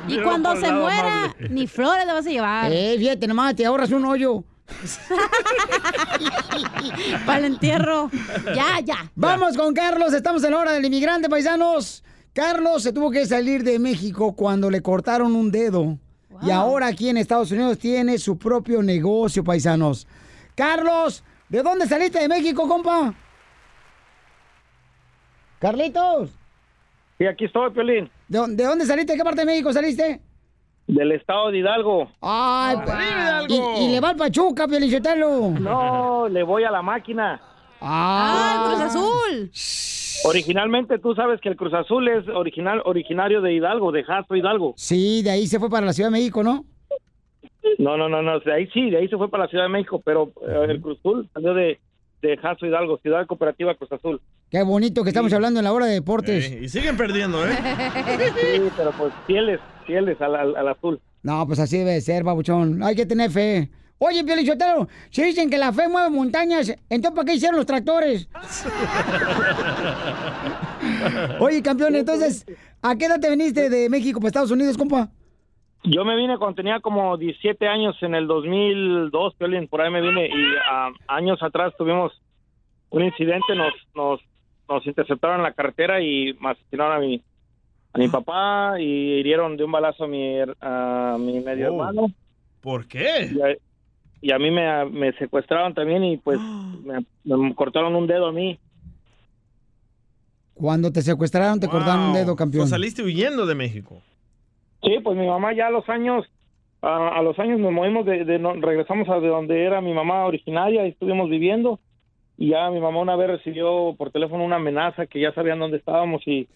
Speaker 4: Y cuando se muera, ni flores le vas a llevar.
Speaker 3: Eh, fíjate nomás, te ahorras un hoyo.
Speaker 4: Para el entierro. Ya, ya.
Speaker 3: Vamos con Carlos, estamos en la hora del inmigrante, paisanos. Carlos se tuvo que salir de México cuando le cortaron un dedo. Y ahora aquí en Estados Unidos tiene su propio negocio, paisanos. Carlos, ¿de dónde saliste de México, compa? Carlitos.
Speaker 20: Sí, aquí estoy, Piolín.
Speaker 3: ¿De, dó- de dónde saliste? ¿De qué parte de México saliste?
Speaker 20: Del estado de Hidalgo.
Speaker 3: Ay,
Speaker 20: Ah.
Speaker 3: pa- y, y le va al Pachuca, Pielichotelo.
Speaker 20: No, le voy a la máquina.
Speaker 3: Ah,
Speaker 4: el Cruz Azul.
Speaker 20: Originalmente tú sabes que el Cruz Azul es original, originario de Hidalgo, de Jasto Hidalgo.
Speaker 3: Sí, de ahí se fue para la Ciudad de México, ¿no?
Speaker 20: No, no, no, no, de ahí sí, de ahí se fue para la Ciudad de México, pero eh, el Cruz Azul salió de, de Jasto Hidalgo, Ciudad Cooperativa Cruz Azul.
Speaker 3: Qué bonito que estamos hablando en la hora de deportes.
Speaker 20: y siguen perdiendo, ¿eh? Sí, pero pues fieles, fieles al, al- al azul.
Speaker 3: No, pues así debe de ser, babuchón. Hay que tener fe. Oye, Pielichotelo, si dicen que la fe mueve montañas, entonces ¿para qué hicieron los tractores? Oye, campeón, entonces, ¿a qué edad te viniste de México para Estados Unidos, compa?
Speaker 20: Yo me vine cuando tenía como 17 años en el 2002, Piolín, por ahí me vine y ah, años atrás tuvimos un incidente, nos, nos, nos interceptaron en la carretera y me asesinaron a mi, a mi papá y hirieron de un balazo a mi, her- a mi medio
Speaker 8: Oh.
Speaker 20: hermano.
Speaker 8: ¿Por qué?
Speaker 20: Y a, y a mí me, me secuestraron también y pues me, me cortaron un dedo a mí.
Speaker 3: Cuando te secuestraron, te cortaron un dedo, campeón.
Speaker 8: Pues saliste huyendo de México.
Speaker 20: Sí, pues mi mamá ya a los años, a, a los años nos movimos, de, de- no- regresamos a de donde era mi mamá originaria, ahí estuvimos viviendo. Y ya mi mamá una vez recibió por teléfono una amenaza que ya sabían dónde estábamos y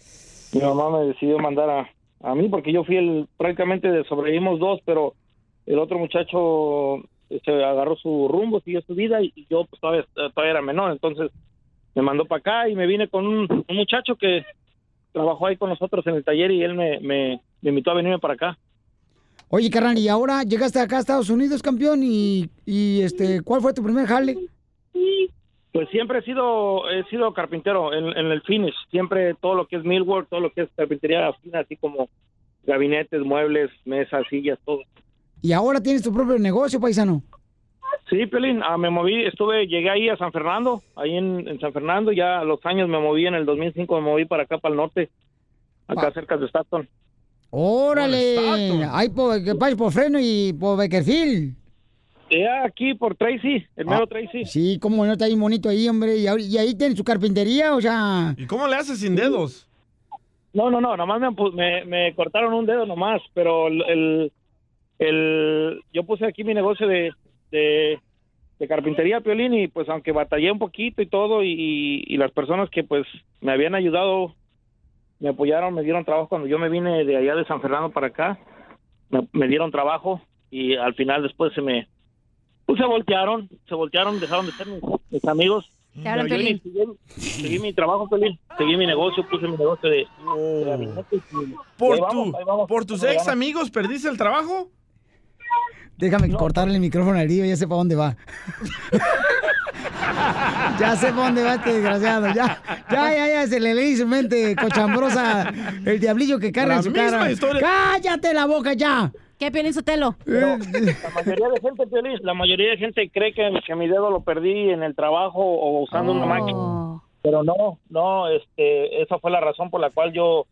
Speaker 20: mi mamá me decidió mandar a, a mí porque yo fui el, prácticamente de- sobrevivimos dos, pero el otro este, muchacho se agarró su rumbo, siguió su vida y yo pues, todavía, todavía era menor, entonces me mandó para acá y me vine con un, un muchacho que trabajó ahí con nosotros en el taller y él me, me, me invitó a venirme para acá.
Speaker 3: Oye, carnal, y ahora llegaste acá a Estados Unidos, campeón, y, y este, ¿cuál fue tu primer jale?
Speaker 20: Pues siempre he sido, he sido carpintero en, en el finish, siempre todo lo que es millwork, todo lo que es carpintería fina, así como gabinetes, muebles, mesas, sillas, todo.
Speaker 3: Y ahora tienes tu propio negocio, paisano.
Speaker 20: Sí, Pelín, ah, me moví, estuve, llegué ahí a San Fernando, ahí en, en San Fernando, ya a los años me moví, en el 2005 me moví para acá, para el norte, acá cerca de Staton.
Speaker 3: Órale, ahí por, que pases por freno y por Beckerfield.
Speaker 20: Ya aquí por Tracy, el mero Tracy.
Speaker 3: Sí, cómo no está ahí bonito ahí, hombre. Y, ahora- y ahí tienen su carpintería, o sea.
Speaker 20: ¿Y cómo le haces sin dedos? No, no, no, nomás me, ampu- me, me cortaron un dedo nomás, pero el, el, el- yo puse aquí mi negocio de, de, de carpintería, Piolín, y pues aunque batallé un poquito y todo, y, y- y las personas que pues me habían ayudado, me apoyaron, me dieron trabajo cuando yo me vine de allá de San Fernando para acá, me, me dieron trabajo y al final después se me... Pues se voltearon, se voltearon, dejaron de ser mis, mis amigos.
Speaker 4: Te hablan,
Speaker 20: Pero yo
Speaker 4: Piolín.
Speaker 20: seguí mi trabajo, Pelín. Seguí mi negocio, puse mi negocio de... de gabinetes y-
Speaker 8: Oh. ¿Por,
Speaker 20: ahí vamos,
Speaker 8: tu-
Speaker 20: ahí vamos.
Speaker 8: ¿Por tus
Speaker 20: Ahí
Speaker 8: ex
Speaker 20: vamos.
Speaker 8: amigos perdiste el trabajo?
Speaker 3: Déjame cortarle el micrófono al lío, ya sé para dónde va. ya sé para dónde va este desgraciado. Ya, ya, ya, ya se le leí su mente cochambrosa el diablillo que carga
Speaker 20: La
Speaker 3: en su
Speaker 20: misma
Speaker 3: cara.
Speaker 20: historia.
Speaker 3: ¡Cállate la boca ya!
Speaker 4: ¿Qué Piolín Sotelo?
Speaker 3: Eh.
Speaker 20: Pero la mayoría de gente, Piolín, la mayoría de gente cree que, que mi dedo lo perdí en el trabajo o usando
Speaker 4: Oh.
Speaker 20: una máquina. Pero no, no, este, esa fue la razón por la cual yo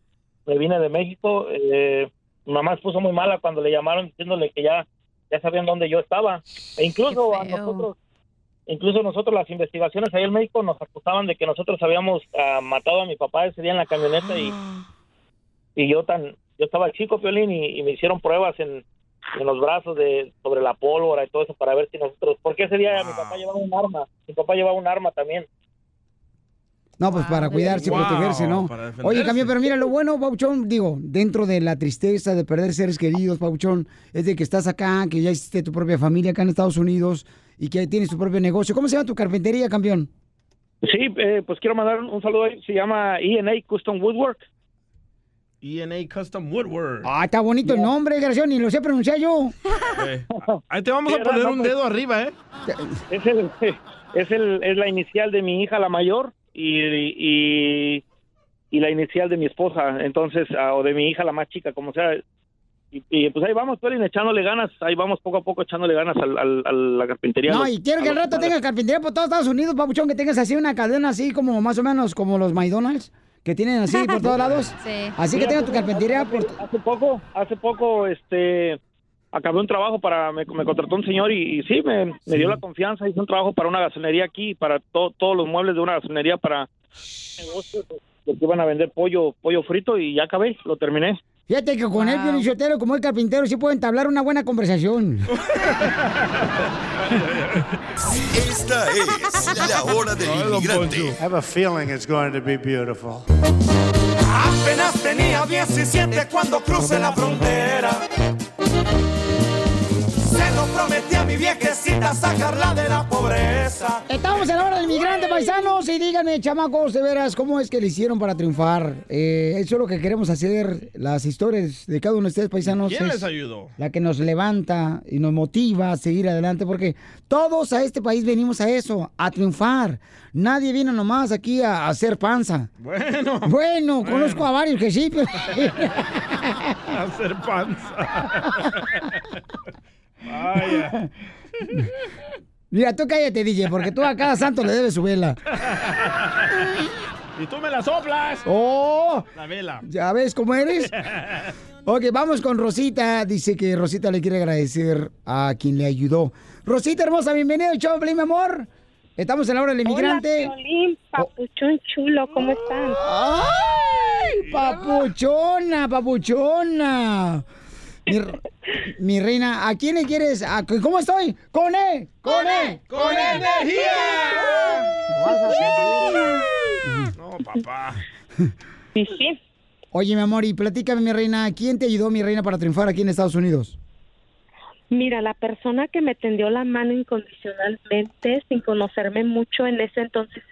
Speaker 20: me vine de México. Eh, mi mamá se puso muy mala cuando le llamaron diciéndole que ya, ya sabían dónde yo estaba. E incluso a nosotros, incluso nosotros las investigaciones ahí en México nos acusaban de que nosotros habíamos ah, matado a mi papá ese día en la camioneta y, y yo tan, yo estaba chico, Piolín, y, y me hicieron pruebas en, en los brazos de sobre la pólvora y todo eso para ver si nosotros porque ese día mi papá llevaba un arma mi papá llevaba un arma también
Speaker 3: No, pues para cuidarse y
Speaker 20: Wow,
Speaker 3: protegerse, ¿no?
Speaker 20: para defenderse.
Speaker 3: Oye, cambio, pero mira, lo bueno, Pauchón, digo, dentro de la tristeza de perder seres queridos, Pauchón, es de que estás acá, que ya hiciste tu propia familia acá en Estados Unidos y que tienes tu propio negocio. ¿Cómo se llama tu carpintería, campeón?
Speaker 20: sí eh, pues quiero mandar un, un saludo ahí. se llama ENA Custom Woodwork
Speaker 8: ENA Custom Woodward.
Speaker 3: Ah, está bonito el nombre, desgraciado, ni lo sé pronunciar yo.
Speaker 8: Eh, Ahí te vamos a
Speaker 20: Sí,
Speaker 8: poner
Speaker 20: no,
Speaker 8: un
Speaker 20: pues.
Speaker 8: dedo arriba, ¿eh?
Speaker 20: es el, es el es la inicial de mi hija la mayor y y, y la inicial de mi esposa entonces ah, o de mi hija la más chica como sea y, y, pues ahí vamos Piolín echándole ganas ahí vamos poco a poco echándole ganas al, al- a la carpintería
Speaker 3: No,
Speaker 20: Los-
Speaker 3: y quiero
Speaker 20: a
Speaker 3: que al
Speaker 20: los-
Speaker 3: rato tengas carpintería por todos Estados Unidos, Pauchón, que tengas así una cadena así como más o menos como los McDonald's, que tienen así por todos lados. Así que
Speaker 20: Mira,
Speaker 3: tengas
Speaker 20: pues,
Speaker 3: tu carpintería
Speaker 20: hace,
Speaker 3: por...
Speaker 20: hace poco, hace poco, este, acabé un trabajo para, me, me contrató un señor y, y sí, me, me dio la confianza, hice un trabajo para una gasolinería aquí, para to- todos los muebles de una gasolinería para negocios, porque iban a vender pollo, pollo frito y ya acabé, lo terminé.
Speaker 3: Fíjate que con el violinciotero como el carpintero sí pueden entablar una buena conversación.
Speaker 1: Esta es la hora del inmigrante.
Speaker 21: I have a feeling it's going to be beautiful.
Speaker 2: Apenas tenía 17 cuando crucé la frontera. Se lo prometí a mi viejecita sacarla de la pobreza.
Speaker 3: Estamos en la hora del migrante, paisanos, y díganme, chamacos, de veras, ¿cómo es que le hicieron para triunfar? Eh, eso es lo que queremos hacer, las historias de cada uno de ustedes, paisanos.
Speaker 8: ¿Quién
Speaker 3: es
Speaker 8: les ayudó?
Speaker 3: La que nos levanta y nos motiva a seguir adelante, porque todos a este país venimos a eso, a triunfar. Nadie viene nomás aquí a, a hacer panza.
Speaker 8: Bueno.
Speaker 3: Bueno, conozco a varios que sí, pero...
Speaker 8: Hacer panza. Vaya.
Speaker 3: Mira, tú cállate, DJ, porque tú a cada santo le debes su vela.
Speaker 8: Y tú me la soplas.
Speaker 3: ¡Oh!
Speaker 8: La vela.
Speaker 3: ¿Ya ves cómo eres? Ok, vamos con Rosita. Dice que Rosita le quiere agradecer a quien le ayudó. Rosita hermosa, bienvenida al show, Pelín, mi amor. Estamos en la hora del inmigrante. Oh.
Speaker 11: Hola, Piolín, papuchón chulo, ¿cómo están?
Speaker 3: ¡Ay, papuchona, papuchona! Mi, r- mi reina, ¿a quién le quieres? ¿A- ¿Cómo estoy? ¡Con E! ¡Con E!
Speaker 8: ¡Con energía!
Speaker 3: No, papá. E! Oye, mi amor, y platícame, mi reina, ¿quién te ayudó, mi reina, para triunfar aquí en Estados Unidos?
Speaker 11: Mira, la persona que me tendió la mano incondicionalmente, sin conocerme mucho en ese entonces,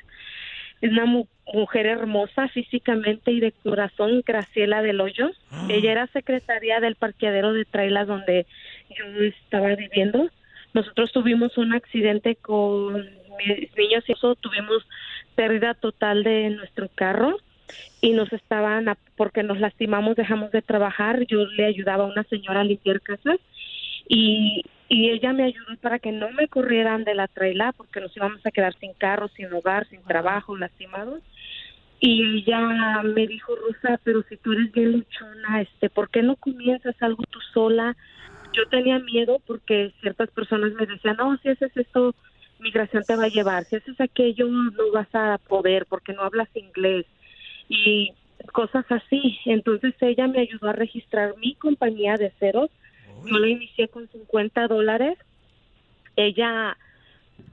Speaker 11: Es una mu- mujer hermosa físicamente y de corazón, Graciela del Hoyo. Ella era secretaria del parqueadero de trailas donde yo estaba viviendo. Nosotros tuvimos un accidente con mis niños y eso tuvimos pérdida total de nuestro carro y nos estaban, a- porque nos lastimamos, dejamos de trabajar. Yo le ayudaba a una señora a limpiar casas y, y ella me ayudó para que no me corrieran de la traila porque nos íbamos a quedar sin carro, sin hogar, sin trabajo, lastimados. Y ella me dijo, Rosa, pero si tú eres bien luchona, este, ¿por qué no comienzas algo tú sola? Yo tenía miedo porque ciertas personas me decían, no, si haces esto, migración te va a llevar, si haces aquello, no vas a poder porque no hablas inglés y cosas así. Entonces ella me ayudó a registrar mi compañía de ceros. Yo la inicié con 50 dólares. Ella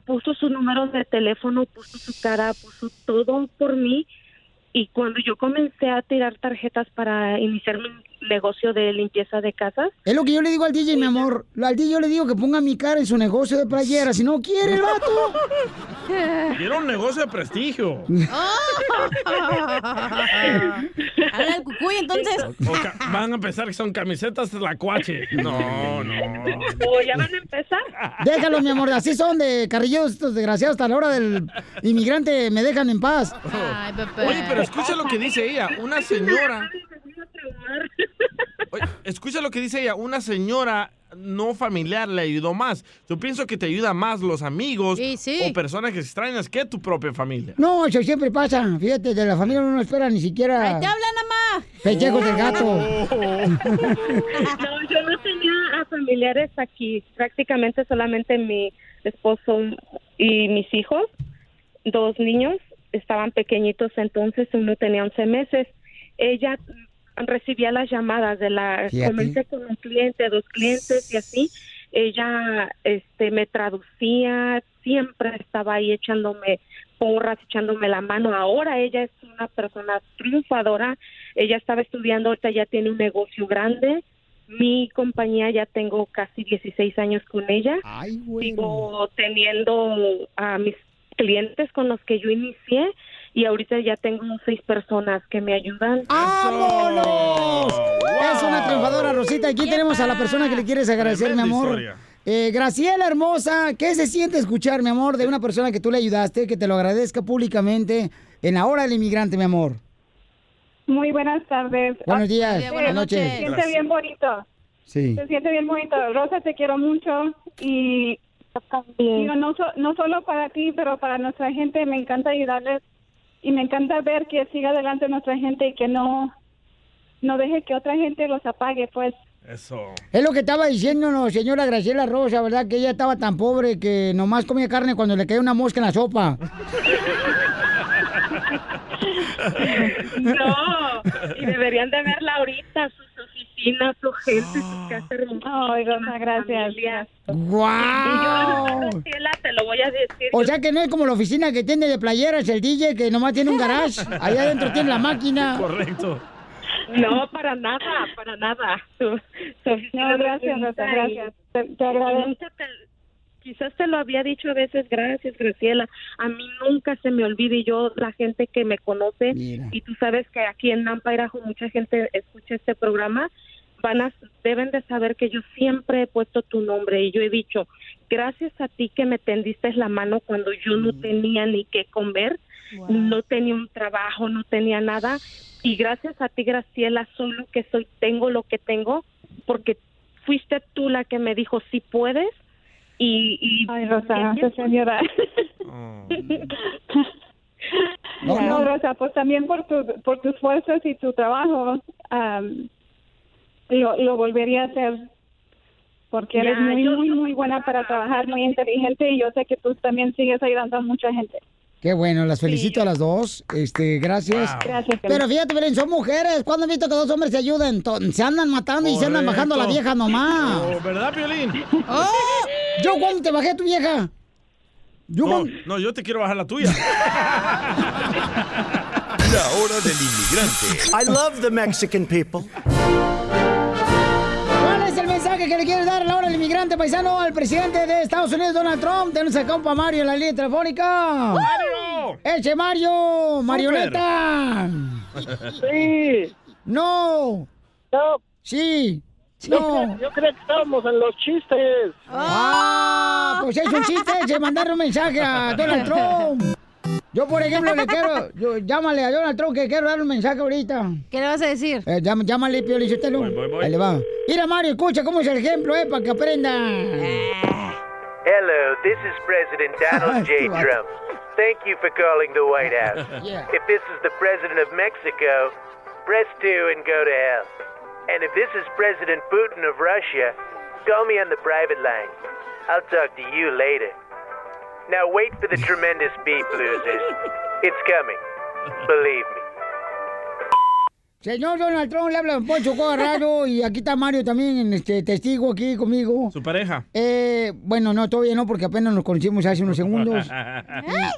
Speaker 11: puso su número de teléfono, puso su cara, puso todo por mí. Y cuando yo comencé a tirar tarjetas para iniciar mi negocio de limpieza de casas,
Speaker 3: Es lo que yo le digo al DJ, mi amor. Al DJ yo le digo que ponga mi cara en su negocio de playera. Si no quiere el vato.
Speaker 8: Y era un negocio de prestigio.
Speaker 4: Habla el cucuy, entonces.
Speaker 8: O ca- van a pensar que son camisetas tlacuache. No, no.
Speaker 11: ¿O Oh, ya van a empezar?
Speaker 3: Déjalo, mi amor. Así son de carrillos estos desgraciados. Hasta la hora del inmigrante me dejan en paz.
Speaker 8: Oye, pero escucha lo que dice ella. Una señora. Oye, escucha lo que dice ella. Una señora no familiar le ayudó más. Yo pienso que te ayuda más los amigos o personas que extrañas que tu propia familia.
Speaker 3: No, eso siempre pasa. Fíjate, de la familia uno no espera ni siquiera.
Speaker 4: Ahí te hablan, mamá.
Speaker 3: Pellejos del
Speaker 4: gato.
Speaker 11: No, yo no tenía a familiares aquí, prácticamente solamente mi esposo y mis hijos, dos niños, estaban pequeñitos entonces, uno tenía 11 meses. Ella mm, recibía las llamadas de la
Speaker 22: Fíjate.
Speaker 11: comencé con un cliente, dos clientes y así. Ella este me traducía, siempre estaba ahí echándome porras, echándome la mano. Ahora ella es una persona triunfadora. Ella estaba estudiando, ahorita ya tiene un negocio grande. Mi compañía ya tengo casi 16 años con ella. Sigo teniendo a mis clientes con los que yo inicié y ahorita ya tengo seis personas que me ayudan.
Speaker 3: ¡Vámonos! Es una triunfadora, Rosita. Aquí tenemos a la persona que le quieres agradecer,
Speaker 11: Tremenda
Speaker 3: mi amor.
Speaker 11: historia.
Speaker 3: Eh, Graciela hermosa, ¿qué se siente escuchar, mi amor, de una persona que tú le ayudaste, que te lo agradezca públicamente en la hora del inmigrante, mi amor?
Speaker 23: Muy buenas tardes.
Speaker 3: Buenos días,
Speaker 23: Se-
Speaker 3: buenas noches.
Speaker 23: Se siente
Speaker 3: Gracias.
Speaker 23: bien bonito.
Speaker 3: Sí.
Speaker 23: Se siente bien bonito. Rosa, te quiero mucho y digo, no, so- no solo para ti, pero para nuestra gente me encanta ayudarles y me encanta ver que siga adelante nuestra gente y que no no deje que otra gente los apague, pues.
Speaker 8: Eso.
Speaker 3: Es lo que estaba diciéndonos, señora Graciela Rosa, ¿verdad? Que ella estaba tan pobre que nomás comía carne cuando le caía una mosca en la sopa.
Speaker 11: No, y deberían de verla ahorita, sus oficinas, su gente,
Speaker 3: Ah.
Speaker 11: sus casas hermosas.
Speaker 23: Ay, Rosa, gracias.
Speaker 3: ¡Guau!
Speaker 11: Graciela, te lo voy a decir.
Speaker 3: O sea que no es como la oficina que tiene de playeras el DJ, que nomás tiene un garage. Allá adentro tiene la máquina.
Speaker 8: Correcto.
Speaker 11: No, para nada, para nada. Su- su oficina
Speaker 23: No,
Speaker 11: es
Speaker 23: gracias, Rosa,
Speaker 11: bonita y-
Speaker 23: gracias. Te, te agradezco.
Speaker 11: Nunca te- Quizás te lo había dicho a veces, gracias Graciela, a mí nunca se me olvida y yo, la gente que me conoce, y tú sabes que aquí en Nampa, Idaho, mucha gente escucha este programa, van a, deben de saber que yo siempre he puesto tu nombre y yo he dicho, gracias a ti que me tendiste la mano cuando yo no tenía ni qué comer, no tenía un trabajo, no tenía nada, y gracias a ti Graciela, solo que soy, tengo lo que tengo, porque fuiste tú la que me dijo si puedes y, y
Speaker 23: Ay, Rosa, te hacen llorar. No, no, Rosa, pues también por, tu, por tus fuerzas y tu trabajo am, lo, lo volvería a hacer porque eres
Speaker 11: Ya,
Speaker 23: muy,
Speaker 11: yo-
Speaker 23: muy, muy buena para trabajar, muy inteligente y yo sé que tú también sigues ayudando a mucha gente.
Speaker 3: Qué bueno, las felicito a las dos. Este, gracias.
Speaker 23: Gracias, Piolín.
Speaker 3: Pero fíjate, Belén, son mujeres. ¿Cuándo han visto que dos hombres se ayuden? To- Se andan matando y se andan bajando a la
Speaker 8: Correcto.
Speaker 3: vieja nomás.
Speaker 8: Oh, ¿Verdad, Piolín?
Speaker 3: ¡Oh! Yo cuando te bajé a tu vieja. Yo
Speaker 8: No,
Speaker 3: cuando-
Speaker 8: no, yo te quiero bajar la tuya.
Speaker 1: La hora del inmigrante.
Speaker 24: I love the Mexican people.
Speaker 3: ¿Cuál es el mensaje que le quieres dar a la hora del inmigrante paisano al presidente de Estados Unidos, Donald Trump? Tenemos a compa Mario en la línea telefónica.
Speaker 8: ¡Mario!
Speaker 3: ¡Eche Mario! ¡Marioneta!
Speaker 22: Sí.
Speaker 3: ¡No!
Speaker 22: ¡No!
Speaker 3: ¡Sí!
Speaker 22: Yo
Speaker 3: ¡No!
Speaker 22: creo- Yo creo que estábamos en los chistes.
Speaker 3: ¡Ah! Pues es un chiste, se mandaron un mensaje a Donald Trump. Yo, por ejemplo, le quiero. yo- llámale a Donald Trump que quiero dar un mensaje ahorita.
Speaker 4: ¿Qué le vas a decir?
Speaker 3: Eh, llam- llámale, Pio Lizotelo. Ahí le va. Mira, Mario, escucha cómo es el ejemplo, eh, para que aprenda.
Speaker 25: Hello, this is President Donald J. Trump. Thank you for calling the White House.
Speaker 3: Yeah.
Speaker 25: If this is the President of Mexico, press 2 and go to hell. And if this is President Putin of Russia, call me on the private line. I'll talk to you later. Now wait for the tremendous beep, losers. It's coming. Believe me.
Speaker 3: Señor Donald Trump, le habla Don Poncho Corrado y aquí está Mario también, en este testigo aquí conmigo.
Speaker 8: ¿Su pareja?
Speaker 3: Eh, bueno, no, todavía no, porque apenas nos conocimos hace unos segundos.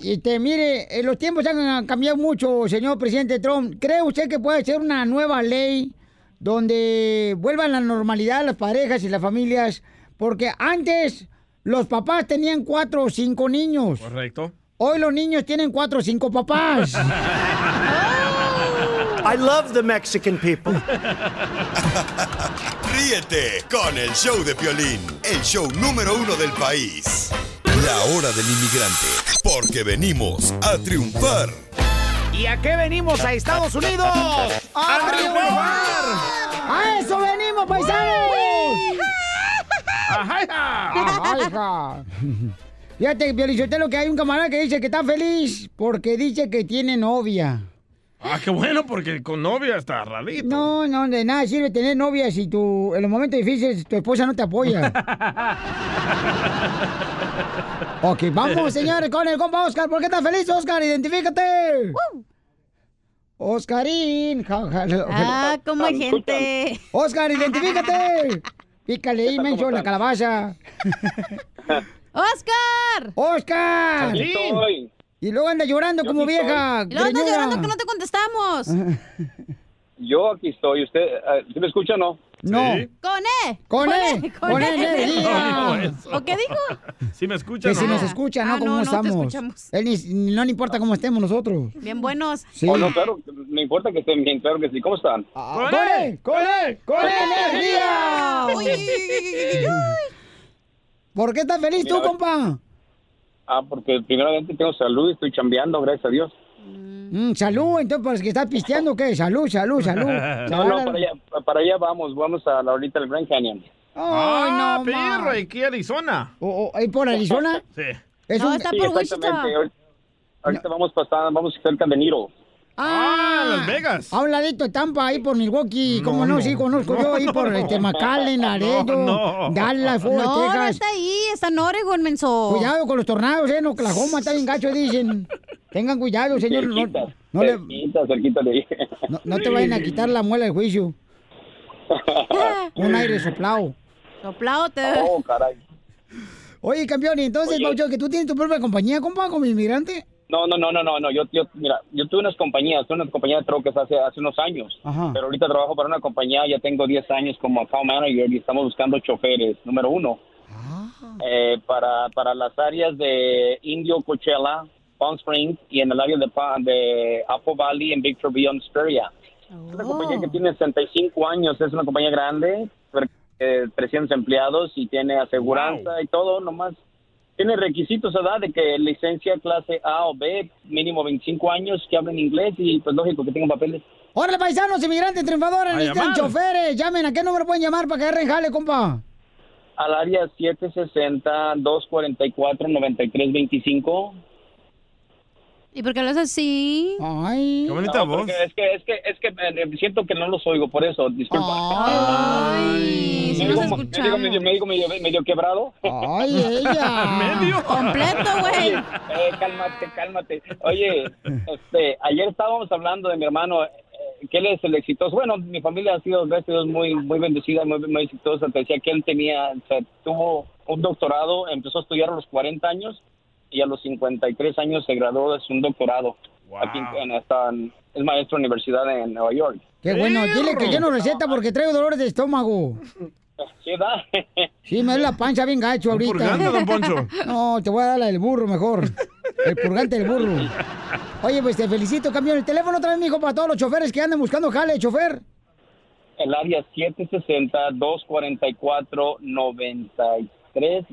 Speaker 3: Y, este, mire, eh, los tiempos han cambiado mucho, señor presidente Trump. ¿Cree usted que puede ser una nueva ley donde vuelvan la normalidad las parejas y las familias? Porque antes los papás tenían cuatro o cinco niños.
Speaker 8: Correcto.
Speaker 3: Hoy los niños tienen cuatro o cinco papás.
Speaker 24: I love the Mexican people.
Speaker 1: Ríete con el show de Piolín, el show número uno del país. La hora del inmigrante, porque venimos a triunfar.
Speaker 3: ¿Y a qué venimos a Estados Unidos? ¡A, triunfar! ¡A eso venimos, paisanos!
Speaker 8: ¡Ajá,
Speaker 3: hija! Fíjate, Piolichotelo, que hay un camarada que dice que está feliz porque dice que tiene novia.
Speaker 8: Ah, qué bueno, porque con novia está rarito.
Speaker 3: No, no, de nada sirve tener novia si tú, en los momentos difíciles tu esposa no te apoya. ok, vamos, señores, con el compa Oscar. ¿Por qué estás feliz, Oscar? Identifícate.
Speaker 4: Uh.
Speaker 3: Oscarín. Ja, ja, ja.
Speaker 4: Ah, cómo hay gente.
Speaker 3: Oscar, identifícate. Pícale ahí, mencho, la calabaza.
Speaker 4: ¡Oscar!
Speaker 8: Ah,
Speaker 3: ¡Oscar!
Speaker 4: Aquí estoy.
Speaker 3: Y luego anda llorando como
Speaker 4: Aquí
Speaker 3: vieja.
Speaker 4: estoy. Y luego andas
Speaker 3: greñuda. Ah,
Speaker 4: llorando que no te contestamos.
Speaker 22: Yo aquí estoy. ¿Usted eh, ¿sí me escucha o no?
Speaker 3: No.
Speaker 4: Con E.
Speaker 3: Con E, con E,
Speaker 4: energía.
Speaker 3: energía.
Speaker 4: ¿O qué dijo?
Speaker 8: ¿Sí me escucha?
Speaker 3: Que si
Speaker 8: no?
Speaker 3: nos escucha, ¿no?
Speaker 4: Ah,
Speaker 3: ¿Cómo
Speaker 4: no, no te
Speaker 3: estamos?
Speaker 4: escuchamos.
Speaker 3: Él ni- no le importa cómo estemos nosotros.
Speaker 4: Bien buenos.
Speaker 3: Sí. Ah,
Speaker 22: Oh, no, claro, me importa que estén bien, claro que sí. ¿Cómo están?
Speaker 8: Pues,
Speaker 3: ¡Corre! ¡Corre! ¡Corre energía!
Speaker 4: Uy, uy, uy, uy, uy, uy.
Speaker 3: ¿Por qué estás feliz tú,
Speaker 22: Mira,
Speaker 3: compa?
Speaker 22: Ah, porque primeramente tengo salud y estoy chambeando, gracias a Dios.
Speaker 3: Mm, salud, entonces, ¿por qué estás pisteando qué? Salud, salud, salud. Se
Speaker 22: No,
Speaker 3: va
Speaker 22: no,
Speaker 3: la-
Speaker 22: para allá, para allá vamos, vamos a la ahorita del Grand Canyon.
Speaker 8: ah,
Speaker 3: no,
Speaker 8: perro,
Speaker 22: ma.
Speaker 8: aquí Arizona.
Speaker 3: ¿O, o- Oh, ahí por Arizona?
Speaker 8: Sí.
Speaker 3: Es un-
Speaker 22: Sí, exactamente. Ahorita, ahorita vamos pasando, vamos cerca de Niro.
Speaker 3: Ah,
Speaker 8: Las Vegas.
Speaker 3: A un ladito de Tampa, ahí por Milwaukee, como no,
Speaker 22: no.
Speaker 3: sí, conozco yo, ahí
Speaker 22: No,
Speaker 3: por
Speaker 22: no.
Speaker 3: este, McAllen, Laredo,
Speaker 22: No, no.
Speaker 3: Dallas, Fort
Speaker 4: No, no
Speaker 3: Texas.
Speaker 4: está ahí, está en Oregon, menso.
Speaker 3: Cuidado con los tornados, ¿eh? En Oklahoma está bien gacho, dicen. Tengan cuidado, señor. No,
Speaker 22: Cerquita, cerquita, cerquita de ahí.
Speaker 3: no te vayan a quitar la muela del juicio. Un aire soplado.
Speaker 4: Soplado te...
Speaker 22: Oh, caray.
Speaker 3: Oye, campeón, y entonces,
Speaker 22: Oye.
Speaker 3: Paucho, que tú tienes tu propia compañía, compa, como inmigrante.
Speaker 22: No, no, no, no, no, no. Yo, yo, mira, yo tuve unas compañías, tuve una compañía de troques hace, hace unos años,
Speaker 3: Ajá.
Speaker 22: pero ahorita trabajo para una compañía, ya tengo 10 años como account manager y estamos buscando choferes, número uno, Eh, para, para las áreas de Indio, Coachella, Palm Springs y en el área de, Pa- de Apple Valley en Victor Beyond Hesperia. Es una compañía que tiene 65 años, es una compañía grande, eh, 300 empleados y tiene aseguranza y todo, nomás. Tiene requisitos, ¿verdad? De que licencia clase A o B, mínimo 25 años, que hablen inglés y pues lógico que tengan papeles.
Speaker 3: Órale, paisanos, inmigrantes, triunfadores,
Speaker 22: A
Speaker 3: necesitan
Speaker 22: llamar.
Speaker 3: choferes. Llamen, ¿a qué número pueden llamar para que agarren jale, compa?
Speaker 22: Al área 760-244-9325.
Speaker 4: ¿Y por qué lo haces así?
Speaker 3: Ay.
Speaker 22: No, porque Es que, es que, es que eh, siento que no los oigo, por eso, disculpa.
Speaker 4: Ay,
Speaker 22: me, digo, me digo medio, me digo medio, medio quebrado.
Speaker 3: Ay,
Speaker 22: ella.
Speaker 4: Medio. Completo, güey.
Speaker 22: Eh, cálmate, cálmate. Oye, este, ayer estábamos hablando de mi hermano, eh, que él es el exitoso. Bueno, mi familia ha sido dos veces dos muy, muy bendecida, muy, muy exitosa. Te decía que él tenía, o sea, tuvo un doctorado, empezó a estudiar a los 40 años y a los 53 años se graduó de su doctorado. Aquí en, en- hasta en- es maestro de universidad en Nueva York.
Speaker 3: Qué bueno, dile que yo no receta porque traigo dolores de estómago.
Speaker 22: Sí, ¿verdad?
Speaker 3: Sí, me duele la pancha bien gacho ahorita.
Speaker 22: purgante, don Poncho?
Speaker 3: No, te voy a dar la del burro mejor. El purgante del burro. Oye, pues te felicito, campeón. El teléfono otra vez, mijo, para todos los choferes que andan buscando jale de chofer.
Speaker 22: El área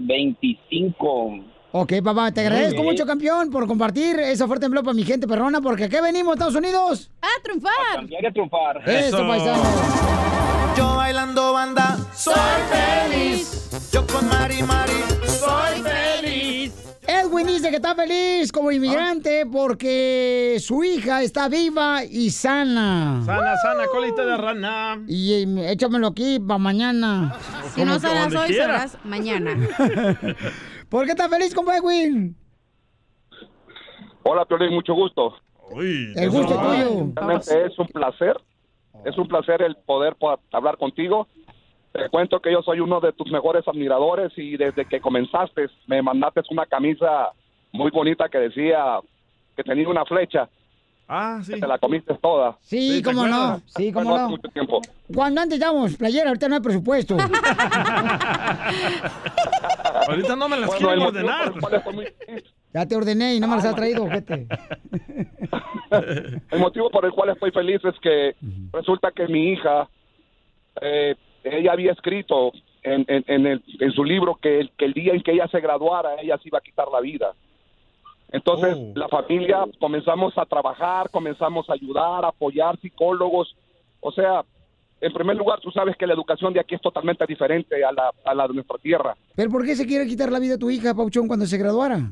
Speaker 22: 760-244-9325.
Speaker 3: Ok, papá, te agradezco
Speaker 22: Sí.
Speaker 3: mucho, campeón, por compartir esa oferta de empleo para mi gente perrona, porque aquí venimos, Estados Unidos.
Speaker 4: ¡A triunfar!
Speaker 22: a triunfar.
Speaker 3: Eso,
Speaker 26: Eso.
Speaker 3: paisano.
Speaker 2: Yo bailando banda soy feliz. Yo con Mari Mari soy feliz.
Speaker 3: Edwin dice que está feliz como inmigrante
Speaker 4: Ah.
Speaker 3: porque su hija está viva y sana.
Speaker 8: Sana, sana, colita de rana.
Speaker 3: Y em, échamelo aquí para mañana.
Speaker 4: Si no salas hoy, salas mañana.
Speaker 3: ¿Por qué estás feliz, compa Edwin?
Speaker 17: Hola, Piolín, mucho gusto.
Speaker 3: El gusto es tuyo.
Speaker 17: Realmente es un placer. Es un placer el poder po- hablar contigo. Te cuento que yo soy uno de tus mejores admiradores y desde que comenzaste me mandaste una camisa muy bonita que decía que tenía una flecha.
Speaker 8: Ah,
Speaker 17: Que te la comiste toda.
Speaker 3: Sí, Sí, ¿te cómo no. acuerdas? Sí, cómo
Speaker 17: Bueno, hace
Speaker 3: no.
Speaker 17: mucho tiempo.
Speaker 3: Cuando antes dábamos playera, ahorita no hay presupuesto.
Speaker 8: Ahorita no me las
Speaker 17: Bueno, el
Speaker 8: quieren
Speaker 17: motivo
Speaker 8: ordenar.
Speaker 3: Ya te ordené y no me las has traído, gente.
Speaker 17: El motivo por el cual estoy feliz es que resulta que mi hija, eh, ella había escrito en, en- en el- en su libro que el, que el día en que ella se graduara, ella se iba a quitar la vida. Entonces, la familia comenzamos a trabajar, comenzamos a ayudar, a apoyar psicólogos. O sea, en primer lugar, tú sabes que la educación de aquí es totalmente diferente a la, a la de nuestra tierra.
Speaker 3: ¿Pero por qué se quiere quitar la vida a tu hija, Pauchón, cuando se graduara?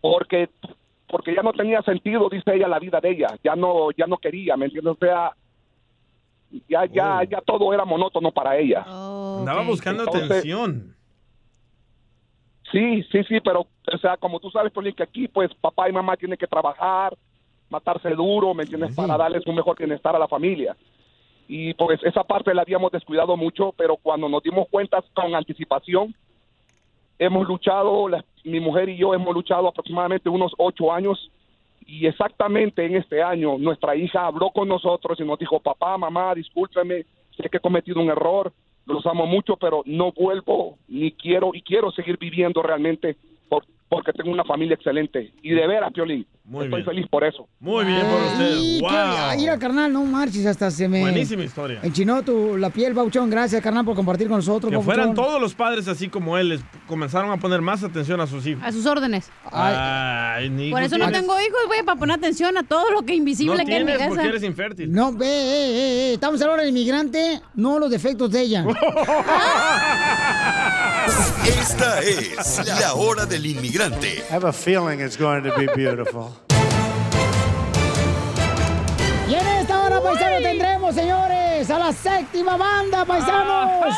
Speaker 17: porque porque ya no tenía sentido dice ella la vida de ella ya no ya no quería me entiendes o sea ya ya ya todo era monótono para ella
Speaker 8: Andaba buscando
Speaker 17: Entonces,
Speaker 8: atención.
Speaker 17: sí sí sí pero o sea como tú sabes Piolín, que aquí pues papá y mamá tienen que trabajar matarse duro me entiendes para darles un mejor bienestar a la familia y pues esa parte la habíamos descuidado mucho pero cuando nos dimos cuenta con anticipación hemos luchado la- mi mujer y yo hemos luchado aproximadamente unos ocho años Y exactamente en este año, nuestra hija habló con nosotros y nos dijo, papá, mamá, discúlpeme, sé que he cometido un error, los amo mucho, pero no vuelvo, ni quiero, y quiero seguir viviendo realmente por- porque tengo una familia excelente. Y de veras, Piolín, estoy feliz por eso.
Speaker 8: Muy bien por usted.
Speaker 3: Y
Speaker 8: Wow.
Speaker 3: qué- ah, mira, carnal, no marches hasta se me...
Speaker 8: Buenísima historia.
Speaker 3: Enchinó tu, la piel, Pauchón. Gracias, carnal, por compartir con nosotros,
Speaker 8: Que
Speaker 3: Pauchón.
Speaker 8: fueran todos los padres así como él, les comenzaron a poner más atención a sus hijos.
Speaker 4: A sus órdenes.
Speaker 8: Ay, ni
Speaker 4: Por
Speaker 8: tú
Speaker 4: eso no
Speaker 8: tienes-
Speaker 4: tengo hijos, güey, para poner atención a todo lo que invisible
Speaker 8: No
Speaker 4: que hay en mi
Speaker 8: tienes
Speaker 4: casa.
Speaker 8: porque eres infértil.
Speaker 3: No, ve, eh, eh, eh, estamos hablando del inmigrante, no los defectos de ella.
Speaker 1: Esta es la hora del inmigrante.
Speaker 21: I have a feeling it's going to be beautiful.
Speaker 3: y en esta hora, paisano, tendremos, señores, a la séptima
Speaker 8: Ah,
Speaker 3: banda, paisanos.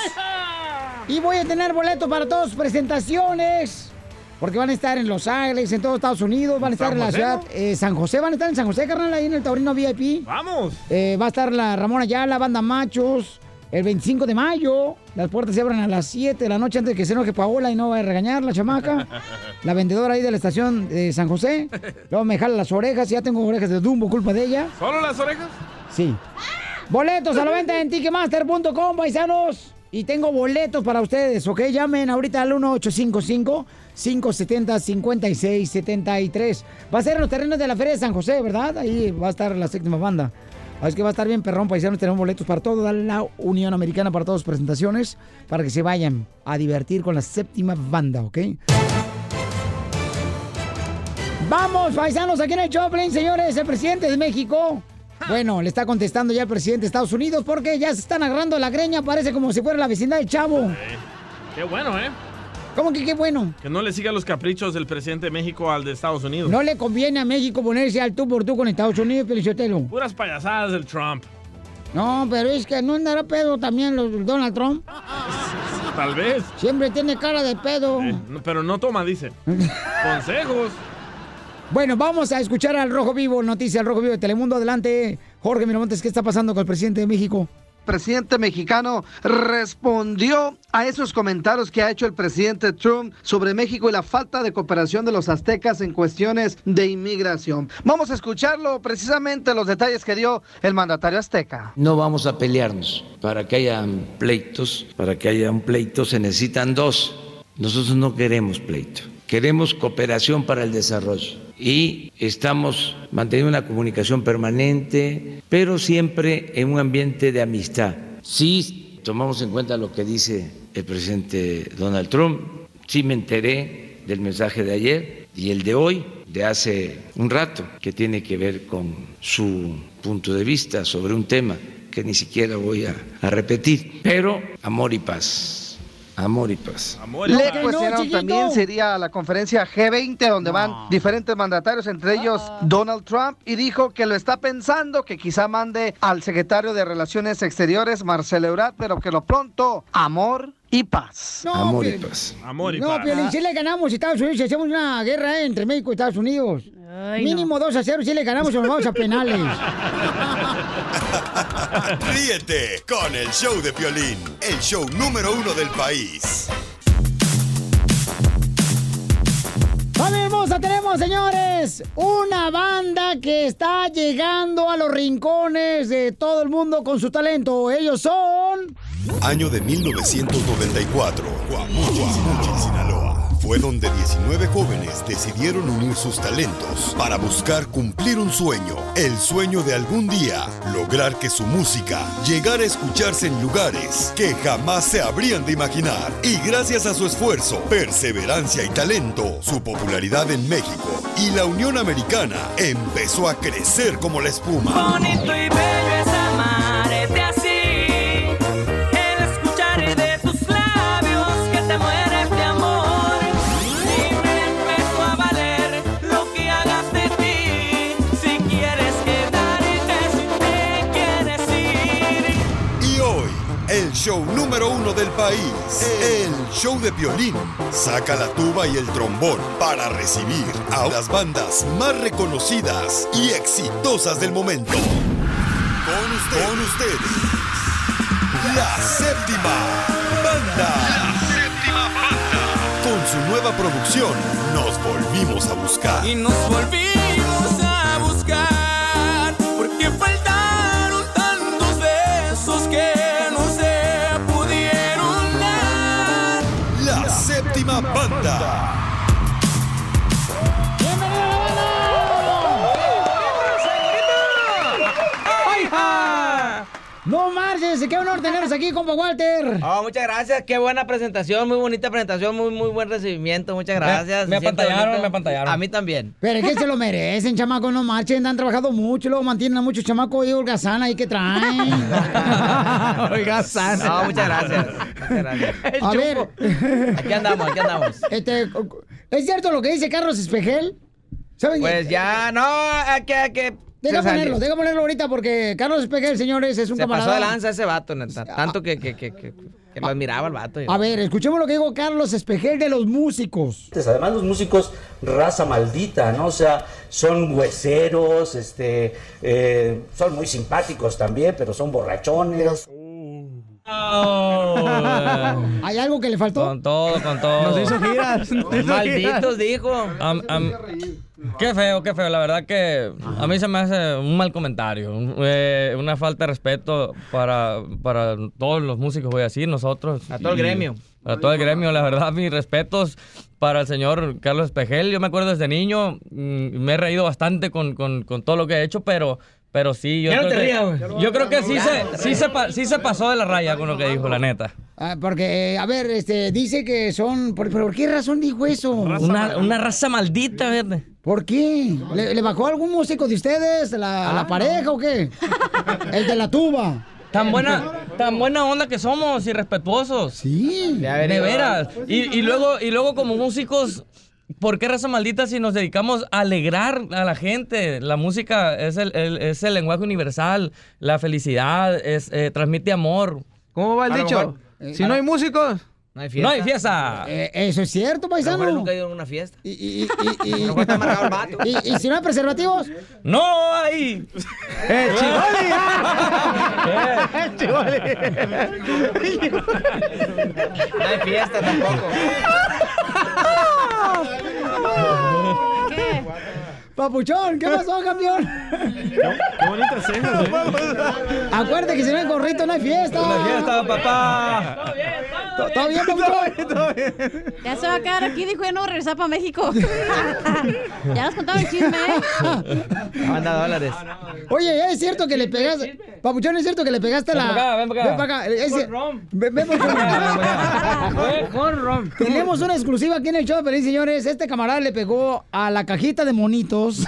Speaker 3: Y voy a tener boleto para todas sus presentaciones. Porque van a estar en Los Ángeles, en todo Estados Unidos, van a estar
Speaker 8: ¿San
Speaker 3: en la
Speaker 8: José,
Speaker 3: ciudad
Speaker 8: no?
Speaker 3: eh, San José, van a estar en San José, carnal, ahí en el Taurino VIP.
Speaker 8: Vamos.
Speaker 3: Eh, va a estar la Ramona Ayala, Banda Machos, el 25 de mayo. Las puertas se abren a las 7 de la noche antes de que se enoje Paola y no va a regañar la chamaca. La vendedora ahí de la estación de San José. Luego me jala las orejas, ya tengo orejas de Dumbo, culpa de ella.
Speaker 8: ¿Solo las orejas?
Speaker 3: Sí. Boletos a la venta en Ticketmaster.com, paisanos. Y tengo boletos para ustedes, ¿ok? Llamen ahorita al 1-855-570-5673. Va a ser en los terrenos de la Feria de San José, ¿verdad? Ahí va a estar la séptima banda. Así es que va a estar bien, perrón, paisanos. Tenemos boletos para toda la Unión Americana, para todas las presentaciones, para que se vayan a divertir con la séptima banda, ¿ok? Vamos, paisanos, aquí en el Choplin, señores, el presidente de México. Bueno, le está contestando ya el presidente de Estados Unidos porque ya se están agarrando la greña, parece como si fuera la vecindad del Chavo.
Speaker 8: Qué bueno, ¿eh?
Speaker 3: ¿Cómo que qué bueno?
Speaker 8: Que no le siga los caprichos del presidente de México al de Estados Unidos.
Speaker 3: No le conviene a México ponerse al tú por tú con Estados Unidos, Pelichotelo.
Speaker 8: Puras payasadas del Trump.
Speaker 3: No, pero es que no andará pedo también los- Donald Trump.
Speaker 8: Tal vez.
Speaker 3: Siempre tiene cara de pedo.
Speaker 8: No, Pero no toma, dice. Consejos.
Speaker 3: Bueno, vamos a escuchar al Rojo Vivo, noticia al Rojo Vivo de Telemundo. Adelante, Jorge Miramontes, ¿qué está pasando con el presidente de México?
Speaker 5: presidente mexicano respondió a esos comentarios que ha hecho el presidente Trump sobre México y la falta de cooperación de los aztecas en cuestiones de inmigración. Vamos a escucharlo precisamente los detalles que dio el mandatario azteca.
Speaker 6: No vamos a pelearnos. Para que haya pleitos, para que haya un pleito se necesitan dos. Nosotros no queremos pleito. Queremos cooperación para el desarrollo. y estamos manteniendo una comunicación permanente, pero siempre en un ambiente de amistad. Sí tomamos en cuenta lo que dice el presidente Donald Trump, sí me enteré del mensaje de ayer y el de hoy, de hace un rato, que tiene que ver con su punto de vista sobre un tema que ni siquiera voy a, a repetir, pero amor y paz, amor y paz.
Speaker 5: Le cuestionaron también sería la conferencia G20 donde van diferentes mandatarios, entre ellos Donald Trump, y dijo que lo está pensando, que quizá mande al secretario de Relaciones Exteriores, Marcelo Ebrard, pero que lo pronto, amor y paz.
Speaker 6: Amor y
Speaker 3: Piolín.
Speaker 6: paz.
Speaker 8: Amor
Speaker 3: No, Piolín, si le ganamos a Estados Unidos, si hacemos una guerra eh, entre México y Estados Unidos. Mínimo 2 a 0, si le ganamos o nos vamos a penales.
Speaker 1: Ríete con el show de Piolín, el show número uno del país.
Speaker 3: ¡Familia hermosa! Tenemos, señores, una banda que está llegando a los rincones de todo el mundo con su talento. Ellos son...
Speaker 1: Año de 1994, Guamuchi, Sinaloa. Fue donde 19 jóvenes decidieron unir sus talentos para buscar cumplir un sueño, el sueño de algún día lograr que su música llegara a escucharse en lugares que jamás se habrían de imaginar. Y gracias a su esfuerzo, perseverancia y talento, su popularidad en México y la Unión Americana empezó a crecer como la espuma.
Speaker 16: Bonito y bello es amarte así. El escuchar de tus labios que te mueres de amor. Libre empezó a valer lo que hagas de ti. Si quieres quedarte, si te quieres ir.
Speaker 1: Y hoy, el show número uno del país, el show de violín. Saca la tuba y el trombón para recibir a las bandas más reconocidas y exitosas del momento. Con, usted- con ustedes, la séptima banda. Con su nueva producción, nos volvimos a buscar.
Speaker 16: Y nos volvimos a buscar porque faltaron tantos besos que no se pudieron dar.
Speaker 1: La séptima banda.
Speaker 3: ¡No marches! ¡Qué honor tenerlos aquí, compa Walter!
Speaker 14: Oh, muchas gracias, qué buena presentación, muy bonita presentación, muy muy buen recibimiento, muchas gracias.
Speaker 18: me
Speaker 14: se siente
Speaker 18: apantallaron,
Speaker 14: bonito.
Speaker 18: me apantallaron.
Speaker 14: A mí también.
Speaker 3: Pero es que se lo merecen, chamaco, no marchen, han trabajado mucho, lo mantienen a muchos chamacos y holgazana ahí que traen. holgazana.
Speaker 14: No, muchas gracias. muchas gracias.
Speaker 3: A ver.
Speaker 14: Aquí andamos, aquí andamos.
Speaker 3: Este, ¿Es cierto lo que dice Carlos Espejel? ¿Saben
Speaker 14: Pues ya, no, aquí, aquí.
Speaker 3: Deja
Speaker 14: se salió.
Speaker 3: ponerlo, deja ponerlo ahorita porque Carlos Espejel, señores, es un
Speaker 14: Se
Speaker 3: camarada. ah.
Speaker 14: pasó de lanza ese vato, neta. Tanto que, que, que, que, que lo admiraba el vato. yo.
Speaker 3: A ver, escuchemos lo que dijo Carlos Espejel de los músicos.
Speaker 17: Pues Además los músicos raza maldita, ¿no? O sea, son hueseros, este, eh, son muy simpáticos también, pero son borrachones.
Speaker 3: ¿Hay algo que le faltó?
Speaker 14: Con todo, con todo.
Speaker 18: Nos hizo giras, nos hizo
Speaker 14: Malditos,
Speaker 18: giras.
Speaker 14: dijo.
Speaker 18: Am- am- qué feo, qué feo. La verdad que a mí se me hace un mal comentario, un- eh, una falta de respeto para, para todos los músicos, voy a decir, nosotros. A
Speaker 14: todo el gremio.
Speaker 18: A todo el gremio, la verdad, mis respetos para el señor Carlos Espejel. Yo me acuerdo desde niño, mm, me he reído bastante con, con- con todo lo que he hecho, pero... Pero sí, yo
Speaker 14: Ya no
Speaker 18: creo
Speaker 14: te
Speaker 18: que,
Speaker 14: rías, güey.
Speaker 18: yo creo que sí,
Speaker 14: Ya
Speaker 18: se,
Speaker 14: no te
Speaker 18: sí, se pa- sí se pasó de la raya con lo que dijo, la neta.
Speaker 3: Ah, porque, eh, a ver, este, dice que son. ¿Por, pero por qué razón dijo eso?
Speaker 18: Una, una raza maldita, verde.
Speaker 3: ¿Por qué? ¿Le, le bajó algún músico de ustedes? ¿La, la pareja o qué? El de la tuba.
Speaker 18: Tan buena, tan buena onda que somos y respetuosos.
Speaker 3: Sí.
Speaker 14: haber
Speaker 18: de
Speaker 14: ido.
Speaker 18: veras. Y, y luego, y luego como músicos, ¿por qué raza maldita si nos dedicamos a alegrar a la gente? La música es el, el- es el lenguaje universal, la felicidad, es, eh, transmite amor.
Speaker 13: ¿Cómo va
Speaker 18: el
Speaker 13: dicho?
Speaker 3: eh,
Speaker 13: Si no hay
Speaker 18: eh,
Speaker 13: músicos,
Speaker 18: no hay fiesta. No hay fiesta.
Speaker 3: Ah. eso es cierto,
Speaker 14: A lo mejor él
Speaker 3: paisano.
Speaker 14: nunca ha ido a una fiesta.
Speaker 3: Y, y, y, y,
Speaker 18: Pues
Speaker 3: ¿Y, y si no hay preservativos?
Speaker 18: ¡No hay!
Speaker 3: ¡Eh,
Speaker 14: No hay fiesta tampoco.
Speaker 3: Papuchón, ¿qué pasó, campeón?
Speaker 8: Qué bonitas cejas, ¿eh?
Speaker 3: Acuérdate que si no hay gorrito no hay fiesta.
Speaker 18: La fiesta, papá.
Speaker 3: ¿Todo bien, doctor?
Speaker 4: Ya se va a quedar aquí, dijo, ya no va a regresar para México. ya nos contaba el chisme, ¿eh?
Speaker 14: Manda dólares.
Speaker 3: Oye, ¿es cierto que le pegaste? Papuchón, ¿es cierto que le pegaste
Speaker 14: Ven
Speaker 3: la...?
Speaker 14: pa' acá, ven pa' acá.
Speaker 3: acá. Es-
Speaker 14: Con rom.
Speaker 3: Ven, ven pa' acá. Tenemos una exclusiva aquí en el show de Pelín, señores. Este camarada le pegó a la cajita de monitos.
Speaker 16: Muchas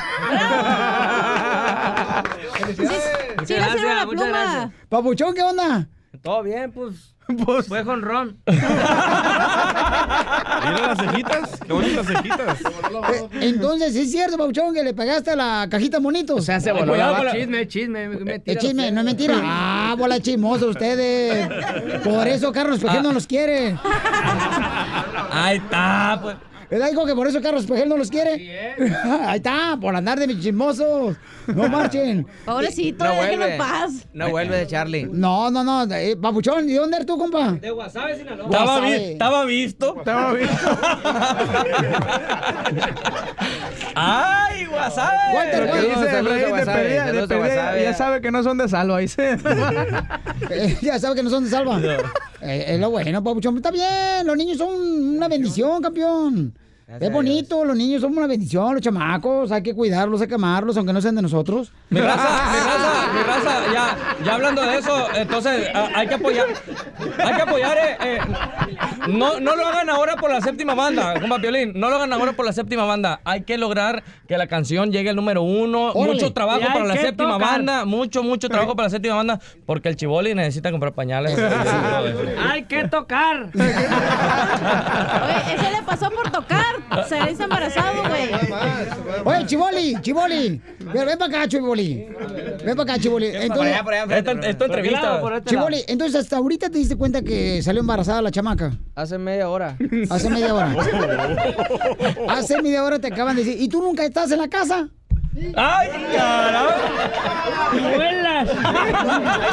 Speaker 16: sí le sirve gracias, la muchas pluma. gracias.
Speaker 3: Papuchón, ¿qué onda?
Speaker 14: Todo bien, pues. Fue con ron.
Speaker 8: Mira las cejitas, qué bonitas cejitas.
Speaker 3: Eh, Entonces, ¿sí es cierto, Papuchón, que le pegaste a la cajita de monitos? O sea,
Speaker 14: se voló la- Cuidado con la-
Speaker 3: chisme,
Speaker 14: chisme.
Speaker 3: El chisme, no es mentira. Ah, bola chismosa ustedes. Por eso Carlos Pejel no los quiere.
Speaker 18: Ahí está, pues.
Speaker 3: ¿Es algo que por eso Carlos Pejel no los quiere? Ahí está, por andar de mis chismosos. No marchen.
Speaker 14: No vuelve. No vuelve de Charlie.
Speaker 3: No, no, no. eh, Papuchón, ¿de dónde eres tú, compa?
Speaker 14: De WhatsApp, Sinaloa.
Speaker 18: Estaba, vi-
Speaker 3: Guasave.
Speaker 18: estaba visto. Estaba visto.
Speaker 14: ¡Ay, WhatsApp!
Speaker 10: Lo que dice el rey de pelea, de pelea, ya sabe que no son de salva, dice.
Speaker 3: Eh, ya sabe que no son de salva. Eh, es lo bueno, papuchón. Está bien, los niños son una bendición, campeón. es bonito, los niños son una bendición, los chamacos, hay que cuidarlos, hay que amarlos, aunque no sean de nosotros.
Speaker 18: Mi raza, mi raza, mi raza, ya, ya hablando de eso, entonces a- hay que apoyar, hay que apoyar, eh, eh, no, no lo hagan ahora por la séptima banda, compa Piolín, no lo hagan ahora por la séptima banda, hay que lograr que la canción llegue al número uno,
Speaker 14: Órale.
Speaker 18: mucho trabajo
Speaker 14: Y hay
Speaker 18: para la
Speaker 14: que
Speaker 18: séptima
Speaker 14: tocar.
Speaker 18: banda, mucho, mucho trabajo para la séptima banda, porque el chivoli necesita comprar pañales.
Speaker 14: ¡Hay que tocar!
Speaker 4: Oye, ese le pasó por tocar. Se le hizo embarazado, güey.
Speaker 3: Oye, Chivoli, Chivoli, ven, ven para acá, Chivoli. Ven para acá, Chivoli. Entonces,
Speaker 14: allá, por allá, enfrente, Esta- esta por este entrevista. lado, por este
Speaker 3: Chivoli,
Speaker 14: lado.
Speaker 3: entonces hasta ahorita te diste cuenta que salió embarazada la chamaca.
Speaker 14: Hace media hora.
Speaker 3: Hace media hora. Hace media hora te acaban de decir, ¿y tú nunca estás en la casa?
Speaker 18: ¡Ay, caramba!
Speaker 16: ¡Hay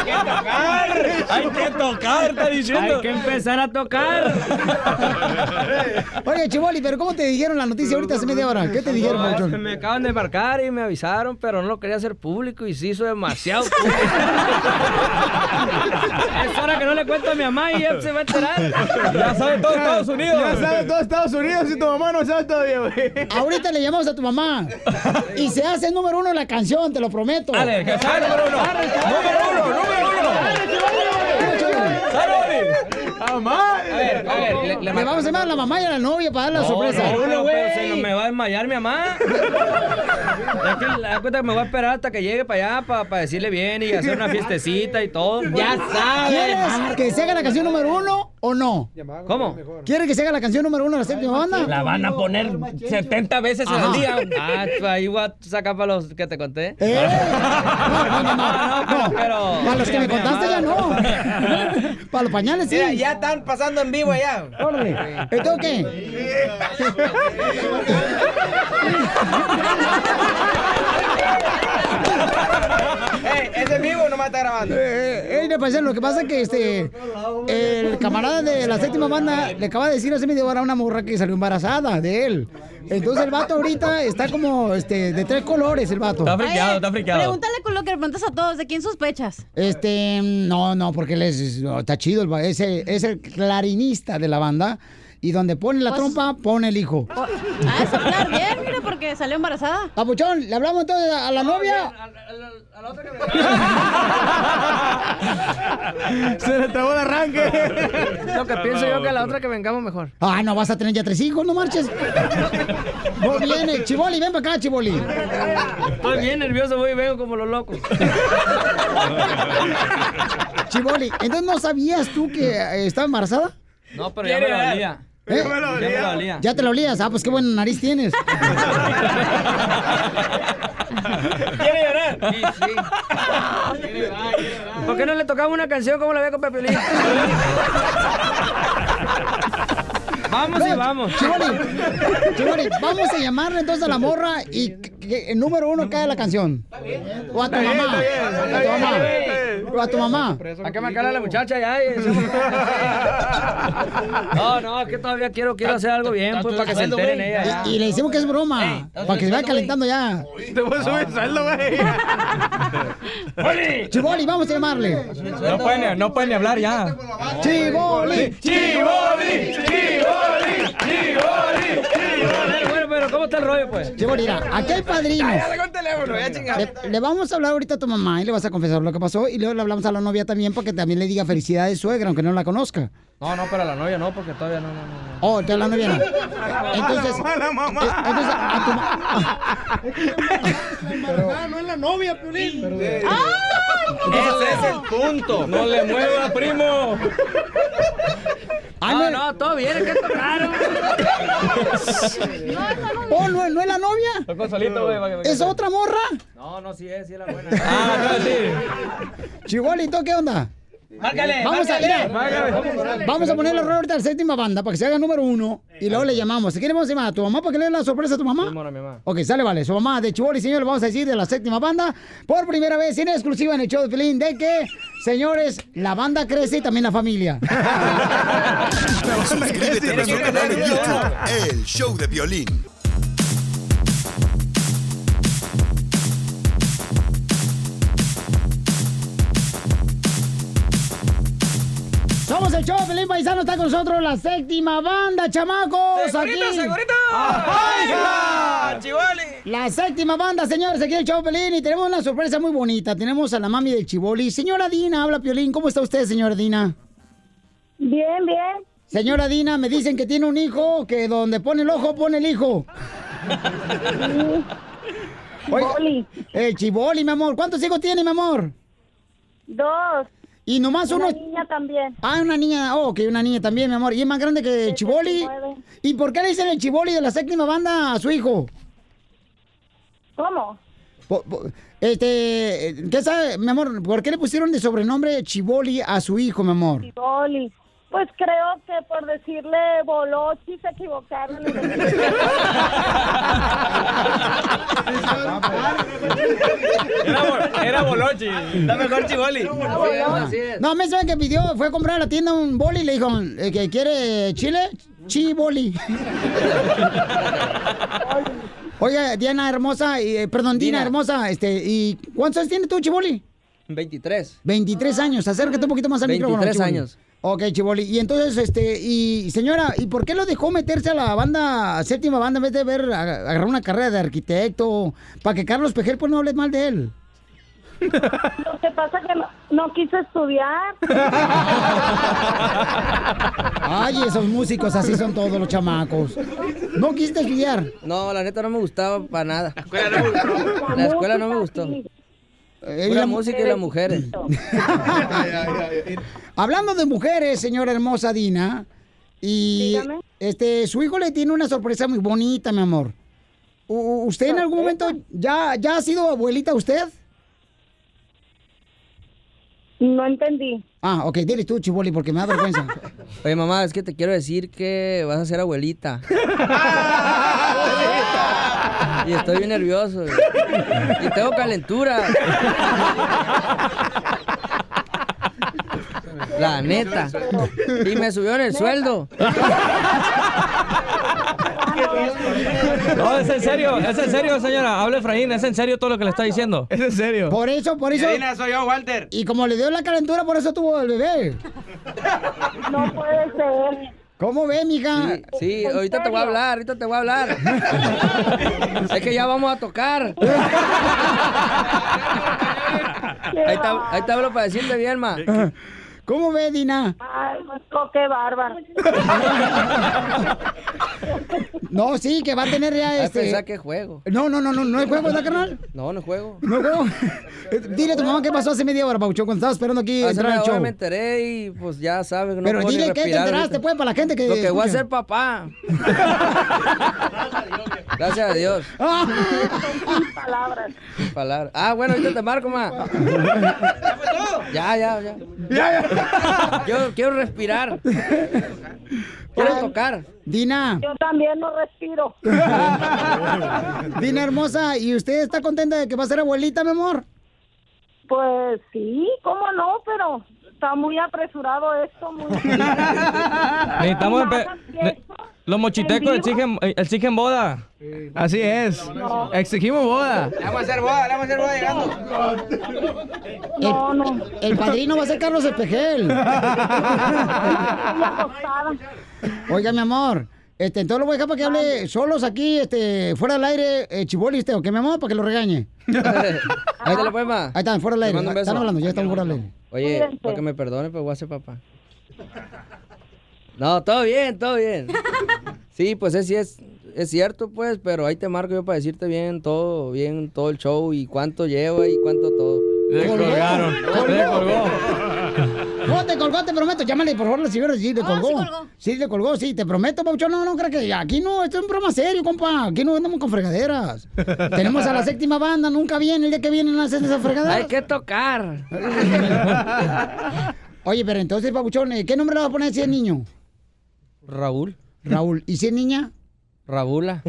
Speaker 16: que tocar!
Speaker 18: ¡Hay que tocar! Está diciendo.
Speaker 14: Hay que empezar a tocar.
Speaker 3: Oye, Chivoli, pero ¿cómo te dijeron la noticia ahorita hace media hora? ¿Qué te dijeron,
Speaker 14: No,
Speaker 3: Papuchón?
Speaker 14: que me acaban de marcar y me avisaron, pero no lo quería hacer público y se hizo demasiado. público. es hora que no le cuento a mi mamá y él se va a enterar.
Speaker 10: Ya sabe todo Estados
Speaker 14: Unidos.
Speaker 10: Ya sabe todo Estados Unidos y tu mamá no sabe todavía, güey.
Speaker 3: Ahorita le llamamos a tu mamá. Y se hace número uno la canción, te lo prometo.
Speaker 18: Dale, que sea número uno. Número uno, número uno. ¡Sale,
Speaker 10: ¡Mamá!
Speaker 14: A ver, a ver, le,
Speaker 3: Le vamos a llamar a la mamá y a la novia para darle la sorpresa.
Speaker 14: No, no, pero se me va a desmayar mi mamá. Es que la cuenta que me voy a esperar hasta que llegue para allá para, decirle bien y hacer una fiestecita y todo. Ya
Speaker 3: ¿Quieres que se haga la canción número uno o no?
Speaker 14: ¿Cómo?
Speaker 3: ¿Quieres que se haga la canción número uno de la séptima banda?
Speaker 18: La van a poner 70 veces al día.
Speaker 14: Ah, ahí voy a sacar para los que te conté.
Speaker 3: ¿Eh? Para los que me contaste ya no. Para los pañales sí.
Speaker 14: Mira, ya están pasando en vivo ya.
Speaker 3: Órale. ¿Esto qué?
Speaker 14: Ey, es en vivo, no me está grabando.
Speaker 3: Eh, eh, me parece, lo que pasa es que este el camarada de la séptima banda le acaba de decir hace media hora a una morra que salió embarazada de él. Entonces el vato ahorita está como este de tres colores el vato.
Speaker 18: Está friqueado, está friqueado.
Speaker 4: Pregúntale con lo que le preguntas a todos, ¿de quién sospechas?
Speaker 3: Este, no, no, porque él es, no, está chido, el va- es el, es el clarinista de la banda. Y donde pone la trompa, pone el hijo.
Speaker 4: Ah, es hablar bien, mira, porque salió embarazada.
Speaker 3: Papuchón, ¿le hablamos entonces a la novia?
Speaker 10: Se le trabó el arranque.
Speaker 14: Lo que pienso yo que la otra que vengamos mejor.
Speaker 3: Ah, no, vas a tener ya tres hijos, no marches. Vos viene, Chivoli, ven para acá, Chivoli.
Speaker 14: Estoy bien nervioso, voy y vengo como los locos.
Speaker 3: Chivoli, entonces no sabías tú que eh, estaba embarazada?
Speaker 14: No, pero ya me la olía.
Speaker 3: ¿Eh?
Speaker 14: Ya me la olía.
Speaker 3: Ya te la olías, ah, pues qué buena nariz tienes.
Speaker 14: ¿Quiere llorar? Sí, sí. ¿Por qué no le tocamos una canción como la había con Pepe Lee? Vamos y vamos.
Speaker 3: Chivoli, Chivoli, vamos a llamarle entonces a la morra y que- que el número uno cae la canción. O a tu
Speaker 14: Está bien,
Speaker 3: mamá.
Speaker 14: está bien,
Speaker 3: O a tu
Speaker 14: está
Speaker 3: mamá.
Speaker 14: bien, está bien.
Speaker 3: O a tu mamá.
Speaker 14: Hay que marcarle a la muchacha ya. eh. No, no, es que todavía quiero, quiero hacer algo bien, pues, para que se enteren ella. ya.
Speaker 3: Y, y le decimos que es broma. para que se vaya calentando ya.
Speaker 14: Te voy a subir el sueldo,
Speaker 3: güey. Chivoli, vamos a llamarle.
Speaker 18: No pueden, no pueden ni hablar ya.
Speaker 3: Chivoli.
Speaker 16: Chivoli, Chivoli, Chivoli, Chivoli.
Speaker 14: Bueno, pero ¿cómo está el rollo, pues?
Speaker 3: Chivoli, mira, aquí hay padrinos.
Speaker 14: Cállate con teléfono, ya chingada.
Speaker 3: Le, le vamos a hablar ahorita a tu mamá y le vas a confesar lo que pasó. Y luego le hablamos a la novia también para que también le diga felicidades, suegra, aunque no la conozca.
Speaker 14: No, no, pero a la novia no, porque todavía no, no, no.
Speaker 3: Oh, entonces la novia no.
Speaker 14: Entonces,
Speaker 3: Entonces, ah, a tu ma-
Speaker 8: Ah, no es la novia, Piolín. Ah.
Speaker 14: Ese es el punto. No le mueva, primo. No, no, todo bien, es que esto es raro.
Speaker 3: Oh, ¿no, no es la novia?
Speaker 14: Toco solito, güey, para que me-
Speaker 3: ¿Es otra morra?
Speaker 14: No, no, sí es, sí es la buena.
Speaker 3: Ah, Chivoli, ¿tú qué onda?
Speaker 14: Márcale,
Speaker 3: Vamos a,
Speaker 14: márcale.
Speaker 3: mira,
Speaker 14: Márcale.
Speaker 3: vamos a poner el error ahorita a la séptima banda para que se haga número uno y luego le llamamos. Si queremos llamar a tu mamá para que le dé la sorpresa a tu mamá. Ok, sale, vale. Su mamá de Chivoli, señor, le vamos a decir de la séptima banda por primera vez en exclusiva en el show de Pelín de que, señores, la banda crece y también la familia.
Speaker 1: Suscríbete a nuestro canal de YouTube, El Show de Violín.
Speaker 3: Somos el show de Pelín Paisano, está con nosotros la séptima banda, chamacos.
Speaker 16: ¡Segurito,
Speaker 3: aquí.
Speaker 16: segurito!
Speaker 3: ¡Ajá!
Speaker 16: ¡Ajá! ¡Chivoli!
Speaker 3: La séptima banda, señores, aquí el Chavo Piolín y tenemos una sorpresa muy bonita. Tenemos a la mami del Chivoli. Señora Dina, habla Piolín. ¿Cómo está usted, señora Dina? Bien, bien. Señora Dina, me dicen que tiene un hijo, que donde pone el ojo, pone el hijo. Chivoli. El Chivoli, mi amor. ¿Cuántos hijos tiene, mi amor? Dos. Y nomás
Speaker 12: Una
Speaker 3: uno... niña también. Ah, una niña. Oh, que una niña también, mi amor. ¿Y es más grande que el Chivoli?
Speaker 12: 19.
Speaker 3: ¿Y por qué le dicen el Chivoli de la séptima banda a su hijo? ¿Cómo? este, ¿qué sabe, mi amor? ¿Por qué le pusieron de sobrenombre Chivoli a su hijo, mi amor?
Speaker 12: Chivoli. Pues creo que por decirle Bolochi se equivocaron.
Speaker 14: Era Bolochi. Está mejor Chivoli.
Speaker 3: No, me saben que pidió, fue a comprar a la tienda un boli y le dijo, eh, que quiere chile, chiboli. Oye, Diana hermosa, y, eh, perdón, Dina, hermosa, este, ¿y cuántos años tiene tú, chiboli?
Speaker 14: 23.
Speaker 3: 23 años, acércate un poquito más al
Speaker 14: 23
Speaker 3: micrófono. Chiboli.
Speaker 14: años.
Speaker 3: Ok, Chiboli. Y entonces, este, y señora, ¿y por qué lo dejó meterse a la banda, séptima banda, en vez de ver, ag- agarrar una carrera de arquitecto, para que Carlos Pejel pues no hable mal de él?
Speaker 12: Lo que pasa que no, no quise estudiar.
Speaker 3: Ay, esos músicos, así son todos los chamacos. No quisiste estudiar.
Speaker 19: No, la neta no me gustaba para nada. La escuela no me gustó. La escuela no me gustó.
Speaker 3: Eh, y la
Speaker 19: la música y las mujeres.
Speaker 3: Hablando de mujeres, señora hermosa Dina, y este, su hijo le tiene una sorpresa muy bonita, mi amor. U- ¿Usted en algún momento ya, ya ha sido abuelita usted?
Speaker 12: No entendí.
Speaker 3: Ah, ok, dile tú, Chiboli, porque me da vergüenza.
Speaker 19: Oye, mamá, es que te quiero decir que vas a ser abuelita. y estoy bien nervioso. güey. Y tengo calentura. La neta. Y me subieron el sueldo.
Speaker 8: Ah,
Speaker 18: No, es en serio, es en serio, señora. Habla Efraín, es en serio todo lo que le está diciendo.
Speaker 19: Es en serio.
Speaker 3: Por eso, por eso.
Speaker 14: Karina, soy yo, Walter.
Speaker 3: Y como le dio la calentura, por eso tuvo el bebé.
Speaker 12: No puede ser.
Speaker 3: ¿Cómo ve, mija?
Speaker 19: Sí, ahorita te voy a hablar, ahorita te voy a hablar. es que ya vamos a tocar. ahí, te, ahí te hablo para decirte bien, ma.
Speaker 3: ¿Cómo ve, Dina?
Speaker 12: Ay, Marco, qué bárbaro.
Speaker 3: No, sí, que va a tener ya
Speaker 19: Ay,
Speaker 3: este.
Speaker 19: pensaba que "Ah, pues, juego.
Speaker 3: No, no, no, no, no es juego, ¿verdad, carnal?
Speaker 19: No, no juego.
Speaker 3: No es juego. Eh, Dile a tu mamá qué pasó hace media hora, Paucho, cuando estaba esperando aquí
Speaker 19: Hace
Speaker 3: entrar
Speaker 19: una
Speaker 3: al
Speaker 19: hora
Speaker 3: show.
Speaker 19: me enteré y pues ya sabes que Ah, no
Speaker 3: Pero
Speaker 19: puedo ni
Speaker 3: dile que te
Speaker 19: respirar
Speaker 3: enteraste,
Speaker 19: ahorita.
Speaker 3: pues, para la gente que.
Speaker 19: Lo que voy a
Speaker 3: escucha.
Speaker 19: ser papá. Gracias a Dios.
Speaker 3: Ah.
Speaker 12: palabras.
Speaker 19: Sin palabras. Ah, bueno, ahorita te marco, ma. Ya, ya, ya. Yo quiero respirar. Quiero tocar.
Speaker 3: Dina.
Speaker 9: Yo también no respiro.
Speaker 3: Dina hermosa, ¿y usted está contenta de que va a ser abuelita, mi amor?
Speaker 9: Pues sí, cómo no, pero está muy apresurado esto, muy...
Speaker 18: Necesitamos empe- ne- los mochitecos
Speaker 9: ¿En vivo?
Speaker 18: exigen, exigen boda.
Speaker 6: Así es. Exigimos boda.
Speaker 15: Le vamos a hacer boda, le vamos a hacer boda
Speaker 2: llegando.
Speaker 3: No, no. El padrino va a ser Carlos Espejel. Oiga, mi amor. Este, entonces lo voy a dejar para que hable solos aquí, este, fuera del aire, eh, chiboliste, o que mi amor, para que lo regañe. ahí,
Speaker 14: Ándale, pues, ma.
Speaker 3: ahí están, fuera del
Speaker 14: Te
Speaker 3: aire.
Speaker 14: mando un beso.
Speaker 3: Están hablando, Ah. ya están fuera del aire.
Speaker 14: Oye,
Speaker 3: Cuídense.
Speaker 14: porque me perdone, pero voy a ser papá. No, todo bien, todo bien. Sí, pues es, sí es, es cierto, pues, pero ahí te marco yo para decirte bien todo, bien todo el show y cuánto lleva y cuánto todo.
Speaker 18: Le colgaron, le colgó.
Speaker 3: No, te colgó, te prometo. Llámale, por favor, la señora. Sí,
Speaker 14: Ah,
Speaker 3: le colgó. Sí, le colgó, sí, te prometo, Pauchón. No, no, creo que aquí no, esto es un programa serio, compa. Aquí no andamos con fregaderas. Tenemos a la séptima banda, nunca viene. El día que vienen hacen esas fregaderas.
Speaker 14: Hay que tocar.
Speaker 3: Oye, pero entonces, Pauchón, ¿eh, ¿qué nombre le vas a poner si es niño?
Speaker 14: Raúl.
Speaker 3: Raúl. ¿Y si es niña?
Speaker 14: Rabula.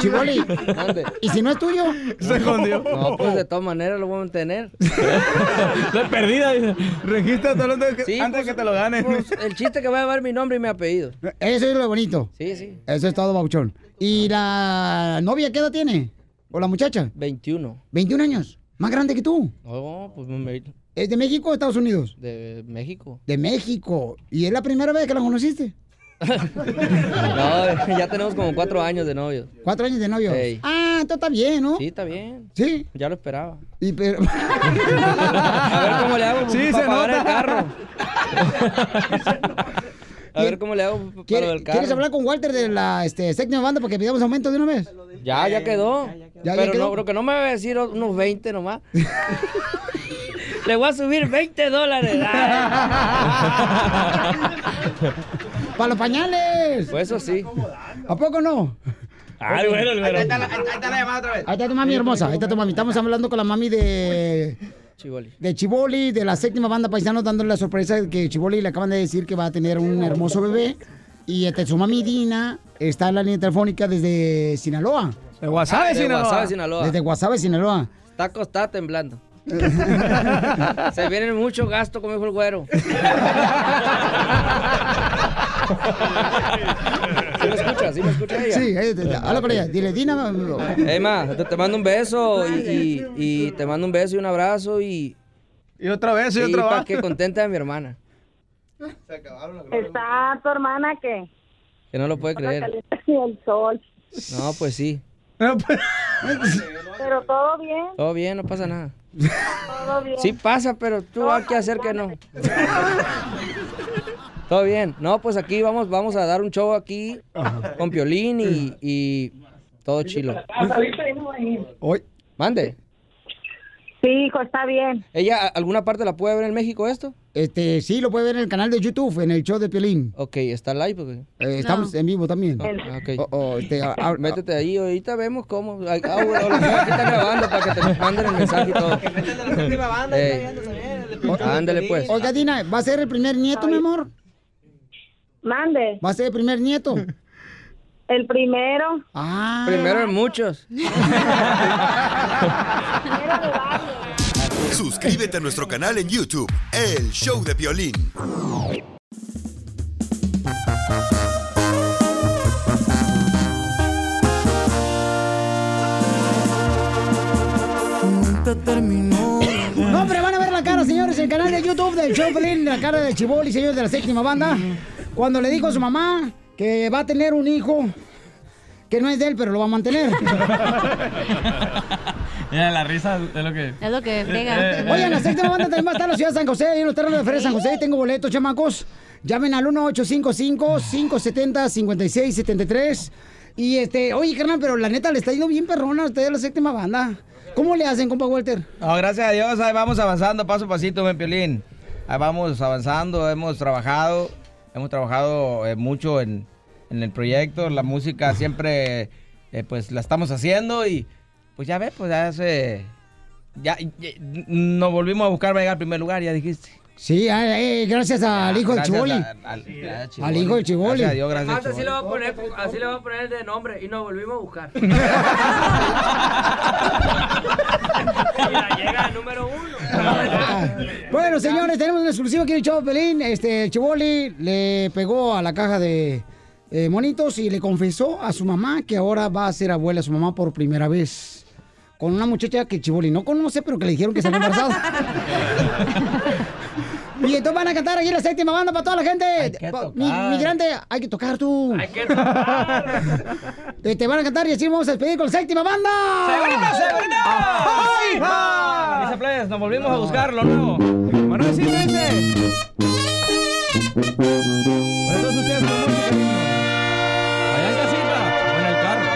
Speaker 3: Chivoli. ¿Y si no es tuyo?
Speaker 14: Se escondió. No, pues de todas maneras lo voy a mantener.
Speaker 18: Estoy perdida.
Speaker 6: Regístrate antes que-
Speaker 14: Sí,
Speaker 6: antes
Speaker 14: pues,
Speaker 6: que te lo ganen.
Speaker 14: pues, el chiste que va a llevar mi nombre y mi apellido.
Speaker 3: Eso es lo bonito.
Speaker 14: Sí, sí.
Speaker 3: Eso es todo, Pauchón. ¿Y la novia qué edad tiene? ¿O la muchacha?
Speaker 14: 21.
Speaker 3: 21 años. Más grande que tú.
Speaker 14: No, pues me-
Speaker 3: ¿Es de México o Estados Unidos?
Speaker 14: de México.
Speaker 3: De México. ¿Y es la primera vez que la conociste?
Speaker 14: No, ya tenemos como cuatro años de novios.
Speaker 3: Cuatro años de novio.
Speaker 14: Ey.
Speaker 3: Ah, esto está bien, ¿no?
Speaker 14: Sí, está bien.
Speaker 3: Sí.
Speaker 14: Ya lo esperaba.
Speaker 3: Y pero...
Speaker 14: A ver cómo le hago
Speaker 3: Sí,
Speaker 14: para
Speaker 3: se
Speaker 14: pagar
Speaker 3: nota.
Speaker 14: el carro. A ver cómo le hago para lo del carro.
Speaker 3: ¿Quieres hablar con Walter de la este, séptima banda para que pidamos aumento de una vez?
Speaker 14: Ya, ya quedó.
Speaker 3: ya
Speaker 14: Pero
Speaker 3: quedó.
Speaker 14: no, creo que no me va a decir unos 20 nomás. le voy a subir 20 dólares. Ah,
Speaker 3: ¡Para los pañales!
Speaker 14: Pues eso sí.
Speaker 3: ¿A poco no?
Speaker 14: Ay, bueno, bueno.
Speaker 15: Ahí está la- ahí está la llamada otra vez.
Speaker 3: Ahí está tu mami hermosa, ahí está tu mami. Estamos hablando con la mami de...
Speaker 14: Chivoli.
Speaker 3: De Chiboli, de la séptima banda paisano, dándole la sorpresa de que Chiboli le acaban de decir que va a tener un hermoso bebé. Y este, su mami Dina está en la línea telefónica desde Sinaloa.
Speaker 6: De
Speaker 14: De
Speaker 6: Guasave,
Speaker 14: Sinaloa. Guasave, Sinaloa.
Speaker 3: Desde Guasave, Sinaloa.
Speaker 14: Taco está temblando. Se viene mucho gasto, como dijo el güero. ¿Sí me escucha? ¿Sí me escucha ella?
Speaker 3: Sí, eh, te- habla con ella. Dile, Dina.
Speaker 14: Hey, ma, te, te mando un beso y, y- y te mando un beso y un abrazo y...
Speaker 6: Y otra vez, y otra
Speaker 14: para
Speaker 6: vez.
Speaker 14: que contenta a mi hermana,
Speaker 9: Está tu hermana que
Speaker 14: que no lo puede creer.
Speaker 9: calienta ni el sol.
Speaker 14: No, pues sí.
Speaker 6: pues.
Speaker 9: Pero todo bien,
Speaker 14: Todo bien, no pasa nada.
Speaker 9: todo bien.
Speaker 14: Sí pasa, pero tú hay que hacer que no. Todo bien. No, pues aquí vamos, vamos a dar un show aquí con Piolín y, y todo chilo.
Speaker 3: Hoy.
Speaker 14: Mande.
Speaker 9: Sí, hijo, está bien.
Speaker 14: ¿Ella a- alguna parte la puede ver en México esto?
Speaker 3: Este, sí, lo puede ver en el canal de YouTube, en el show de Piolín.
Speaker 14: Ok, está live. ok.
Speaker 3: Eh, estamos en vivo también.
Speaker 14: Ah, ok.
Speaker 3: Oh, oh, este, a- a-
Speaker 14: Métete ahí, ahorita vemos cómo. Ay, ah, bueno, lo tengo aquí está grabando para que te manden el mensaje y todo. Ey. Ándale, pues.
Speaker 3: Oiga, Dina, ¿va a ser el primer nieto, mi amor?
Speaker 9: Mande.
Speaker 3: ¿Va a ser el primer nieto?
Speaker 9: El primero.
Speaker 3: Ah.
Speaker 14: Primero en muchos.
Speaker 1: Suscríbete a nuestro canal en YouTube, El Show de Violín.
Speaker 3: No, pero van a ver la cara, señores, el canal de YouTube del show Pelín, la cara de Chiboli, señores de la séptima banda, cuando le dijo a su mamá que va a tener un hijo que no es de él, pero lo va a mantener.
Speaker 18: Mira, la risa es lo que.
Speaker 4: Es lo que
Speaker 18: Eh, eh,
Speaker 4: pega.
Speaker 3: Oye, en la séptima banda también va a estar la ciudad de San José, ahí en los terrenos de Feria de San José, tengo boletos, chamacos. Llamen al 1855-570-5673. Y este, oye, carnal, pero la neta le está yendo bien perrona a ustedes a la séptima banda. ¿Cómo le hacen, compa Walter?
Speaker 27: No, Ah, gracias a Dios, ahí vamos avanzando paso a pasito, mi Piolín. Ahí vamos avanzando, hemos trabajado, hemos trabajado eh, mucho en, en el proyecto, la música siempre, eh, pues la estamos haciendo y pues ya ve, pues ya hace
Speaker 14: Ya, ya, nos volvimos a buscar para llegar al primer lugar, ya dijiste.
Speaker 3: Sí, ah, eh, gracias al hijo del
Speaker 14: Gracias
Speaker 3: Chiboli.
Speaker 14: a- al- gracias,
Speaker 3: Al
Speaker 14: Chiboli.
Speaker 3: hijo del Chiboli.
Speaker 14: Gracias a Dios, gracias.
Speaker 3: Aparte,
Speaker 14: Chiboli.
Speaker 3: sí
Speaker 28: Así le voy a poner, así le voy a poner de nombre y nos volvimos a buscar.
Speaker 3: Bueno, señores, tenemos un exclusivo aquí en el show, Pelín. Este, el Chiboli le pegó a la caja de eh, monitos y le confesó a su mamá que ahora va a ser abuela su mamá por primera vez. Con una muchacha que el Chiboli no conoce, pero que le dijeron que estaba embarazada. y entonces van a cantar aquí la séptima banda para toda la gente. Pa- mi-
Speaker 4: tocar.
Speaker 3: migrante, hay que tocar tú. Hay
Speaker 4: que
Speaker 3: Te, te van a cantar y así vamos a despedir con la séptima banda.
Speaker 14: ¡Segurito, segurito!
Speaker 3: ¡Ay!
Speaker 14: Dice Playas, nos volvimos a buscar lo nuevo. Bueno, sí, vente. Para todos ustedes, con mucho cariño. Allá en casita, o en el carro.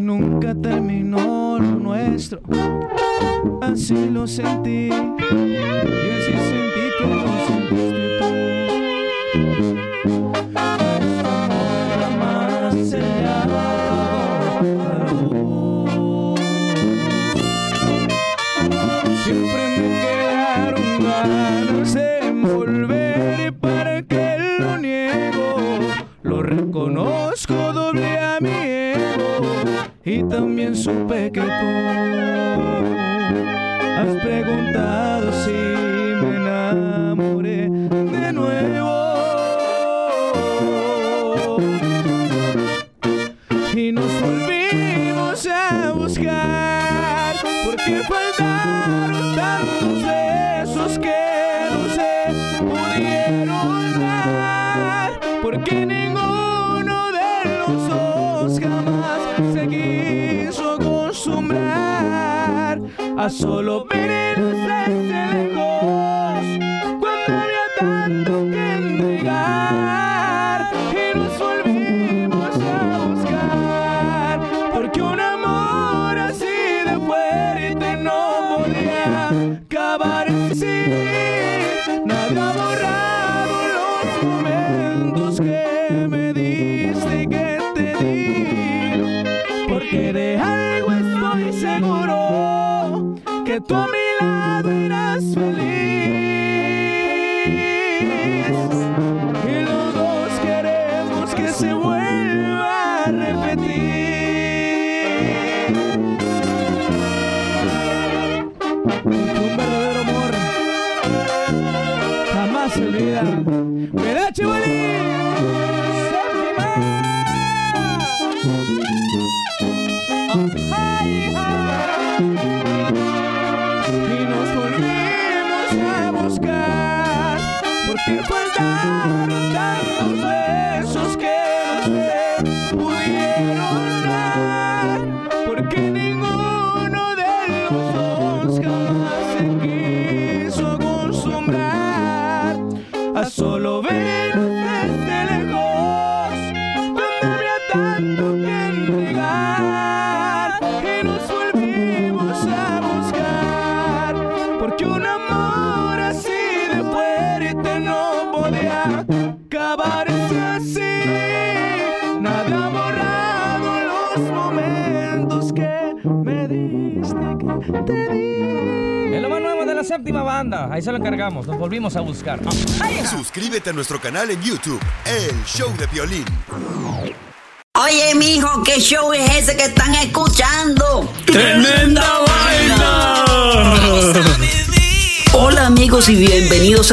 Speaker 2: Nunca terminó lo nuestro, así lo sentí. Y así sentí que lo sentiste tú. Esta morra más se le apagó la luz. Siempre me quedaron ganas de volver y para que lo niego. Lo reconozco doble a mi ego y también supe que tú has preguntado si me enamoré de nuevo y nos volvimos a buscar porque faltaron tantos besos que no se pudieron dar porque ninguno de los dos jamás se quiso acostumbrar a solo vernos desde lejos cuando había tanto que entregar y nos volvimos a buscar porque un amor así de fuerte no podía acabar así nada ha borrado los momentos que me diste que te di porque de algo estoy seguro que tú a mi lado eras feliz y los dos queremos que se vuelva a repetir. Porque un verdadero amor jamás se olvida. ¡Mira, Y nos volvimos a buscar porque faltaron tantos besos que no se pudieron dar porque ninguno de los dos jamás se quiso acostumbrar a solo ver desde lejos donde habría tanto que entregar y nos volvimos a buscar porque un amor así de fuerte no podía acabar así nada ha borrado los momentos que me diste que te di
Speaker 14: Es lo más nuevo de la séptima banda. Ahí se lo encargamos. Nos volvimos a buscar.
Speaker 1: Suscríbete a nuestro canal en YouTube, El Show de Violín.
Speaker 9: Oye, mijo, ¿qué show es ese que están escuchando?
Speaker 4: ¡Tremenda vaina!
Speaker 9: Hola amigos y bienvenidos